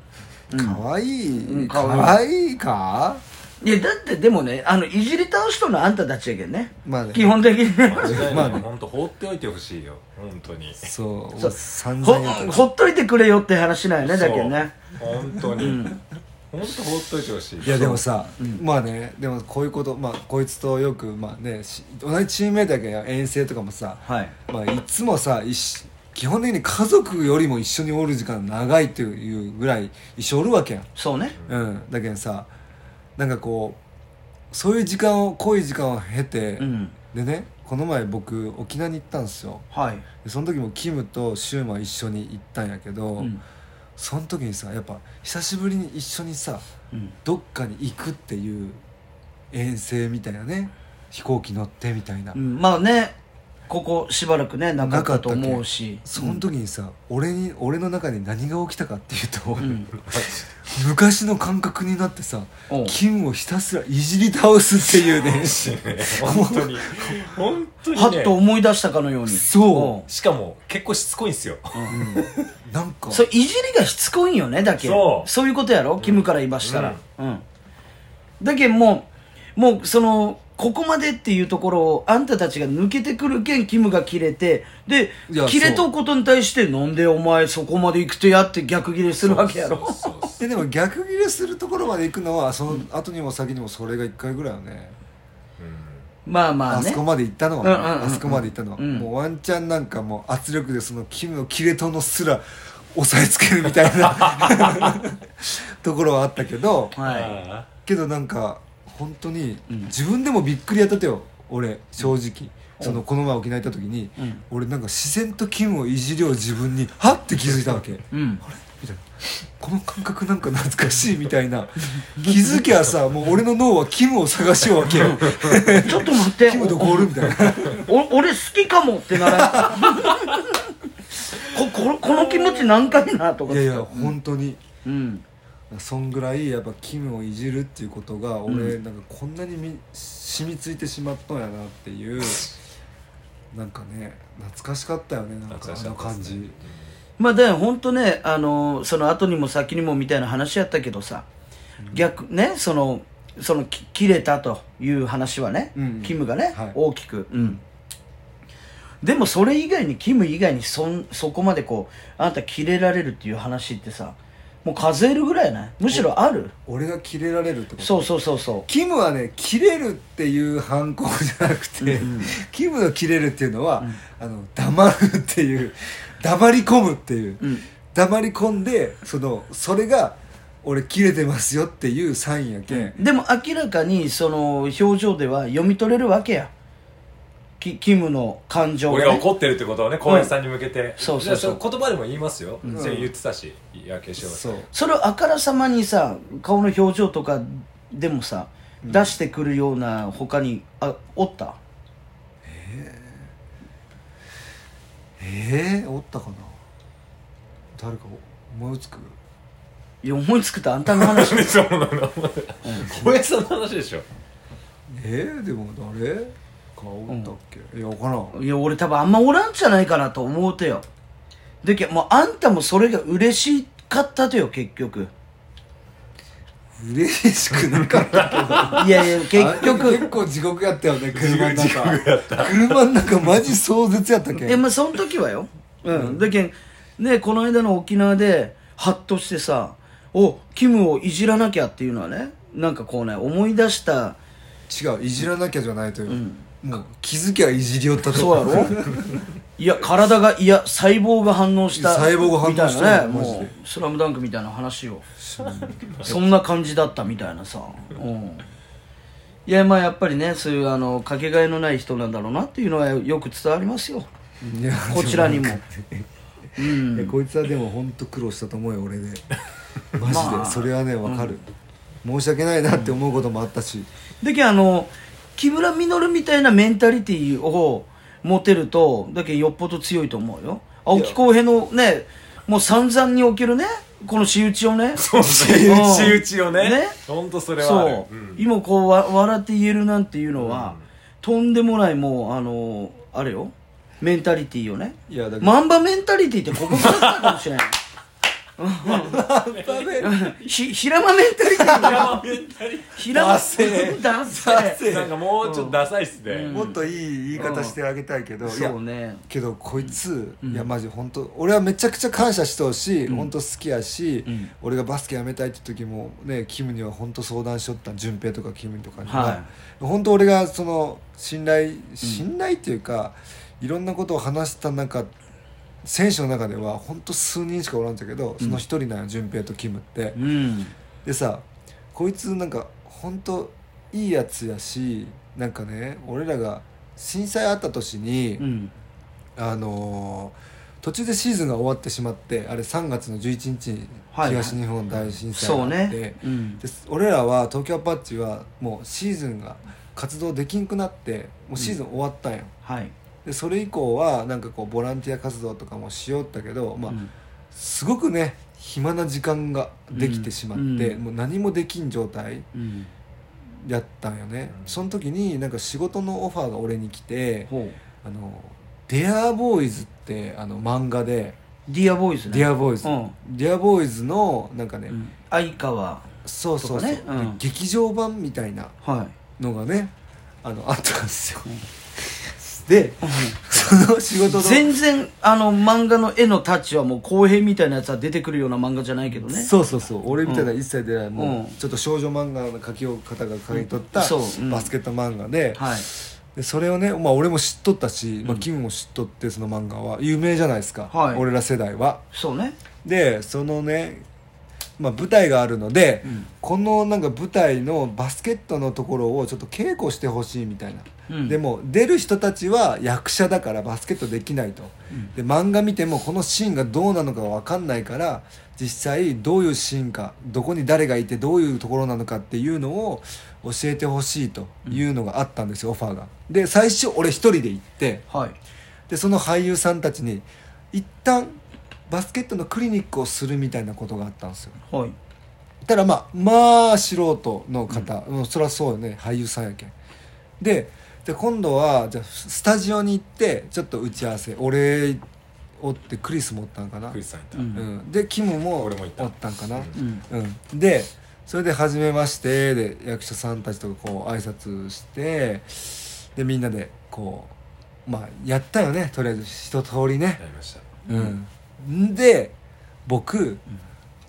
Speaker 2: かわ
Speaker 1: う
Speaker 2: い
Speaker 1: ん
Speaker 2: い
Speaker 1: か
Speaker 2: か
Speaker 1: わいい
Speaker 2: わいいか
Speaker 1: いやだってでもねあのいじり倒しとんのはあんたたちやけんね,、
Speaker 2: まあね
Speaker 1: 基本的にね
Speaker 3: 間違いない、
Speaker 2: まあね
Speaker 3: 本当放っておいてほしいよ本当に
Speaker 2: そう
Speaker 1: そう
Speaker 2: 散
Speaker 1: ほ
Speaker 2: 々やった
Speaker 1: ほっといてくれよって話なんよねだけどね
Speaker 3: そう本当に、本当放っといてほしい
Speaker 2: いやでもさ、まあねでもこういうことまあこいつとよくまあねし同じチームメイトやけど遠征とかもさ、
Speaker 1: はい
Speaker 2: まあ、いつもさ一緒基本的に家族よりも一緒におる時間長いっていうぐらい一緒おるわけやん
Speaker 1: そうね
Speaker 2: うん、だけどさなんかこうそういう時間を濃い時間を経て、
Speaker 1: うん
Speaker 2: でねこの前僕沖縄に行ったんですよ
Speaker 1: はい、
Speaker 2: でその時もキムとシューマン一緒に行ったんやけど、
Speaker 1: うん
Speaker 2: その時にさやっぱ久しぶりに一緒にさ
Speaker 1: うん、
Speaker 2: どっかに行くっていう遠征みたいなね飛行機乗ってみたいな、
Speaker 1: うんまあねここしばらくねなかったと思うし
Speaker 2: その時にさ、俺に俺の中で何が起きたかっていうと、
Speaker 1: うん
Speaker 2: 昔の感覚になってさ
Speaker 1: おう
Speaker 2: キムをひたすらいじり倒すってい うね
Speaker 3: 本当に本当に、ね、
Speaker 1: はっと思い出したかのように
Speaker 2: そ
Speaker 3: しかも結構しつこいんですよ
Speaker 2: なんか
Speaker 1: それいじりがしつこいんよねだけ
Speaker 3: そう
Speaker 1: いうことやろキムから言いましたら、うんだけんもうもうそのここまでっていうところをあんたたちが抜けてくるけんキムが切れてで
Speaker 2: いや
Speaker 1: 切れとうことに対してなんでお前そこまで行くとやって逆切れするわけやろ
Speaker 3: そうそうそう
Speaker 2: ででも逆ギレするところまで行くのはその後にも先にもそれが1回ぐらいよね
Speaker 1: まあま
Speaker 2: あ
Speaker 1: あね
Speaker 2: そこまで行ったのは、
Speaker 1: うんうんうんうん
Speaker 2: あそこまで行ったのは、
Speaker 1: うん
Speaker 2: もうワンチャンなんかもう圧力でそのキムのキレとのすら押さえつけるみたいな ところはあったけど
Speaker 1: はい
Speaker 3: あ
Speaker 2: けどなんか本当に自分でもびっくりやったとよ俺正直、そのこの前沖縄行った時に、
Speaker 1: うん
Speaker 2: 俺なんか自然とキムをいじりを自分にはって気づいたわけ
Speaker 1: うん
Speaker 2: みたいなこの感覚なんか懐かしいみたいな気づきゃさもう俺の脳はキムを探しようわけよ
Speaker 1: ちょっと待って
Speaker 2: キムとゴールみたいな
Speaker 1: お俺好きかもってならんこここの気持ち何回なとか
Speaker 2: いやいや本当に、
Speaker 1: うん
Speaker 2: そんぐらいやっぱキムをいじるっていうことが俺、なんかこんなにみ染みついてしまったんやなっていうなんかね懐かしかったよねなん
Speaker 3: ー
Speaker 2: か
Speaker 3: 懐かし
Speaker 2: あ
Speaker 3: か
Speaker 2: の
Speaker 3: ったで
Speaker 2: 感
Speaker 3: すね
Speaker 2: じ、
Speaker 1: まあだから本当ねあのその後にも先にもみたいな話やったけどさ、逆ねそのそのき切れたという話はね、
Speaker 2: うんうん
Speaker 1: キムがね、
Speaker 2: はい
Speaker 1: 大きく、うん、でもそれ以外にキム以外にそんそこまでこうあなた切れられるっていう話ってさもう数えるぐらいやないむしろある
Speaker 2: 俺がキレられるってこと
Speaker 1: そうそうそうそう
Speaker 2: キムはねキレるっていう反抗じゃなくて、キムのキレるっていうのは、あの黙るっていう黙り込むっていう、
Speaker 1: うん
Speaker 2: 黙り込んでそのそれが俺切れてますよっていうサインやけん、
Speaker 1: でも明らかにその表情では読み取れるわけやキキムの感情
Speaker 3: 俺
Speaker 1: ね
Speaker 3: が怒ってるってことをね浩平さんに向けて、
Speaker 1: そうそうそう
Speaker 3: でれ言葉でも言いますよ、それ言ってたしいや化粧
Speaker 2: そう
Speaker 1: それをあからさまにさ顔の表情とかでもさ、出してくるような他にあおった
Speaker 2: ええおったかな誰か思いつく
Speaker 1: いや思いつくとあんたの 話
Speaker 3: そうなの浩平さんの話でしょ
Speaker 2: ええでも誰かおったっけ、いや分からん
Speaker 1: いや俺多分あんまおらんじゃないかなと思うてよでけもうあんたもそれが嬉しかったとよ結局
Speaker 2: 嬉しくなかったけど
Speaker 1: いやい や結
Speaker 2: あれ結
Speaker 1: 局
Speaker 2: 構地獄やったよね車の
Speaker 3: 地獄地獄やっ
Speaker 2: 中車の中マジ壮絶やったけ
Speaker 1: え
Speaker 2: ん
Speaker 1: まあその時はようんだけんねこの間の沖縄でハッとしてさおキムをいじらなきゃっていうのはねなんかこうね思い出した
Speaker 2: 違ういじらなきゃじゃないという、もう気づきゃいじりよったと
Speaker 1: そうや ろいや体がいや細胞が反応した
Speaker 2: 細胞が反応した
Speaker 1: みたいなね
Speaker 2: マジで
Speaker 1: もう「スラムダンクみたいな話 をそんな感じだったみたいなさ、うん、いやまあやっぱりねそういうあのかけがえのない人なんだろうなっていうのはよく伝わりますよ
Speaker 2: いや
Speaker 1: こちらにも
Speaker 2: いやこいつはでも本当苦労したと思うよ俺 でマジで、
Speaker 1: まあ
Speaker 2: それはね分かる、申し訳ないなって思うこともあったし、
Speaker 1: だけどあの木村実みたいなメンタリティーを持てるとだけどよっぽど強いと思うよ青木浩平のねもう散々におけるねこの仕打ちをね
Speaker 3: そう仕打ちをね
Speaker 1: ね
Speaker 3: 本当それはある
Speaker 1: そう、
Speaker 3: ん
Speaker 1: 今こうわ笑って言えるなんていうのは、とんでもないもうあのあれよメンタリティーよね
Speaker 2: いやだけど
Speaker 1: マンバメンタリティーってここからだったかも しれないひ平間メンタリティー平間
Speaker 2: ダセえ
Speaker 1: ダセえ
Speaker 3: なんかもうちょっとダサいっすね、
Speaker 2: もっといい言い方してあげたいけど、いや
Speaker 1: そうね
Speaker 2: けどこいつ、いやマジ本当俺はめちゃくちゃ感謝してほしい、本当好きやし、俺がバスケやめたいって時もねキムには本当相談しよった順平とかキムとかには、
Speaker 1: は
Speaker 2: 本当俺がその信頼信頼っていうか、いろんなことを話した中選手の中では本当数人しかおらんじゃけどその一人なんよ順平とキムって
Speaker 1: う、ん
Speaker 2: でさこいつなんか本当いいやつやしなんかね俺らが震災あった年に、
Speaker 1: うん
Speaker 2: あのー途中でシーズンが終わってしまってあれ3月の11日に
Speaker 1: はいはい
Speaker 2: 東日本大震災が
Speaker 1: そ
Speaker 2: あ
Speaker 1: う
Speaker 2: って、
Speaker 1: ねうん
Speaker 2: で俺らは東京アパッチはもうシーズンが活動できんくなってもうシーズン終わったんや、
Speaker 1: はい
Speaker 2: でそれ以降はなんかこうボランティア活動とかもしよったけど、まあ
Speaker 1: うん
Speaker 2: すごくね暇な時間ができてしまって、
Speaker 1: うん
Speaker 2: もう何もできん状態
Speaker 1: うん
Speaker 2: やったんよね、
Speaker 3: うん
Speaker 2: その時になんか仕事のオファーが俺に来て
Speaker 1: ほう
Speaker 2: 「あのデアーボーイズってあの漫画で。
Speaker 1: ディアボーイズね
Speaker 2: ディアボーイズ、
Speaker 1: うん
Speaker 2: ディアボーイズのなんかね、
Speaker 1: うん相川
Speaker 2: そうそうそう、
Speaker 1: とかねうん
Speaker 2: 劇場版みたいな
Speaker 1: はい
Speaker 2: のがねあのあったんですよ、で、その仕事の
Speaker 1: 全然あの漫画の絵のタッチはもう公平みたいなやつは出てくるような漫画じゃないけどね
Speaker 2: そうそうそう俺みたいな一切出ない、
Speaker 1: うん
Speaker 2: もうちょっと少女漫画の描き方が描き取った、
Speaker 1: うんそううん
Speaker 2: バスケット漫画で,、
Speaker 1: はい
Speaker 2: でそれをね、まあ、俺も知っとったし、まあ、キムも知っとってその漫画は有名じゃないですか、
Speaker 1: はい
Speaker 2: 俺ら世代は
Speaker 1: そうね
Speaker 2: でそのね、まあ、舞台があるので、
Speaker 1: うん
Speaker 2: このなんか舞台のバスケットのところをちょっと稽古してほしいみたいな、
Speaker 1: うん
Speaker 2: でも出る人たちは役者だからバスケットできないと、で漫画見てもこのシーンがどうなのか分かんないから実際どういうシーンかどこに誰がいてどういうところなのかっていうのを教えてほしいというのがあったんですよ、オファーが。で最初俺一人で行って
Speaker 1: はい
Speaker 2: でその俳優さんたちに一旦バスケットのクリニックをするみたいなことがあったんですよ
Speaker 1: はい
Speaker 2: ただまあまあ素人の方、うんそりゃそうよね俳優さんやけんでで今度はじゃあスタジオに行ってちょっと打ち合わせ俺おってクリスもおったんかな
Speaker 3: クリスさんいた、
Speaker 1: うん
Speaker 2: うん、でキムも
Speaker 3: 俺も行った
Speaker 2: おったんかな、
Speaker 1: うん
Speaker 2: うん、でそれで「初めまして」で役者さんたちとこう挨拶してでみんなでこうまあやったよねとりあえず一通りね
Speaker 3: や、りました
Speaker 2: うんで僕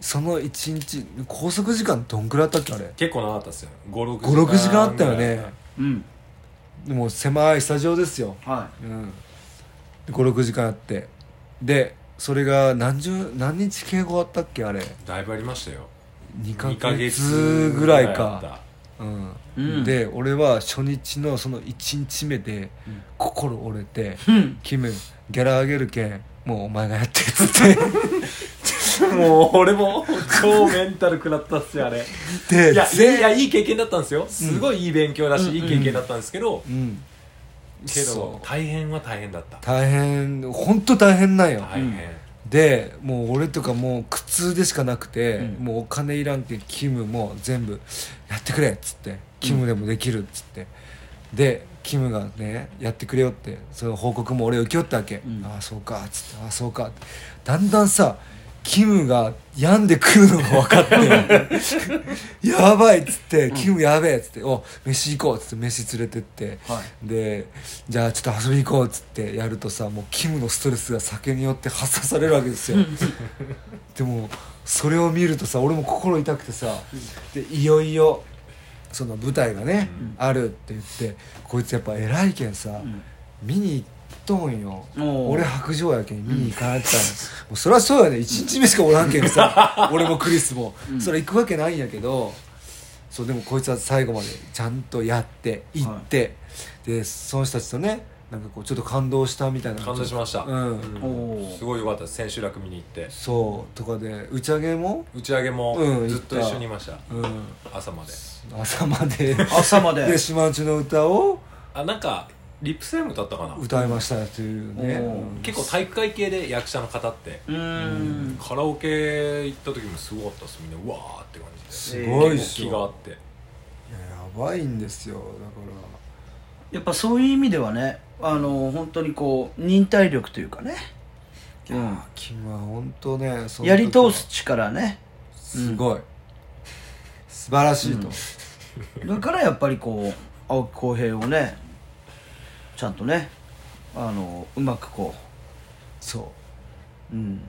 Speaker 2: その一日拘束時間どんぐらいあったっけあれ
Speaker 3: 結構長かったっすよ56
Speaker 2: 56時間あったよね
Speaker 1: うん
Speaker 2: もう狭いスタジオですよ、
Speaker 1: は
Speaker 2: うん、56時間あってでそれが何十何日敬語あったっけあれ
Speaker 3: だいぶありましたよ
Speaker 2: 2
Speaker 3: 二
Speaker 2: ヶ月ぐらい
Speaker 3: だっ
Speaker 2: か
Speaker 3: た
Speaker 2: うん
Speaker 1: うん
Speaker 2: で俺は初日のその1日目で心折れ て
Speaker 1: うん
Speaker 2: 「キムギャラ上げるけんもうお前がやって」っつ って
Speaker 3: もう俺 も超メンタル食らったっすよあれ
Speaker 2: で
Speaker 3: いやい
Speaker 2: 全
Speaker 3: やいい経験だったんですよすごいいい勉強だし、
Speaker 1: うん
Speaker 3: いい経験だったんですけど、
Speaker 2: うん
Speaker 3: けど
Speaker 2: そう
Speaker 3: 大変は大変だった
Speaker 2: 大変本当大変なんよ
Speaker 3: 大変、
Speaker 2: でもう俺とかもう苦痛でしかなくて、
Speaker 1: うん
Speaker 2: もうお金いらんけんキムも全部やってくれっつってキムでもできるっつって、でキムがねやってくれよってその報告も俺受けよったわけ、
Speaker 1: ん
Speaker 2: ああそうかっつってああそうかってだんだんさキムが病んでくるのが分 かってやばいっつってキムやべえっつって「お飯行こう」っつって飯連れてって、
Speaker 1: は
Speaker 2: でじゃあちょっと遊びに行こうっつってやるとさもうキムのストレスが酒によって発散されるわけですよ でもそれを見るとさ俺も心痛くてさでいよいよその舞台がね、あるって言ってこいつやっぱ偉いけんさ、
Speaker 1: ん
Speaker 2: 見に行っとんよ
Speaker 1: おー
Speaker 2: 俺白状やけん見に行かなかったんよもうそりゃそうやね1日目しかおらんけんさ俺もクリスも、それ行くわけないんやけどそうでもこいつは最後までちゃんとやって行って、でその人たちとねなんかこうちょっと感動したみたいな
Speaker 3: 感動しました、
Speaker 2: うん
Speaker 1: おお
Speaker 3: すごいよかったです千秋楽見に行って
Speaker 2: そうとかで打ち上げも、
Speaker 3: 打ち上げも
Speaker 2: うん
Speaker 3: ずっと一緒にいました、
Speaker 2: うん、
Speaker 3: 朝まで
Speaker 2: 朝まで
Speaker 1: 朝ま
Speaker 2: で
Speaker 1: で
Speaker 2: 島内の歌を
Speaker 3: あなんかリップスライム歌ったかな
Speaker 2: 歌いましたという
Speaker 1: お
Speaker 2: ね、
Speaker 1: ー
Speaker 2: うん
Speaker 3: 結構体育会系で役者の方って
Speaker 1: うーん
Speaker 3: カラオケ行った時もすごかったですみんなうわーって感じ
Speaker 1: す
Speaker 3: で
Speaker 1: ごい
Speaker 2: っしょ
Speaker 3: 結構気があって
Speaker 2: いややばいんですよだから
Speaker 1: やっぱそういう意味ではねあの本当にこう忍耐力というかね、うん、
Speaker 2: キムは本当ねその時
Speaker 1: や
Speaker 2: は
Speaker 1: り通す力ね
Speaker 2: すごい、素晴らしいと、
Speaker 1: だからやっぱりこう青木浩平をねちゃんとねあのうまくこ、
Speaker 2: そう
Speaker 1: うん、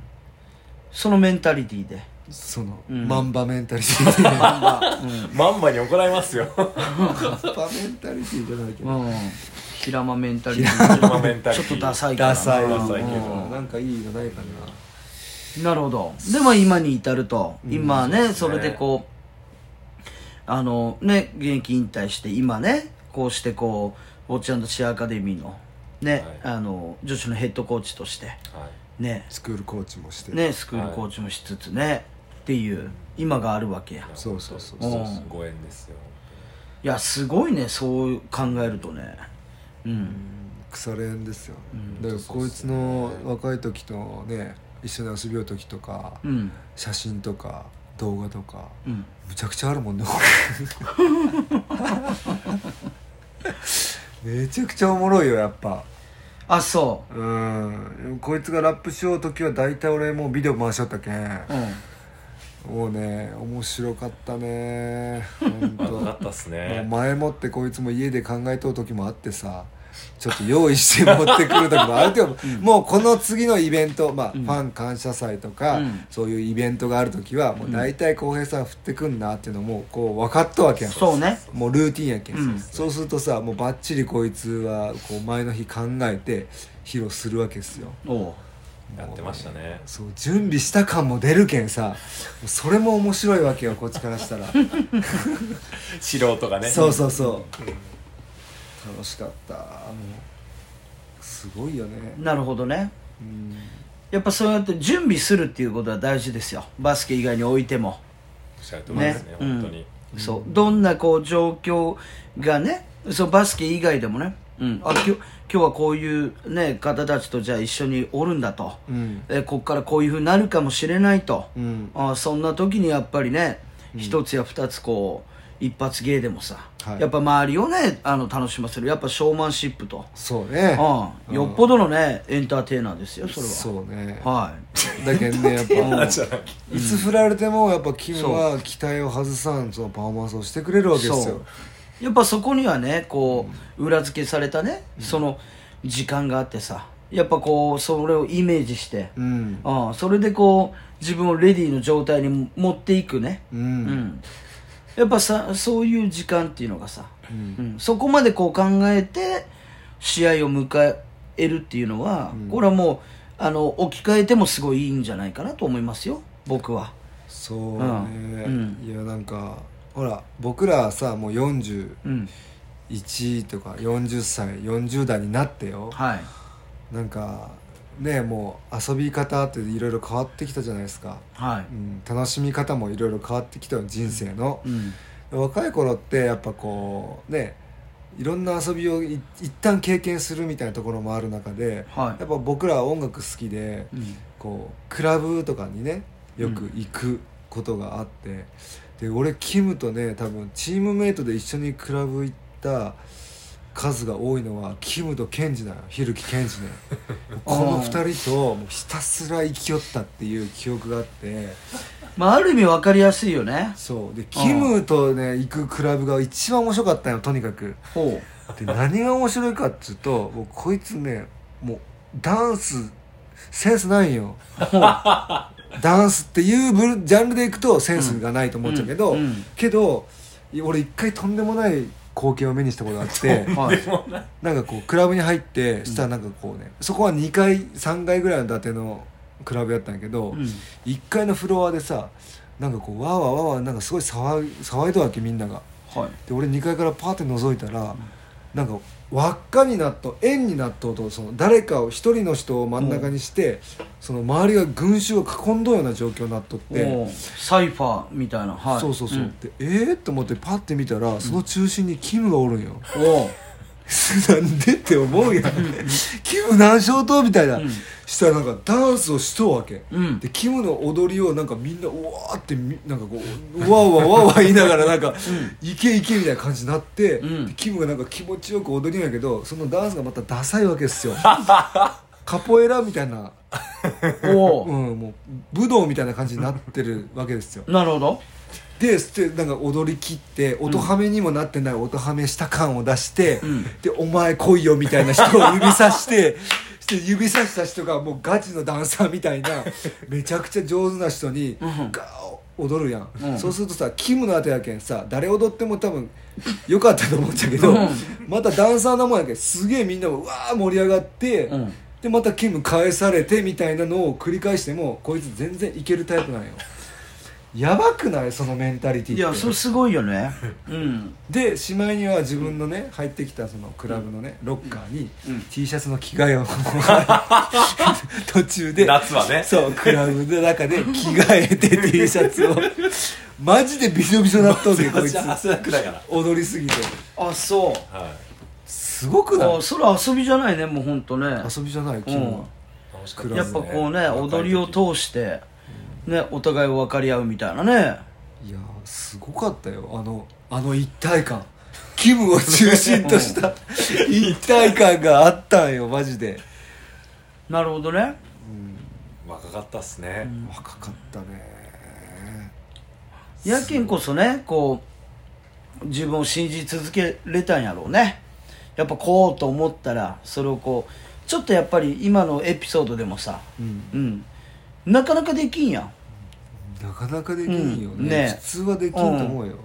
Speaker 1: そのメンタリティーで、
Speaker 2: うその、
Speaker 1: うん
Speaker 2: マンバメンタリテ ィマン
Speaker 3: まんまに怒られますよ
Speaker 2: バメンタリティじゃないけど、
Speaker 1: うん、平間メンタリティー
Speaker 3: 平間メンタリティー
Speaker 1: ちょっとダサいからな
Speaker 2: ダサい
Speaker 3: ダサいけど
Speaker 2: うんなんかいいのないかな
Speaker 1: なるほどでも今に至ると、今ねそ
Speaker 3: そうですね
Speaker 1: れでこうあのね現役引退して今ねこうしてこうウォッチシェアアカデミーのね、
Speaker 3: は
Speaker 1: あの女子のヘッドコーチとして
Speaker 3: はい
Speaker 1: ね
Speaker 2: スクールコーチもして、
Speaker 1: ねスクールコーチもしつつね、っていう今があるわけや
Speaker 2: そうそうそう
Speaker 1: そう
Speaker 3: ご縁ですよ
Speaker 1: いやすごいねそう考えるとねうん
Speaker 2: 腐れ縁ですよ、だからこいつの若い時とね一緒に遊びよう時とか、
Speaker 1: うん
Speaker 2: 写真とか動画とか、
Speaker 1: うん
Speaker 2: むちゃくちゃあるもんねこれ めちゃくちゃおもろいよやっぱ
Speaker 1: あそ
Speaker 2: うんこいつがラップしよう時は大体俺もうビデオ回しちゃったけん
Speaker 1: ううん
Speaker 2: もうね面白かったね本
Speaker 3: あよかっ
Speaker 2: 当
Speaker 3: たっすね
Speaker 2: 前もってこいつも家で考えとう時もあってさちょっと用意して持ってくる時もあ るけど、もうこの次のイベント、まあファン感謝祭とか、
Speaker 1: うん
Speaker 2: そういうイベントがある時はもう大体浩平さん振ってくんなっていうのもこう分かったわけやん
Speaker 1: そうね
Speaker 2: もうルーティンやけん、
Speaker 1: うん
Speaker 2: そうするとさもうバッチリこいつはこう前の日考えて披露するわけですよ
Speaker 1: おう
Speaker 3: やってましたね
Speaker 2: そう準備した感も出るけんさもうそれも面白いわけよこっちからし たら
Speaker 3: 素人がね
Speaker 2: そうそうそう楽しかったもうすごいよね
Speaker 1: なるほどね
Speaker 2: うん
Speaker 1: やっぱそうやって準備するっていうことは大事ですよバスケ以外においても、
Speaker 3: おっしゃると思いますね
Speaker 1: ね
Speaker 3: 本当に
Speaker 1: そうどんなこう状況がねそうバスケ以外でもね、うん、あきょ今日はこういう、ね、方たちとじゃあ一緒におるんだと、
Speaker 2: うん
Speaker 1: えここからこういうふうになるかもしれないと、
Speaker 2: うん
Speaker 1: あそんな時にやっぱりね一つや二つこう一発芸でもさ、
Speaker 2: はい
Speaker 1: やっぱ周りをねあの楽しませるやっぱショーマンシップと、
Speaker 2: そうね
Speaker 1: うん、よっぽどのねエンターテイナーですよそれは
Speaker 2: そうね
Speaker 1: はい
Speaker 2: だけどねやっぱ
Speaker 3: じゃあ
Speaker 2: いつ振られてもやっぱキムは期待を外さんそのパフォーマンスをしてくれるわけです
Speaker 1: そ
Speaker 2: よ
Speaker 1: うやっぱそこにはねこう、裏付けされたね、その時間があってさやっぱこうそれをイメージして、
Speaker 2: ううん
Speaker 1: うんそれでこう自分をレディーの状態に持っていくね、
Speaker 2: う
Speaker 1: うん
Speaker 2: ん
Speaker 1: やっぱさそういう時間っていうのがさ、うんそこまでこう考えて試合を迎えるっていうのは、これはもうあの置き換えてもすごいいいんじゃないかなと思いますよ僕は。
Speaker 2: そうね、
Speaker 1: うん
Speaker 2: いやなんかほら僕らさもう41
Speaker 1: うん
Speaker 2: とか40歳40代になってよ
Speaker 1: はい
Speaker 2: なんかねもう遊び方っていろいろ変わってきたじゃないですか、
Speaker 1: はい
Speaker 2: うん、楽しみ方もいろいろ変わってきたよ人生の
Speaker 1: う、ん
Speaker 2: 若い頃ってやっぱこうねいろんな遊びをい一旦経験するみたいなところもある中で、
Speaker 1: は
Speaker 2: やっぱ僕らは音楽好きで
Speaker 1: いうん
Speaker 2: こうクラブとかにねよく行くことがあって、で俺キムとね多分チームメイトで一緒にクラブ行った数が多いのはキムとケンジだよひるきケンジね この二人ともうひたすら生きよったっていう記憶があって
Speaker 1: まあある意味分かりやすいよね
Speaker 2: そうでキムとね行くクラブが一番面白かったよとにかく
Speaker 1: ほ
Speaker 2: で何が面白いかっつうともうこいつねもうダンスセンスないんよ
Speaker 1: うほう
Speaker 2: ダンスっていうブルジャンルでいくとセンスがないと思っちゃうけど、
Speaker 1: うんうん
Speaker 2: けど俺一回とんでもない光景を目にしたことがあって
Speaker 1: はい
Speaker 2: なんかこうクラブに入ってしたらなんかこうねそこは2階3階ぐらいの建てのクラブやったんやけど、
Speaker 1: うん
Speaker 2: 1階のフロアでさなんかこうわーわーわーわーなんかすごい騒い騒いどるわけみんなが。
Speaker 1: はい
Speaker 2: で俺2階からパーって覗いたら、なんか輪っかになっと円になっとうとその誰かを一人の人を真ん中にして、その周りが群衆を囲んどうような状況になっとって、
Speaker 1: おうサイファーみたいなはい
Speaker 2: そうそうそう、
Speaker 1: ん
Speaker 2: でえー、と思ってパッて見たらその中心にキムがおるんよ、
Speaker 1: おう
Speaker 2: なんでって思うやんキム何勝とみたいな、
Speaker 1: ん
Speaker 2: したらなんかダンスをしとうわけ、
Speaker 1: うん
Speaker 2: でキムの踊りをなんかみんなうわーってみなんかこううわーわーわーわー言いながらなんか、いけいけみたいな感じになって、
Speaker 1: うん
Speaker 2: でキムがなんか気持ちよく踊りんやけどそのダンスがまたダサいわけで すよカポエラみたいな、
Speaker 1: お
Speaker 2: う、
Speaker 1: うん
Speaker 2: もう武道みたいな感じになってるわけですよ
Speaker 1: なるほど
Speaker 2: ででなんか踊り切って音ハメにもなってない音ハメした感を出して、
Speaker 1: ん
Speaker 2: で「お前来いよ」みたいな人を指さして して指さした人がもうガチのダンサーみ たいなめちゃくちゃ上手な人にガ
Speaker 1: ん
Speaker 2: ー踊るやん、
Speaker 1: うん
Speaker 2: そうするとさキムの後やけんさ誰踊っても多分よかったと思っちゃうけど、
Speaker 1: うん
Speaker 2: またダンサーなもんやけんすげえみんなもうわー盛り上がって、
Speaker 1: うん
Speaker 2: でまたキム返されてみたいなのを繰り返してもこいつ全然いけるタイプなんよやばくないそのメンタリティって
Speaker 1: いやそれすごいよ ねうん
Speaker 2: でしまいには自分のね、入ってきたそのクラブのねロッカーに
Speaker 1: うん
Speaker 2: T シャツの着替えを 途中で
Speaker 3: 夏はね
Speaker 2: そうクラブの中で 着替えて T シャツをマジでびしょびしょなっとんねんこ いつ
Speaker 3: 私は汗だくだから
Speaker 2: 踊りすぎて
Speaker 1: あそう
Speaker 3: はい
Speaker 2: すごくない
Speaker 1: あそれは遊びじゃないねもうほんとね
Speaker 2: 遊びじゃない君は、
Speaker 3: 楽し
Speaker 2: クラ
Speaker 1: や
Speaker 2: ブ
Speaker 1: っ
Speaker 2: ね
Speaker 1: ぱこうね
Speaker 3: 若い
Speaker 1: 踊りを通してねお互いを分かり合うみたいなね
Speaker 2: いやーすごかったよあのあの一体感キムを中心とした一体感があったんよマジで
Speaker 1: なるほどね
Speaker 3: 若かったっすね、
Speaker 2: 若かったね
Speaker 1: やけんこそねこう自分を信じ続けれたんやろうねやっぱこうと思ったらそれをこうちょっとやっぱり今のエピソードでもさ
Speaker 2: うん
Speaker 1: うんなかなかできんやん
Speaker 2: なかなかできんよね,、
Speaker 1: うんね
Speaker 2: 普通はできんと思うよ、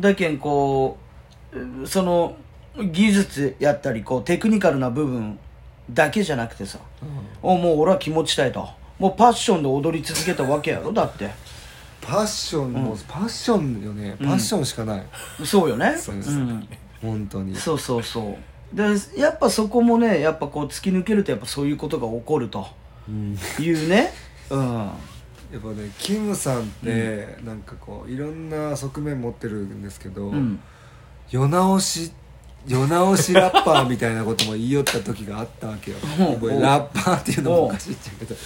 Speaker 1: だけんこううその技術やったりこうテクニカルな部分だけじゃなくてさおもう俺は気持ちたいともうパッションで踊り続けたわけやろだって
Speaker 2: パッションも、パッションよねパッションしかない、
Speaker 1: そうよね
Speaker 2: そううです
Speaker 1: ん、
Speaker 2: 本当に
Speaker 1: そうそうそうでやっぱそこもねやっぱこう突き抜けるとやっぱそういうことが起こると
Speaker 2: うん
Speaker 1: いう ねうん
Speaker 2: やっぱねキムさんって、なんかこういろんな側面持ってるんですけど、
Speaker 1: うん
Speaker 2: 世直し世直しラッパーみたいなことも言いよった時があったわけ よ
Speaker 1: ほう
Speaker 2: これラッパーっていうのもおかしいっちゃうけど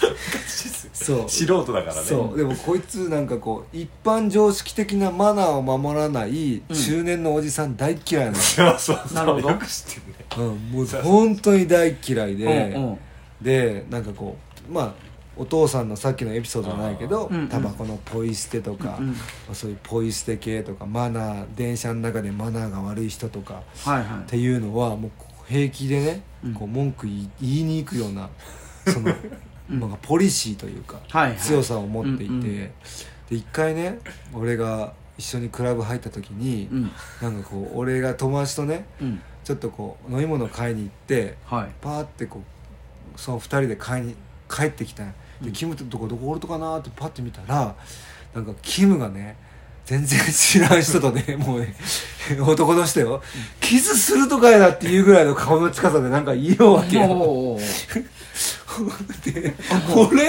Speaker 2: そう
Speaker 3: 素人だからね
Speaker 2: そうでもこいつなんかこう一般常識的なマナーを守らない中年のおじさん大嫌いなの、
Speaker 3: そうそうそう
Speaker 1: なるほど
Speaker 3: よく知ってるね
Speaker 2: うんもう本当に大嫌いで、
Speaker 1: うんうん
Speaker 2: でなんかこうまあお父さんのさっきのエピソードじゃないけど
Speaker 1: うんうん
Speaker 2: タバコのポイ捨てとか、
Speaker 1: うんうん
Speaker 2: まあそういうポイ捨て系とかマナー電車の中でマナーが悪い人とか
Speaker 1: はい
Speaker 2: っ
Speaker 1: は
Speaker 2: ていうのはもう平気でね、こう文句言い言いに行くよ うなその、なんかポリシーというか、
Speaker 1: はいはい
Speaker 2: 強さを持っていて、
Speaker 1: うんうん
Speaker 2: で一回ね俺が一緒にクラブ入った時に、
Speaker 1: うん
Speaker 2: なんかこう俺が友達とね
Speaker 1: いうん
Speaker 2: ちょっとこう飲み物買いに行って
Speaker 1: はい
Speaker 2: パーってこうその2人で買いに帰ってきたんやでキムとどこどこおるとかなーってパッて見たらなんかキムがね全然知らん人と ねもうね男の人よキスするとかやなっていうぐらいの顔の近さでなんか言おうわけよ
Speaker 1: もう
Speaker 2: で俺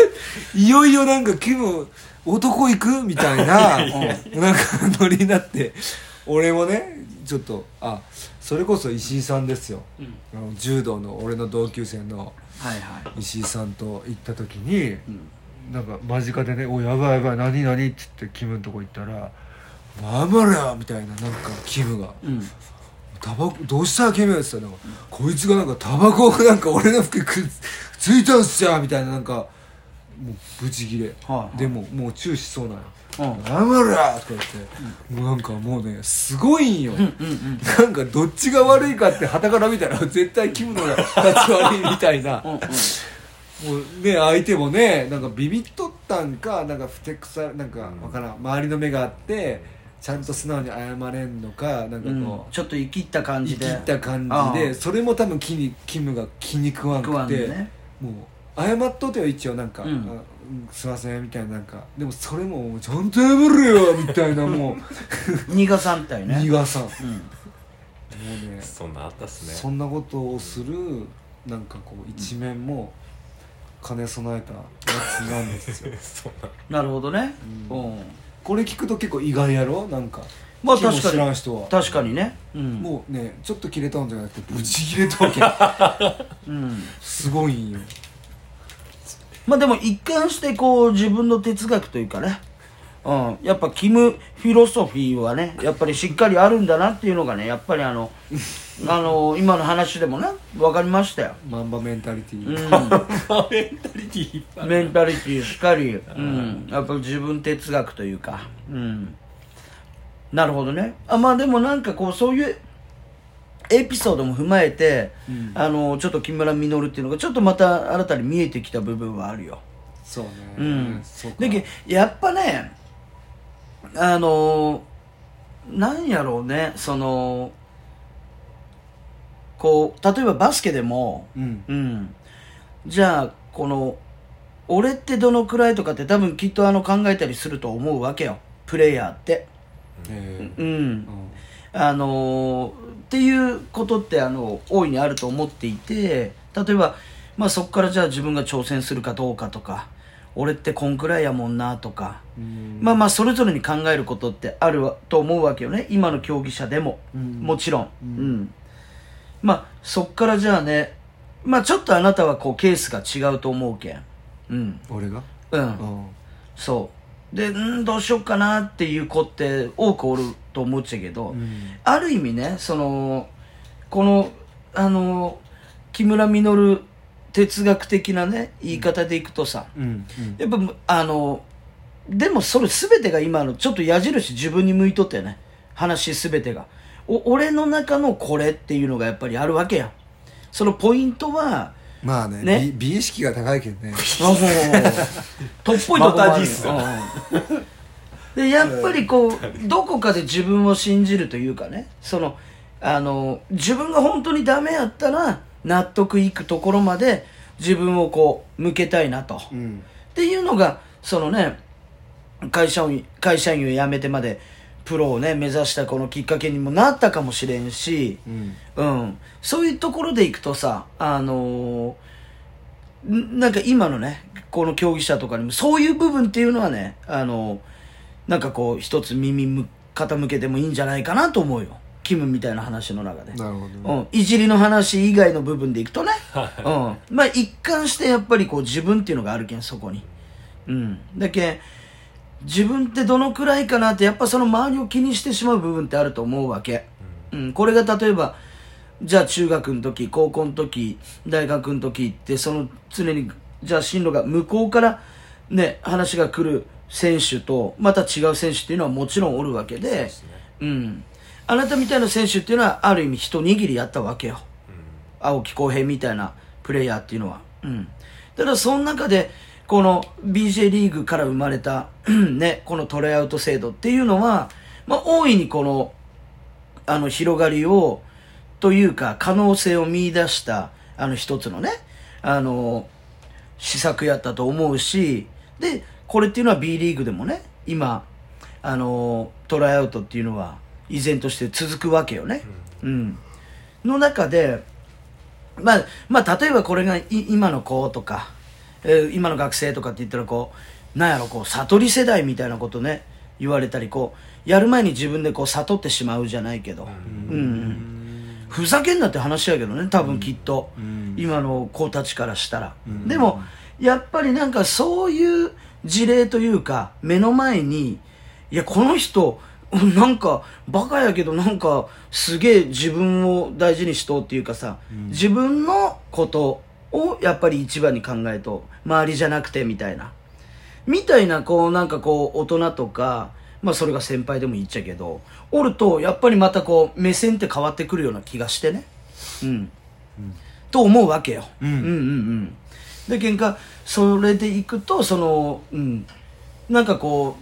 Speaker 2: いよいよなんかキム男行くみ たいななんかノリになって俺もねちょっとあそれこそ石井さんですよ、
Speaker 1: ん
Speaker 2: あの柔道の俺の同級生の
Speaker 1: はいはい
Speaker 2: 石井さんと行った時に、
Speaker 1: ん
Speaker 2: なんか間近でね「おいやばいやばい何何?」っつってキムのとこ行ったら「守れよ!」みたいななんかキムが。
Speaker 1: うん
Speaker 2: タバコどうしたケミって言ったらこいつがなんかタバコをなんか俺の服にくっついたんすよみたいななんかもうブチギレ、
Speaker 1: はい
Speaker 2: でももうチューしそうなの「
Speaker 1: うん
Speaker 2: 頑張れ!」とか言って、もうなんかもうねすごいんよ、なんかどっちが悪いかってはたから見たら絶対キムの立ち悪いみたいな
Speaker 1: うんうん
Speaker 2: もうね相手もねなんかビビっとったんかなんかふてくさなんかわからん周りの目があってちゃんと素直に謝れんのかなんかこう、
Speaker 1: うんちょっと生きった感
Speaker 2: 生
Speaker 1: じ
Speaker 2: き
Speaker 1: で
Speaker 2: った感じ
Speaker 1: あ
Speaker 2: で
Speaker 1: あ
Speaker 2: それも多分キにキムが気に食わん
Speaker 1: 食わん
Speaker 2: く
Speaker 1: で
Speaker 2: て
Speaker 1: ね
Speaker 2: もう謝っとてよ一応なんか
Speaker 1: う
Speaker 2: 「
Speaker 1: ん
Speaker 2: あうんすいません」みたいななんかでもそれももう「ちゃんと謝れよ」みた いなも
Speaker 1: 逃がさんみたいうね
Speaker 2: 苦がさんも
Speaker 1: うん
Speaker 2: うね
Speaker 3: そんなんあったっすね
Speaker 2: そんなことをするなんかこう一面も兼ね備えたやつなんですよ
Speaker 3: そんな
Speaker 1: なるほどね
Speaker 2: う
Speaker 1: うん
Speaker 2: これ聞くと結構意外やろなんか
Speaker 1: まあ
Speaker 2: キム
Speaker 1: 確かに
Speaker 2: 知らん人は
Speaker 1: 確かにねうん
Speaker 2: もうねちょっと切れたんじゃなくてブチ切れたわけ
Speaker 1: うん
Speaker 2: すごいんよ
Speaker 1: まあでも一貫してこう自分の哲学というかね、うん、やっぱキムフィロソフィーはねやっぱりしっかりあるんだなっていうのがねやっぱりあのあの今の話でもね分かりましたよ、
Speaker 2: マンバメンタリティー、
Speaker 1: う
Speaker 3: まあメンタリティ引っ張
Speaker 1: ん、
Speaker 3: る
Speaker 1: メンタリティーしっかり、うん、やっぱ自分哲学というか、うん、なるほどねあまあでもなんかこうそういうエピソードも踏まえて、あのちょっと木村実っていうのがちょっとまた新たに見えてきた部分はあるよ
Speaker 2: そうね。
Speaker 1: うん
Speaker 2: そうか。
Speaker 1: だけどやっぱねあのーなんやろうねそのこう例えばバスケでも
Speaker 2: うん。
Speaker 1: うんじゃあこの俺ってどのくらいとかって多分きっとあの考えたりすると思うわけよプレイヤーって
Speaker 2: え
Speaker 1: う
Speaker 2: え
Speaker 1: んあのーっていうことってあの大いにあると思っていて例えば、まあ、そこからじゃあ自分が挑戦するかどうかとか俺ってこんくらいやもんなとか、
Speaker 2: うん。
Speaker 1: まあまあそれぞれに考えることってあるわと思うわけよね今の競技者でも、
Speaker 2: うん
Speaker 1: もちろん、うんまあそこからじゃあね、まあ、ちょっとあなたはこうケースが違うと思うけんうん
Speaker 2: 俺が。
Speaker 1: うん
Speaker 2: うん。
Speaker 1: そうでうんどうしようかなっていう子って多くおると思っちゃうけど、
Speaker 2: うん。
Speaker 1: ある意味ねそのこのあの木村実哲学的なね言い方でいくとさ、
Speaker 2: うん。
Speaker 1: やっぱあのでもそれ全てが今のちょっと矢印自分に向いとってね話全てがお俺の中のこれっていうのがやっぱりあるわけやんそのポイントは
Speaker 2: まあね
Speaker 1: ね
Speaker 2: 美美意識が高いけどね。
Speaker 1: あもう トップっぽいとこもあ
Speaker 3: また
Speaker 1: るよ
Speaker 3: ディスだ
Speaker 1: うんうんでやっぱりこうどこかで自分を信じるというかねそのあの自分が本当にダメやったら納得いくところまで自分をこう向けたいなと、
Speaker 2: う
Speaker 1: っ
Speaker 2: ん。
Speaker 1: ていうのがそのね会社員会社員を辞めてまでプロをね目指したこのきっかけにもなったかもしれんし、
Speaker 2: うん。
Speaker 1: うん、そういうところでいくとさ、あのーんなんか今のね、この競技者とかにも、そういう部分っていうのはね、あのーなんかこう、一つ耳む傾けてもいいんじゃないかなと思うよ。キムみたいな話の中で。
Speaker 2: なるほど
Speaker 1: う
Speaker 2: ね。
Speaker 1: ん、いじりの話以外の部分でいくとね、うん、まあ一貫してやっぱりこう自分っていうのがあるけんそこに、うん、だけん自分ってどのくらいかなってやっぱその周りを気にしてしまう部分ってあると思うわけ、うん、これが例えばじゃあ中学の時高校の時大学の時ってその常にじゃあ進路が向こうからね話が来る選手とまた違う選手っていうのはもちろんおるわけで
Speaker 3: すね
Speaker 1: うん、あなたみたいな選手っていうのはある意味一握りやったわけよ
Speaker 3: うん
Speaker 1: 青木浩平みたいなプレイヤーっていうのは、うん、ただその中でこの BJ リーグから生まれた、 ね、このトライアウト制度っていうのは、まあ、大いにこのあの広がりをというか可能性を見出したあの一つのねあの施策やったと思うしでこれっていうのは B リーグでもね今あのトライアウトっていうのは依然として続くわけよね、うん、の中でまあ、まあ、例えばこれがい今の子とか、えー今の学生とかって言ったらこうなんやろこう悟り世代みたいなことね言われたりこうやる前に自分でこう悟ってしまうじゃないけど、うんふざけんなって話やけどね多分きっと、今の子たちからしたら、でもやっぱりなんかそういう事例というか目の前にいやこの人うんなんかバカやけどなんかすげえ自分を大事にしとうっていうかさ、自分のことをやっぱり一番に考えとう周りじゃなくてみたいなみたいなこうなんかこう大人とかまあそれが先輩でもいいっちゃけどおるとやっぱりまたこう目線って変わってくるような気がしてねうん、と思うわけよ、うん、うんうんで喧嘩それでいくとそのうんなんかこ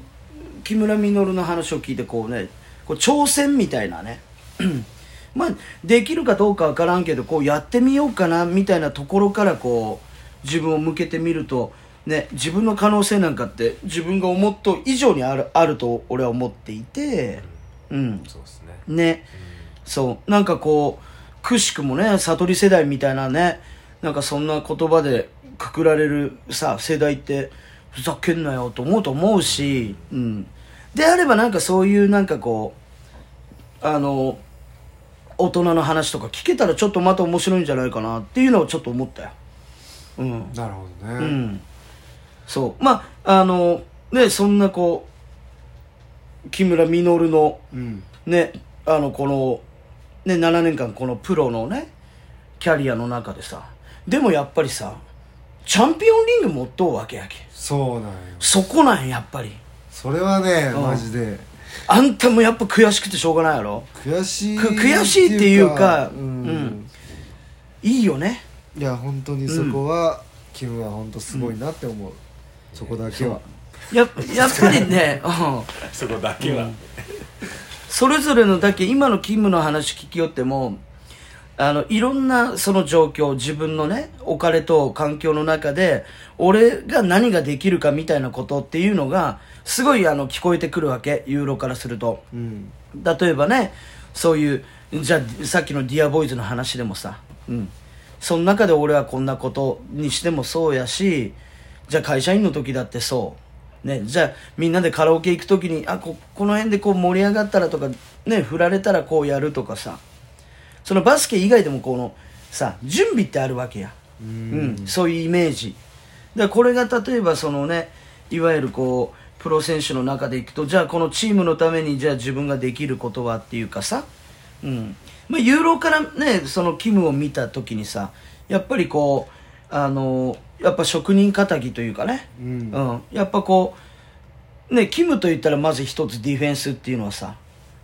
Speaker 1: う木村稔の話を聞いてこうねこう挑戦みたいなね まあできるかどうかわからんけどこうやってみようかなみたいなところからこう自分を向けてみるとね自分の可能性なんかって自分が思っと以上にあるあると俺は思っていてうん
Speaker 3: そうですね
Speaker 1: ね、そうなんかこうくしくもね悟り世代みたいなねなんかそんな言葉でくくられるさ世代ってふざけんなよと思うと思うし、うん、であればなんかそういうなんかこうあの大人の話とか聞けたらちょっとまた面白いんじゃないかなっていうのをちょっと思ったようん
Speaker 2: なるほどね、
Speaker 1: うん、そうまああのねそんなこう木村実の、
Speaker 2: ん
Speaker 1: ねあのこの、ね、7年間このプロのねキャリアの中でさでもやっぱりさチャンピオンリング持っとうわけやけ
Speaker 2: そうなんよ
Speaker 1: そこなんややっぱり
Speaker 2: それはね
Speaker 1: ん
Speaker 2: マジで
Speaker 1: あんたもやっぱ悔しくてしょうがないやろ
Speaker 2: 悔しい
Speaker 1: く悔しいっていうか
Speaker 2: うん
Speaker 1: うんいいよね
Speaker 2: いや本当にそこは、キムは本当すごいなって思う、そこだけは
Speaker 1: ややっぱりね、うん
Speaker 3: そこだけは、
Speaker 1: それぞれのだけ今の勤務の話聞きよってもあのいろんなその状況自分のねお金と環境の中で俺が何ができるかみたいなことっていうのがすごいあの聞こえてくるわけユーロからすると
Speaker 2: うん
Speaker 1: 例えばねそういうじゃあさっきの「ディアボーイズの話でもさ、うん、その中で俺はこんなことにしてもそうやしじゃあ会社員の時だってそう、ね、じゃあみんなでカラオケ行く時にあここの辺でこう盛り上がったらとかね振られたらこうやるとかさそのバスケ以外でもこのさ準備ってあるわけや、うんそういうイメージだからこれが例えばそのねいわゆるこうプロ選手の中でいくとじゃあこのチームのためにじゃあ自分ができることはっていうかさ、うんまあ、ユーロからねそのキムを見た時にさやっぱりこうあのやっぱ職人かたぎというかね、
Speaker 2: うん
Speaker 1: うん、やっぱこうねキムといったらまず一つディフェンスっていうのはさ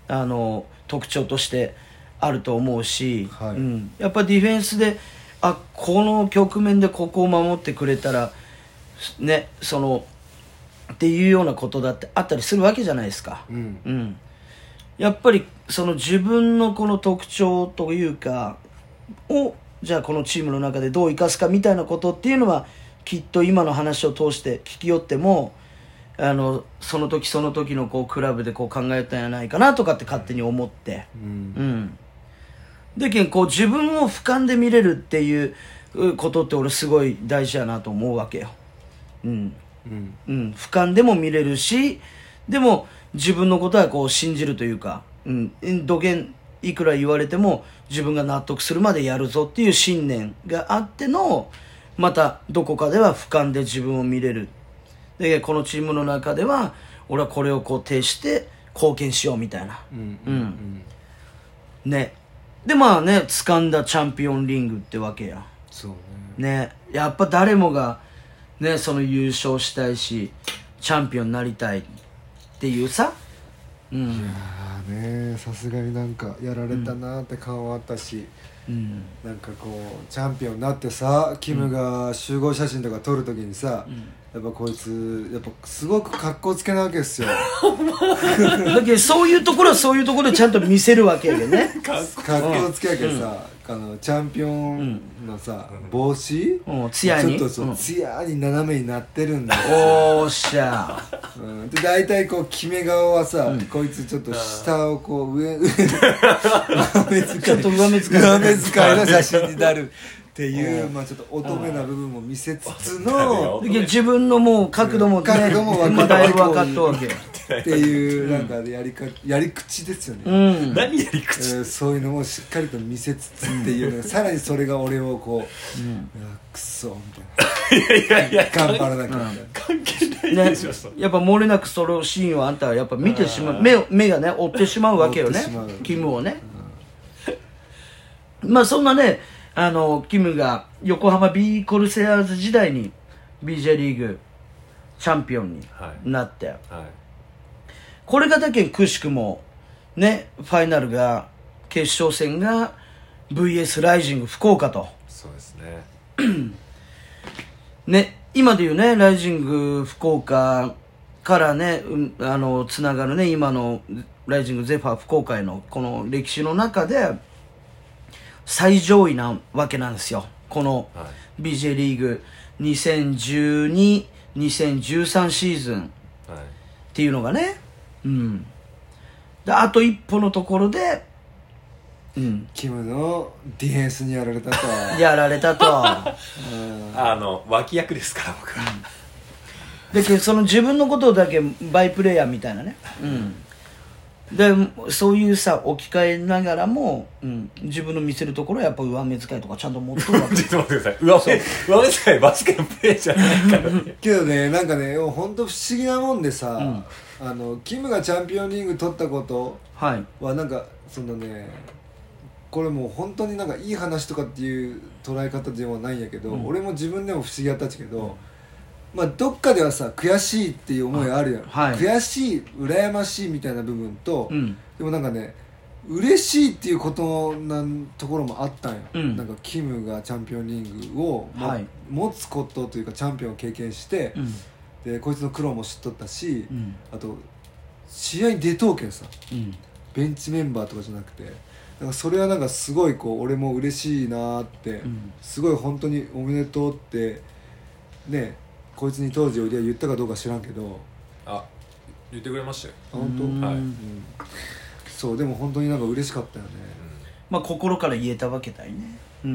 Speaker 1: あの特徴としてあると思うし、
Speaker 2: はい
Speaker 1: うん、やっぱディフェンスであこの局面でここを守ってくれたらねそのっていうようなことだってあったりするわけじゃないですか。
Speaker 2: うん
Speaker 1: うん、やっぱりその自分のこの特徴というかをじゃあこのチームの中でどう生かすかみたいなことっていうのはきっと今の話を通して聞き寄ってもあのその時その時のこうクラブでこう考えたんじゃないかなとかって勝手に思って、
Speaker 2: うん
Speaker 1: うん、でけんこう自分を俯瞰で見れるっていううことって俺すごい大事やなと思うわけよ。うん
Speaker 2: うん
Speaker 1: うん、俯瞰でも見れるしでも自分のことはこう信じるというか、うん、土んいくら言われても自分が納得するまでやるぞっていう信念があってのまたどこかでは俯瞰で自分を見れるでこのチームの中では俺はこれをこう呈して貢献しようみたいな、
Speaker 2: うん
Speaker 1: うんねでまあね掴んだチャンピオンリングってわけや
Speaker 2: そうね
Speaker 1: ねやっぱ誰もがねその優勝したいしチャンピオンになりたいっていうさうん
Speaker 2: ああねさすがになんかやられたなーって感はあったし、
Speaker 1: うん
Speaker 2: なんかこうチャンピオンになってさキムが集合写真とか撮るときにさ、やっぱこいつやっぱすごく格好つけなわけですよ
Speaker 1: だけどそういうところはそういうところでちゃんと見せるわけやでね
Speaker 2: 格好つけやけどさ、あのチャンピオンのさ、帽子、
Speaker 1: うん艶に
Speaker 2: ちょっとそう
Speaker 1: うん
Speaker 2: 艶に斜めになってるんだよ
Speaker 1: おーっしゃ
Speaker 2: うん、で大体こう決め顔はさ、こいつちょっと下をこう上上 上目遣い
Speaker 1: ちょっと上目遣い
Speaker 2: 上目遣いの写真になるっていう、まあちょっと乙女な部分も見せつつの
Speaker 1: だけど自分のもう角度もね
Speaker 2: 角度も分か
Speaker 1: ま
Speaker 2: っ
Speaker 1: あだいぶ分かったわけ
Speaker 2: っていうなんかやりかやり口ですよね、
Speaker 1: う
Speaker 2: え
Speaker 1: ん
Speaker 3: 何やり口
Speaker 2: ーそういうのもしっかりと見せつつっていうのがさらにそれが俺をこう、うわくそみた
Speaker 3: いやいや
Speaker 2: いな頑張らなきゃみたいな、
Speaker 3: 関係 ない
Speaker 1: ね
Speaker 3: でしょそれ
Speaker 1: やっぱ漏れなくそのシーンをあんたはやっぱ見てしまう目を目がね追ってしまうわけよ
Speaker 2: 追
Speaker 1: ね
Speaker 2: ってしまう
Speaker 1: キムをね、まあそんなねあのキムが横浜 B コルセアーズ時代に BJ リーグチャンピオンに
Speaker 3: はい
Speaker 1: なって、
Speaker 3: はい
Speaker 1: これがだけんくしくもねファイナルが決勝戦が VS ライジング福岡と
Speaker 3: そうですね
Speaker 1: ね今でいうねライジング福岡からね、うんあのつながるね今のライジングゼファー福岡へのこの歴史の中で最上位なわけなんですよこの
Speaker 3: は
Speaker 1: BJ リーグ20122013シーズン
Speaker 3: はい
Speaker 1: っていうのがねうんであと一歩のところでうん
Speaker 2: キムのディフェンスにやられたと
Speaker 1: やられたと
Speaker 2: うん
Speaker 3: あの脇役ですから僕は
Speaker 1: でその自分のことだけバイプレーヤーみたいなねうんでそういうさ置き換えながらも、うん、自分の見せるところはやっぱ上目遣いとかちゃんと持っとるわけ
Speaker 3: ちょっと待ってください上目上目遣いバスケのプレーじゃないからね
Speaker 2: けどねなんかね本当不思議なもんでさ、あのキムがチャンピオンリーグ取ったこと
Speaker 1: はい
Speaker 2: はなんかそのねこれもう本当になんかいい話とかっていう捉え方ではないんやけど、俺も自分でも不思議やったっちゃけど、まあどっかではさ悔しいっていう思いあるやん、
Speaker 1: はい
Speaker 2: 悔しい羨ましいみたいな部分と、
Speaker 1: うん
Speaker 2: でもなんかね嬉しいっていうことなんところもあったんよ、
Speaker 1: うん
Speaker 2: なんかキムがチャンピオンリングを、も
Speaker 1: はい
Speaker 2: 持つことというかチャンピオンを経験して、
Speaker 1: うん
Speaker 2: でこいつの苦労も知っとったし、
Speaker 1: うん
Speaker 2: あと試合に出とうけんさ
Speaker 1: うん
Speaker 2: ベンチメンバーとかじゃなくてなんかそれはなんかすごいこう俺も嬉しいなーって、
Speaker 1: ん
Speaker 2: すごい本当におめでとうってねこいつに当時俺は言ったかどうか知らんけど
Speaker 3: あ言ってくれましたよ
Speaker 2: あ本当、
Speaker 1: う
Speaker 2: うんん
Speaker 3: はい
Speaker 2: そうでも本当になんか嬉しかったよね、
Speaker 1: まあ心から言えたわけだいねうん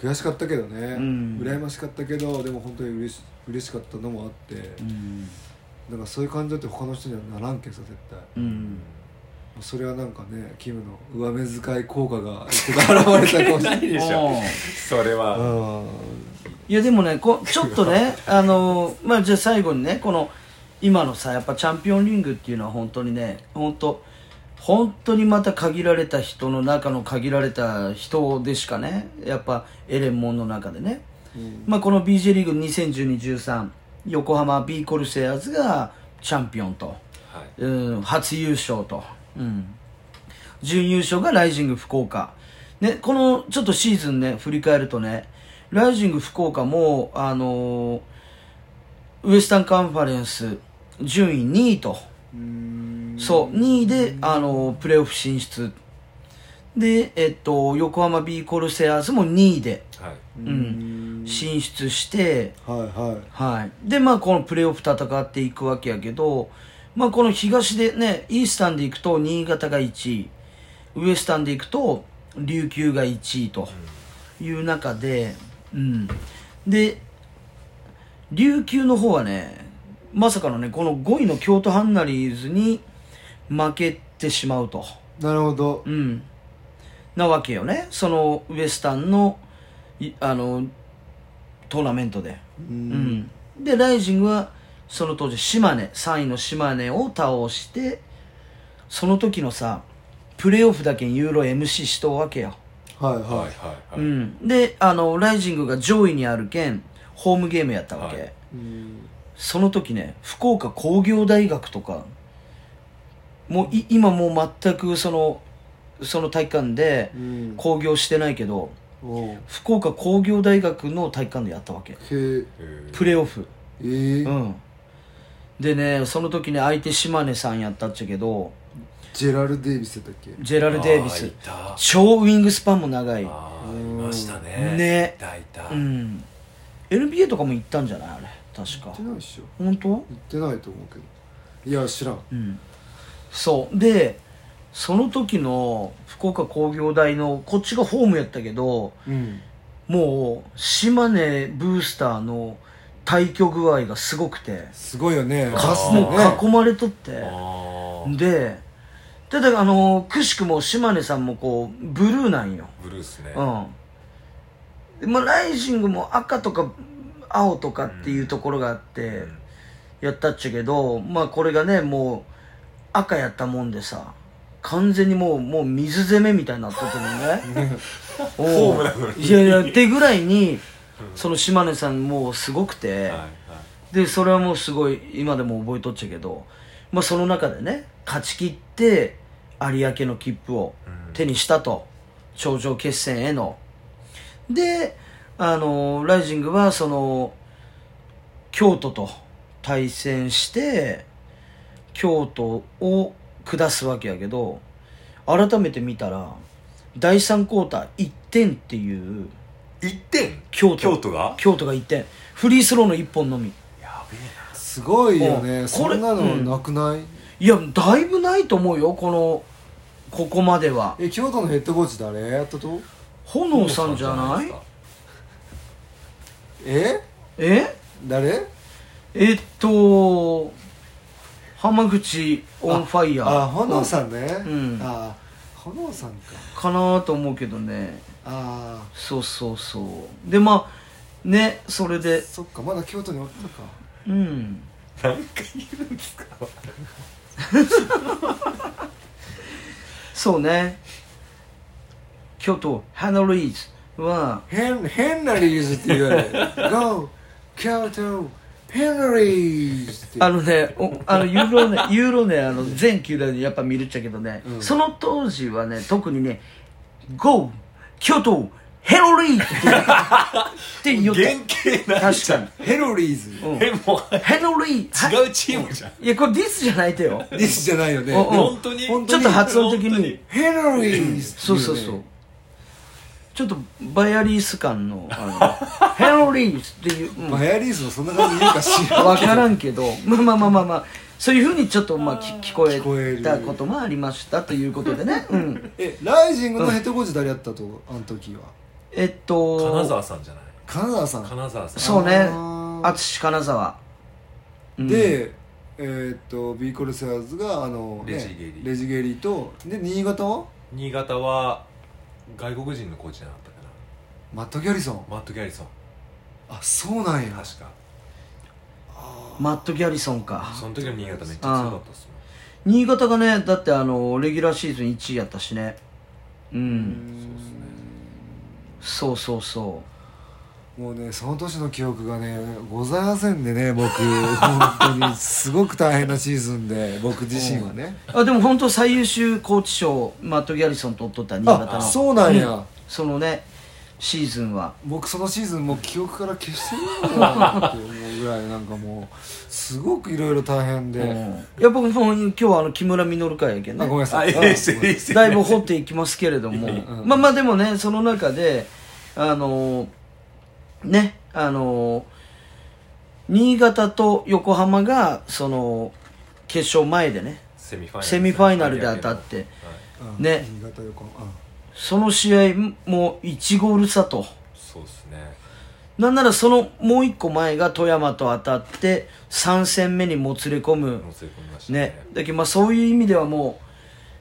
Speaker 2: うん、悔しかったけどね、
Speaker 1: ん
Speaker 2: 羨ましかったけどでも本当に嬉し嬉しかったのもあって、
Speaker 1: うん
Speaker 2: なんかそういう感情って他の人にはならんけんさ絶対、
Speaker 1: うん
Speaker 2: それはなんかねキムの上目遣い効果が一番現れたかもしれ
Speaker 3: な
Speaker 2: ないい
Speaker 3: でし
Speaker 1: お
Speaker 3: ょ
Speaker 1: ー
Speaker 3: それはい
Speaker 1: やでもねこちょっとねあのまあじゃあ最後にねこの今のさやっぱチャンピオンリングっていうのは本当にね本当本当にまた限られた人の中の限られた人でしかねやっぱエレンモンの中でね、まあこの BJ リーグ2012-13横浜 B コルセアーズがチャンピオンと、
Speaker 3: はい
Speaker 1: うん、初優勝と、うん、準優勝がライジング福岡、ね、このちょっとシーズンね振り返るとねライジング福岡も、あのーウエスタンカンファレンス順位2位とそう2位で、あのープレーオフ進出で、えっと、横浜 B コルセアーズも2位で
Speaker 3: はい
Speaker 1: うん進出して、
Speaker 2: はいは
Speaker 1: はい、でまあこのプレーオフ戦っていくわけやけど、まあ、この東でねイースタンでいくと新潟が1位ウエスタンでいくと琉球が1位という中で、うん、で琉球の方はねまさかのねこの5位の京都ハンナリーズに負けてしまうと。
Speaker 2: いなるほど
Speaker 1: うん、なわけよねそのウエスタンのいあのトーナメントで、うんでライジングはその当時島根3位の島根を倒してその時のさプレーオフだけユーロ MC しとうわけよ、
Speaker 2: はい
Speaker 3: はい
Speaker 2: は
Speaker 3: はいは
Speaker 1: う
Speaker 3: い
Speaker 1: ん、であのライジングが上位にあるけんホームゲームやったわけ、
Speaker 3: はい
Speaker 2: いうん
Speaker 1: その時ね福岡工業大学とかもうい今もう全くそのその体育館で
Speaker 2: うん
Speaker 1: 興行してないけど
Speaker 2: おうへ
Speaker 1: 福岡工業大学の体育館でやったわけ
Speaker 2: え
Speaker 1: プレーオフ
Speaker 2: えー
Speaker 1: うんでねその時ね相手島根さんやったっちゃけど
Speaker 2: ジェラル・デイビスやったっけ
Speaker 1: ジェラル・デイビス
Speaker 3: いた
Speaker 1: 超ウィングスパンも長い
Speaker 3: あーいました
Speaker 1: う
Speaker 3: ね
Speaker 1: んね
Speaker 3: いたいた、
Speaker 1: うん、NBA とかも行ったんじゃないあれ確か
Speaker 2: 行ってないっしょ
Speaker 1: 本当
Speaker 2: 行ってないと思うけどいや知らん
Speaker 1: うんそうでその時の福岡工業大のこっちがホームやったけど
Speaker 2: うん
Speaker 1: もう島根ブースターの退去具合がすごくて
Speaker 2: すごいよね
Speaker 3: か
Speaker 2: す
Speaker 1: もう囲まれとって
Speaker 3: あー
Speaker 1: でただあのくしくも島根さんもこうブルーなんよ
Speaker 3: ブルースね、
Speaker 1: うん、まあ、ライジングも赤とか青とかっていうところがあって
Speaker 3: ん
Speaker 1: やったっちゃけど、まあこれがねもう赤やったもんでさ完全にもうもう水攻めみたいになっとっても ねおう
Speaker 3: ホームなのに
Speaker 1: いやいやってぐらいにその島根さんもうすごくて、
Speaker 3: はいはい
Speaker 1: でそれはもうすごい今でも覚えとっちゃけど、まあ、その中でね勝ち切って有明の切符を手にしたと、頂上決戦へのであのライジングはその京都と対戦して京都を下すわけやけど改めて見たら第3クォーター1点っていう
Speaker 3: 1点
Speaker 1: 京都
Speaker 3: 京都が
Speaker 1: 京都が1点フリースローの1本のみ
Speaker 3: やべ
Speaker 2: すごいよね
Speaker 1: お
Speaker 2: そ
Speaker 1: これ
Speaker 2: んなのなくない、
Speaker 1: いやだいぶないと思うよこのここまでは
Speaker 2: え京都のヘッドコーチ誰やったと
Speaker 3: えな
Speaker 1: 炎さんじゃない
Speaker 3: ですか
Speaker 2: え
Speaker 1: え
Speaker 2: 誰
Speaker 1: えっと浜口オンファイヤ
Speaker 2: あ
Speaker 1: ー
Speaker 2: 炎さんね、
Speaker 1: うん
Speaker 2: あ炎さんか
Speaker 1: かなと思うけどね
Speaker 2: あ
Speaker 1: そうそうそうでまあねそれ
Speaker 2: あ
Speaker 1: で
Speaker 2: そっかまだ京都におったか
Speaker 1: うん
Speaker 3: 何回言うんですか
Speaker 1: そうね京都ハノリーズは
Speaker 2: 変変なリーズって言われ GO 京都ヘンナリーズって
Speaker 1: あのねおあのユーロね ユーロねあの全球団でやっぱ見るっちゃけどね、
Speaker 2: うん
Speaker 1: その当時はね特にね「GO! 京都ヘロリー!」って 言っ
Speaker 3: 原
Speaker 1: て
Speaker 3: 型ないじゃん
Speaker 1: 確
Speaker 2: ヘロリーズ
Speaker 1: うん
Speaker 3: えもう
Speaker 1: ヘロリーは
Speaker 3: 違うチームじゃん
Speaker 1: いやこれディスじゃないでよ
Speaker 2: リスじゃないよね
Speaker 1: おお
Speaker 3: 本当に
Speaker 2: 本
Speaker 1: ちょっと発音的に
Speaker 3: 本当に
Speaker 2: ヘロリーズって
Speaker 1: そ
Speaker 2: いうね
Speaker 1: そうそうちょっとバイアリース感のあの ヘロリーっていう、うん
Speaker 2: バヤリーズもそんな感じで言うか しらん
Speaker 1: 分からんけどまあまあまあまあまあそういうふうにちょっとまあ聞聞こ
Speaker 2: 聞こえ
Speaker 1: え
Speaker 2: る
Speaker 1: たこともありましたということでね、うん、
Speaker 2: えライジングのヘッドコーチ誰やったとあの時は
Speaker 1: えっと
Speaker 3: 金沢さんじゃない
Speaker 2: 金沢さん
Speaker 3: 金沢さん
Speaker 1: そうね
Speaker 2: あー
Speaker 1: 淳金沢、うん
Speaker 2: で、えーっとビーコルセアーズがあの、ね、
Speaker 3: レジゲリ
Speaker 2: レジゲリとで新潟は
Speaker 3: 新潟は外国人のコーチじゃなかったか
Speaker 2: マット・ギャリソン
Speaker 3: なマット・ギャリソン
Speaker 2: あそうなんや
Speaker 3: 確か
Speaker 1: マット・ギャリソンか
Speaker 3: その時の新潟めっちゃ強かったっす
Speaker 1: 新潟がねだってあのレギュラーシーズン1位やったしねうん、そうそうそ
Speaker 2: もうねその年の記憶がねございませんでね僕 本当にすごく大変なシーズンで僕自身はね
Speaker 1: うあでも本当最優秀コーチ賞マット・ギャリソン取っとった新潟
Speaker 2: あ
Speaker 1: の
Speaker 2: そうなんや、
Speaker 1: そのねシーズンは
Speaker 2: 僕そのシーズンもう記憶から消してるのかなって思うぐらいなんかもうすごくいろいろ大変で、
Speaker 1: うんいや僕もう今日はあの木村実会やけん
Speaker 2: あ
Speaker 1: ね
Speaker 2: ごめんな
Speaker 3: あ
Speaker 2: さ
Speaker 3: い
Speaker 2: い
Speaker 3: いですいいです
Speaker 1: だいぶ掘っていきますけれども、まあまあでもねその中であのねあの新潟と横浜がその決勝前でね
Speaker 3: セミファイナル
Speaker 1: セミファイナルで当たって
Speaker 3: はい
Speaker 2: うん
Speaker 1: ね
Speaker 2: 新潟横浜う
Speaker 1: その試合も1ゴール差と
Speaker 3: そうっすね
Speaker 1: なんならそのもう1個前が富山と当たって3戦目にもつれ込む
Speaker 3: もつれ込みましたね
Speaker 1: ね、だけどまあそういう意味ではも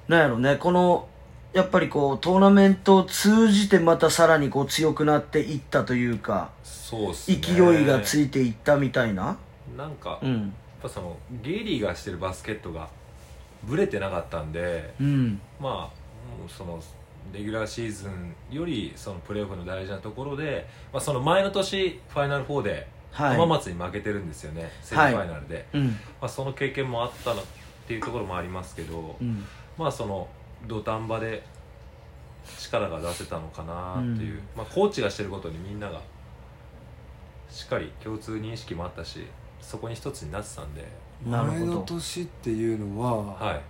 Speaker 1: うなんやろうねこのやっぱりこうトーナメントを通じてまたさらにこう強くなっていったというか
Speaker 3: そうっすね
Speaker 1: 勢いがついていったみたいな、
Speaker 3: なんか、
Speaker 1: う
Speaker 3: やっ
Speaker 1: ん
Speaker 3: ぱそのゲイリーがしてるバスケットがブレてなかったんで
Speaker 1: うん
Speaker 3: まあもうそのレギュラーシーズンよりそのプレーオフの大事なところで、まあ、その前の年ファイナル4で
Speaker 1: はい
Speaker 3: 浜松に負けてるんですよね、セミファイナルで、
Speaker 1: うん
Speaker 3: まあ、その経験もあったなっていうところもありますけど、
Speaker 1: うん
Speaker 3: まあその土壇場で力が出せたのかなっていう、まあ、コーチがしてることにみんながしっかり共通認識もあったしそこに一つになってたんで
Speaker 1: なるほど
Speaker 2: 前の年っていうのは、
Speaker 3: はい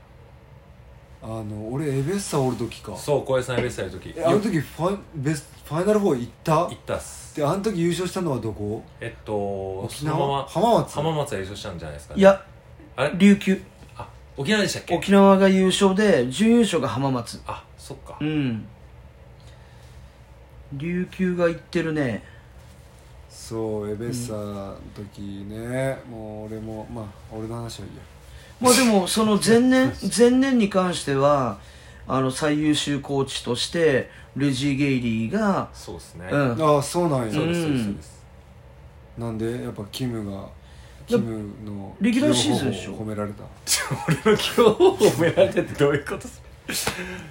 Speaker 2: あの俺エベッサおる時か
Speaker 3: そう小林さんエベッサやる時
Speaker 2: えあの
Speaker 3: よく
Speaker 2: 時ファイベスファイナルフォー行った
Speaker 3: 行ったっす
Speaker 2: であの時優勝したのはどこ
Speaker 3: えっと
Speaker 2: 沖
Speaker 3: そのま
Speaker 2: 縄
Speaker 3: ま
Speaker 2: 浜松
Speaker 3: 浜松が優勝したんじゃないですか、ね、
Speaker 1: いや
Speaker 3: あれ
Speaker 1: 琉球
Speaker 3: あ沖縄でしたっけ
Speaker 1: 沖縄が優勝で準優勝が浜松
Speaker 3: あそっか、
Speaker 1: うん琉球が行ってるね
Speaker 2: そうエベッサの時ね、もう俺もまあ俺の話はいいや
Speaker 1: まあでもその前 年前年に関してはあの最優秀コーチとしてルジー・ゲイリーが
Speaker 3: そうですね、
Speaker 1: うん
Speaker 2: ああそうなんや
Speaker 3: そうですそうです
Speaker 1: うん
Speaker 3: そうです
Speaker 2: なんでやっぱキムがキムの
Speaker 1: レギュラーシーズンでしょ
Speaker 2: 褒められた
Speaker 3: 俺の今日を褒められてってどういうことっす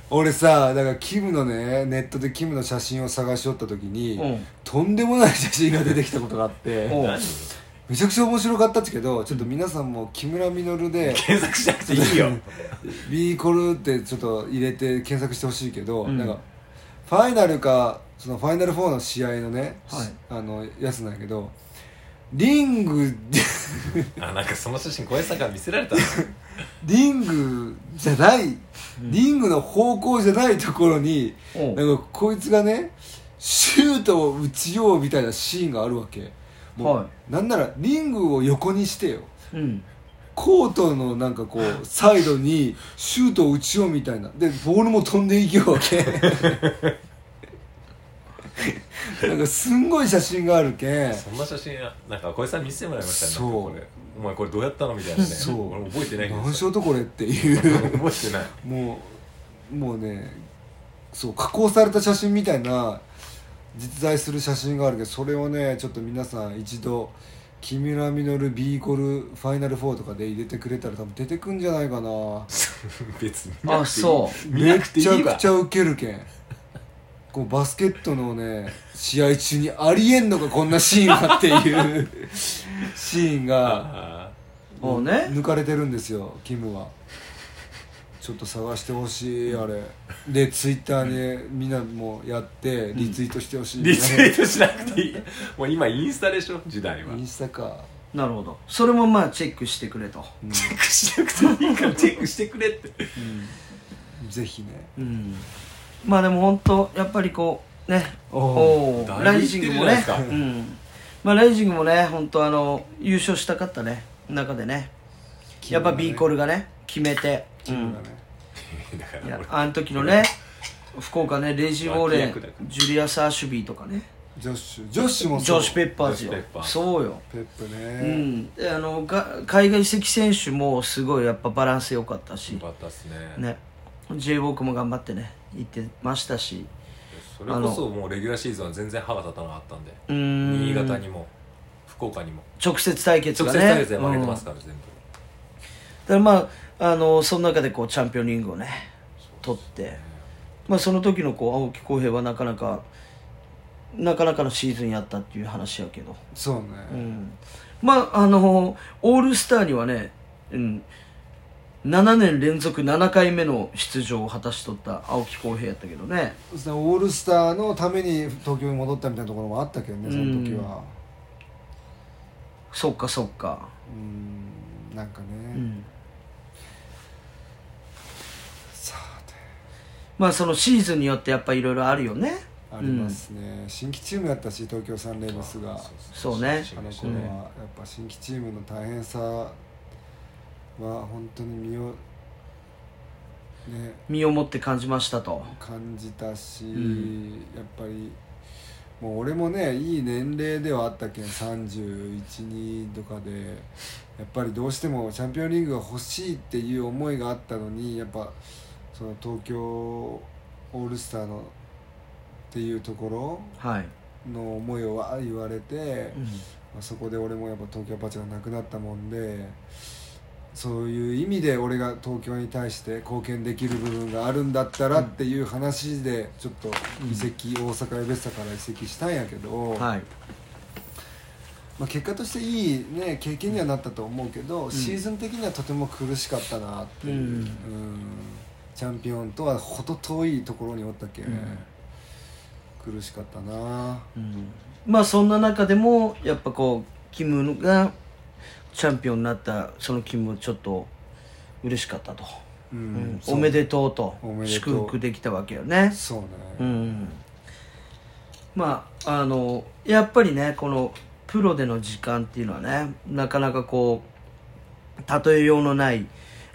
Speaker 2: 俺さだからキムのねネットでキムの写真を探しおった時に、
Speaker 1: うん
Speaker 2: とんでもない写真が出てきたことがあって
Speaker 1: おう
Speaker 3: 何
Speaker 2: めちゃくちゃ面白かったっちけどちょっと皆さんも木村稔で
Speaker 3: 検索しなくていいよ
Speaker 2: ビーコルってちょっと入れて検索してほしいけど、
Speaker 1: うん
Speaker 2: なんかファイナルかそのファイナル4の試合のね、
Speaker 1: はい
Speaker 2: あのやつなんやけどリング
Speaker 3: あなんかその写真小林さんから見せられたんですよ
Speaker 2: リングじゃない、リングの方向じゃないところに
Speaker 1: おう
Speaker 2: なんかこいつがねシュートを打ちようみたいなシーンがあるわけもう、
Speaker 1: は
Speaker 2: なんならリングを横にしてよ
Speaker 1: うん
Speaker 2: コートのなんかこうサイドにシュートを打ちようみたいなでボールも飛んでいきようわ けなんかすんごい写真があるけん
Speaker 3: そんな写真なんか小林さん見せてもらいましたね
Speaker 2: そう
Speaker 3: なんかこれお前これどうやったのみたいなね
Speaker 2: そう
Speaker 3: 俺覚えてないけど
Speaker 2: 何し
Speaker 3: さ
Speaker 2: ようとこれっていう
Speaker 3: 覚え てない
Speaker 2: もうもうねそう加工された写真みたいな実在する写真があるけどそれをねちょっと皆さん一度「木村稔 B コルファイナル4」とかで入れてくれたら多分出てくんじゃないかな
Speaker 3: 別に
Speaker 1: あそう
Speaker 3: 見なくていい
Speaker 2: めちゃ
Speaker 3: わ
Speaker 2: くちゃウケるけんこうバスケットのね試合中にありえんのかこんなシーンがっていう シーンが
Speaker 3: あ
Speaker 1: もうね
Speaker 2: 抜かれてるんですよキムはちょっと探してほしいあれでツイッターにみんなもやってリツイートしてほしい、
Speaker 3: ーリツイートしなくていいもう今インスタでしょ時代は
Speaker 2: インスタか
Speaker 1: なるほどそれもまあチェックしてくれと
Speaker 3: チェックしなくていいからチェックしてくれって
Speaker 2: ぜひね
Speaker 1: うんまあでも本当やっぱりこうね
Speaker 2: お
Speaker 1: おう
Speaker 3: だいぶ
Speaker 1: ライジングも
Speaker 3: い
Speaker 1: ね
Speaker 3: ってるじゃな
Speaker 1: う
Speaker 3: いですか
Speaker 1: んまあライジングもね本当あの優勝したかったね中でねやっぱ B コルがね決めてう
Speaker 2: キム
Speaker 1: ん
Speaker 2: がね、
Speaker 3: だか
Speaker 1: い
Speaker 3: ら
Speaker 1: や
Speaker 3: 俺
Speaker 1: あの時のね福岡ねレイジー・ウォーレ
Speaker 3: 脇役だか
Speaker 1: ンジュリアス・アシュビーとかね
Speaker 2: ジョッシュジョッシュも
Speaker 1: ジョシュ・ペッパーズよ
Speaker 3: ジョシュペッパーズ
Speaker 1: そうよ
Speaker 2: ペップ
Speaker 1: う
Speaker 2: ね、
Speaker 1: んであのが海外移籍選手もすごいやっぱバランス良かったし
Speaker 3: よかったっすね
Speaker 1: ね J ボークも頑張ってね行ってましたし
Speaker 3: それこそもうレギュラーシーズンは全然歯が立たなかったんで
Speaker 1: うーん
Speaker 3: 新潟にも福岡にも
Speaker 1: 直接対決
Speaker 3: 直
Speaker 1: が
Speaker 3: 接
Speaker 1: ね
Speaker 3: 対決で負けてます
Speaker 1: うんだ
Speaker 3: から全部
Speaker 1: からまああのその中でこうチャンピオンリングをね取って、まあ、その時のこう青木浩平はなかなかなかなかのシーズンやったっていう話やけど
Speaker 2: そうね、
Speaker 1: うんまああのオールスターにはね、うん、7年連続7回目の出場を果たしとった青木浩平やったけどね
Speaker 2: そうですねオールスターのために東京に戻ったみたいなところもあったけどねその時は
Speaker 1: そっかそっか、
Speaker 2: うんなんかね、
Speaker 1: うん、
Speaker 2: さて
Speaker 1: まあそのシーズンによってやっぱいろいろあるよね
Speaker 2: ありますね、新規チームやったし東京サンレイバスがあ
Speaker 1: そうね
Speaker 2: の
Speaker 3: そ
Speaker 2: 頃
Speaker 3: う
Speaker 2: は
Speaker 3: ね
Speaker 2: やっぱ新規チームの大変さは本当に身をね
Speaker 1: 身をもって感じましたと
Speaker 2: 感じたし、
Speaker 1: ん
Speaker 2: やっぱりもう俺もねいい年齢ではあったけん312とかでやっぱりどうしてもチャンピオンリーグが欲しいっていう思いがあったのにやっぱその東京オールスターのっていうところ
Speaker 1: はい、
Speaker 2: の思いをわー言われて、
Speaker 1: うん
Speaker 2: まあ、そこで俺もやっぱ東京パチがなくなったもんでそういう意味で俺が東京に対して貢献できる部分があるんだったらっていう話でちょっと移籍、大阪エベッサから移籍したんやけど、
Speaker 1: はい
Speaker 2: まあ、結果としていい、ね、経験にはなったと思うけど、シーズン的にはとても苦しかったなっていう、
Speaker 1: うん
Speaker 2: うんチャンピオンとは程遠いところにおったけ、
Speaker 1: ん
Speaker 2: 苦しかったな
Speaker 1: うんまあそんな中でもやっぱこうキムがチャンピオンになったそのキムちょっと嬉しかったと、
Speaker 2: うん、
Speaker 1: うん
Speaker 2: そう
Speaker 1: おめでとうと
Speaker 2: おめでとう
Speaker 1: 祝福できたわけよね
Speaker 2: そうね、
Speaker 1: うんまああのやっぱりねこのプロでの時間っていうのはねなかなかこう例えようのない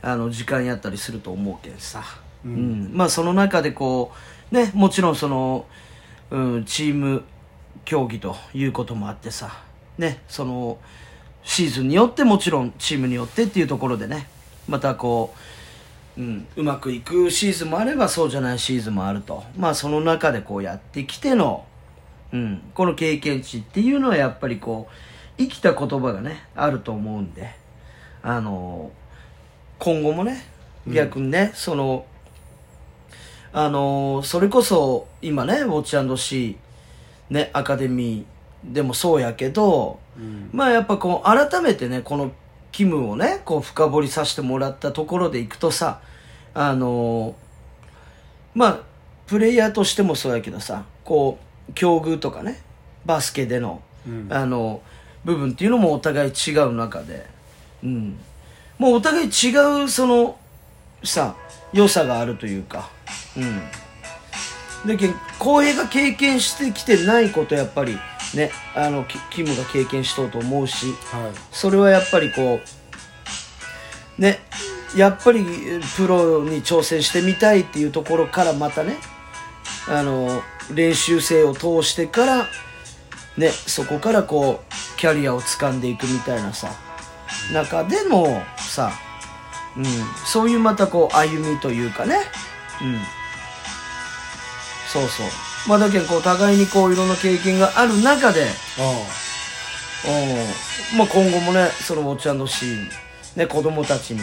Speaker 1: あの時間やったりすると思うけんさ、うんまあその中でこうねもちろんその、うん、チーム競技ということもあってさねそのシーズンによってもちろんチームによってっていうところでねまたこううん、うまくいくシーズンもあればそうじゃないシーズンもあるとまあその中でこうやってきての、うん、この経験値っていうのはやっぱりこう生きた言葉がねあると思うんであの今後もね逆にね、そのあのそれこそ今ねウォッチ &C、ね、アカデミーでもそうやけど
Speaker 2: うん
Speaker 1: まあやっぱこう改めてねこのキムをねこう深掘りさせてもらったところでいくとさあのーまあプレイヤーとしてもそうやけどさこう境遇とかねバスケでの、
Speaker 2: うん
Speaker 1: あの部分っていうのもお互い違う中で、うん、もうお互い違うそのさ良さがあるというか、うん、だけど浩平が経験してきてないことやっぱりねあのキキムが経験しとうと思うし
Speaker 2: はい
Speaker 1: それはやっぱりこうねやっぱりえープロに挑戦してみたいっていうところからまたねあの練習生を通してからねそこからこうキャリアを掴んでいくみたいなさ中でのさ、うん、そういうまたこう歩みというかね、うん、そうそうまあだけどこう互いにこういろんな経験がある中で
Speaker 2: あ
Speaker 1: うんまあ、今後もねそのウォッチャンドシーン、ね、子供たちに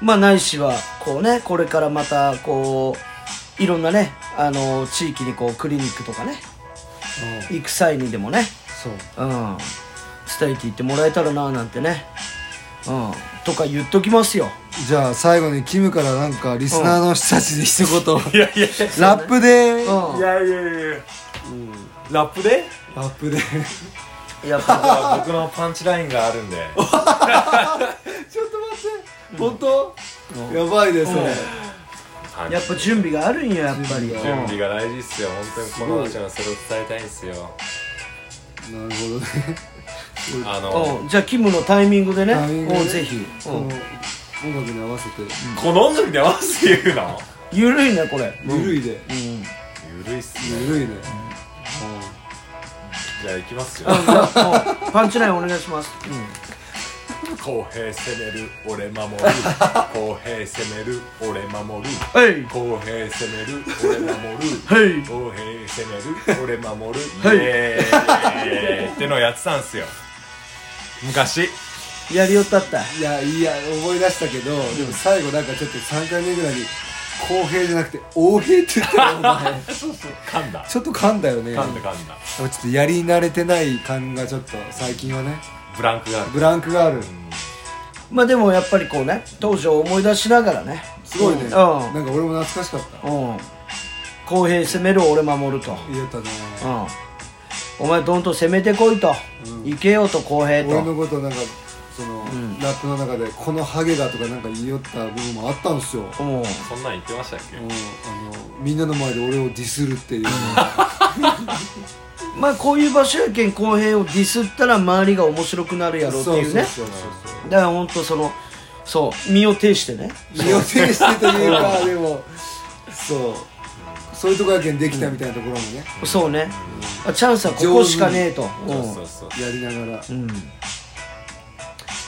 Speaker 1: まあないしはこうねこれからまたこういろんなねあの地域にこうクリニックとかね
Speaker 2: あうん
Speaker 1: 行く際にでもね、
Speaker 2: そ
Speaker 1: う
Speaker 2: う
Speaker 1: ん、伝えていってもらえたらななんてね、うん、とか言っときますよ
Speaker 2: じゃあ最後にキムからなんかリスナーの人たちに一言、
Speaker 3: いやいやい
Speaker 2: ラップで、
Speaker 1: うん
Speaker 3: やいやいやいやラップで
Speaker 2: ラップで
Speaker 1: やっぱ
Speaker 3: 僕のパンチラインがあるんで
Speaker 2: ちょっと待って本当、やばいですね、
Speaker 1: やっぱ準備があるんよやっぱり
Speaker 2: 準
Speaker 3: 準備が大事っすよ本当にこの人はそれを伝えたいんすよ
Speaker 2: なるほどね
Speaker 3: あの
Speaker 1: うん、じゃあキムのタイミングでね
Speaker 2: タイミングで
Speaker 1: うんぜひ、
Speaker 2: こ
Speaker 1: う
Speaker 2: の
Speaker 1: ん
Speaker 2: 音楽に合わせて、
Speaker 3: この音楽に合わせて言うの
Speaker 1: 緩いねこれ、
Speaker 2: ゆるいで
Speaker 1: うん
Speaker 3: ゆるいっす
Speaker 2: ゆ
Speaker 3: ね
Speaker 2: るいね、
Speaker 3: じゃあ行きますよ
Speaker 1: うんパンチラインお願いします。
Speaker 3: 公平攻める俺守る公平攻める俺守る
Speaker 1: はい。
Speaker 3: 公平攻める俺守る
Speaker 1: はい。
Speaker 3: 公平攻める俺守る
Speaker 1: はい
Speaker 3: イエーイってのをやってたんすよ昔
Speaker 1: やりよったった。
Speaker 2: いやいや思い出したけど、でも最後なんかちょっと3回目ぐらいに公平じゃなくて王平って言ってたのお前
Speaker 3: 噛ん だ
Speaker 2: ちょっと噛んだよね
Speaker 3: 噛んだ噛んだ
Speaker 2: ちょっとやり慣れてない感がちょっと最近はね
Speaker 3: ブランクがある
Speaker 2: ブランクがある
Speaker 1: まあでもやっぱりこうね、当時を思い出しながらね。
Speaker 2: すごいね、
Speaker 1: うん
Speaker 2: なんか俺も懐かしかった
Speaker 1: うん。公平攻める俺守ると。
Speaker 2: 言えたね
Speaker 1: うん。お前どんと攻めてこいと。行けよと公平
Speaker 2: 俺
Speaker 1: と。
Speaker 2: のことなんかその、
Speaker 1: ん
Speaker 2: ラップの中で「このハゲが」とかなんか言いよった部分もあったんですよ、うん、あ
Speaker 1: うん。
Speaker 3: そんなん言ってましたっけ
Speaker 2: のみんなの前で俺をディスるって いう
Speaker 1: まあこういう場所やけん公平をディスったら周りが面白くなるやろうっていうね。
Speaker 2: そうそう
Speaker 1: だからほんとその、そう、身を挺してね。
Speaker 2: そう予定してというかでもそうそういうとこやけんできたみたいなところもね、
Speaker 1: そうね。あチャンスはここしかねえと。う
Speaker 3: そうんそうそう
Speaker 2: やりながら
Speaker 1: うん、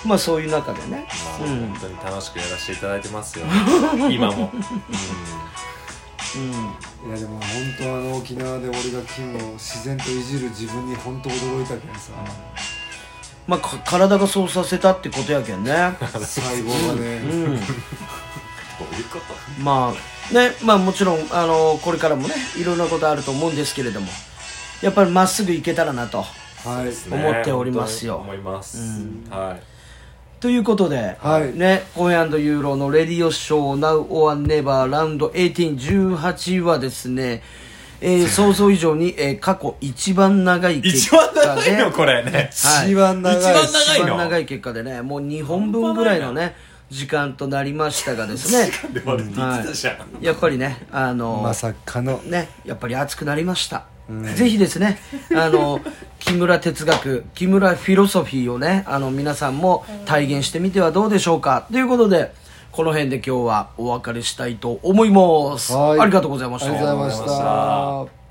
Speaker 1: まあそういう中でね、
Speaker 3: まあ
Speaker 1: うん
Speaker 3: 本当に楽しくやらせていただいてま すよ今も
Speaker 2: いやでも本当あの沖縄で俺が金を自然といじる自分に本当驚いたけんさ、
Speaker 1: まあか体がそうさせたってことやけんね
Speaker 2: 最後まで、
Speaker 1: うん
Speaker 3: どういうこと
Speaker 1: まあねまあもちろんあのこれからもねいろんなことあると思うんですけれどもやっぱりまっすぐ行けたらなと
Speaker 2: はい
Speaker 1: 思っておりますよ
Speaker 3: 本当に思いますはい
Speaker 1: ということで、
Speaker 2: はい
Speaker 1: ね、コエユーロのレディオショー Now or Never ラウンド1818はですね、えー、想像以上に、えー過去一番長い
Speaker 3: 一
Speaker 1: 結果
Speaker 3: 番
Speaker 1: で
Speaker 3: 長いのこれね
Speaker 1: はい
Speaker 2: 一番長い
Speaker 3: 一番長い
Speaker 1: 一
Speaker 3: の
Speaker 1: 番長い結果でね、もう2本分ぐらいのね、時間となりましたがです ね、
Speaker 3: でも言ってたじゃん
Speaker 1: やっぱりね、あの、
Speaker 2: まさかの
Speaker 1: ね、やっぱり熱くなりました。ぜひですね、あの、 木村哲学、木村フィロソフィーをね、あの、皆さんも体現してみてはどうでしょうか。ということで、この辺で今日はお別れしたいと思います。
Speaker 2: はい
Speaker 1: ありがとうございました。
Speaker 2: ありがとうございました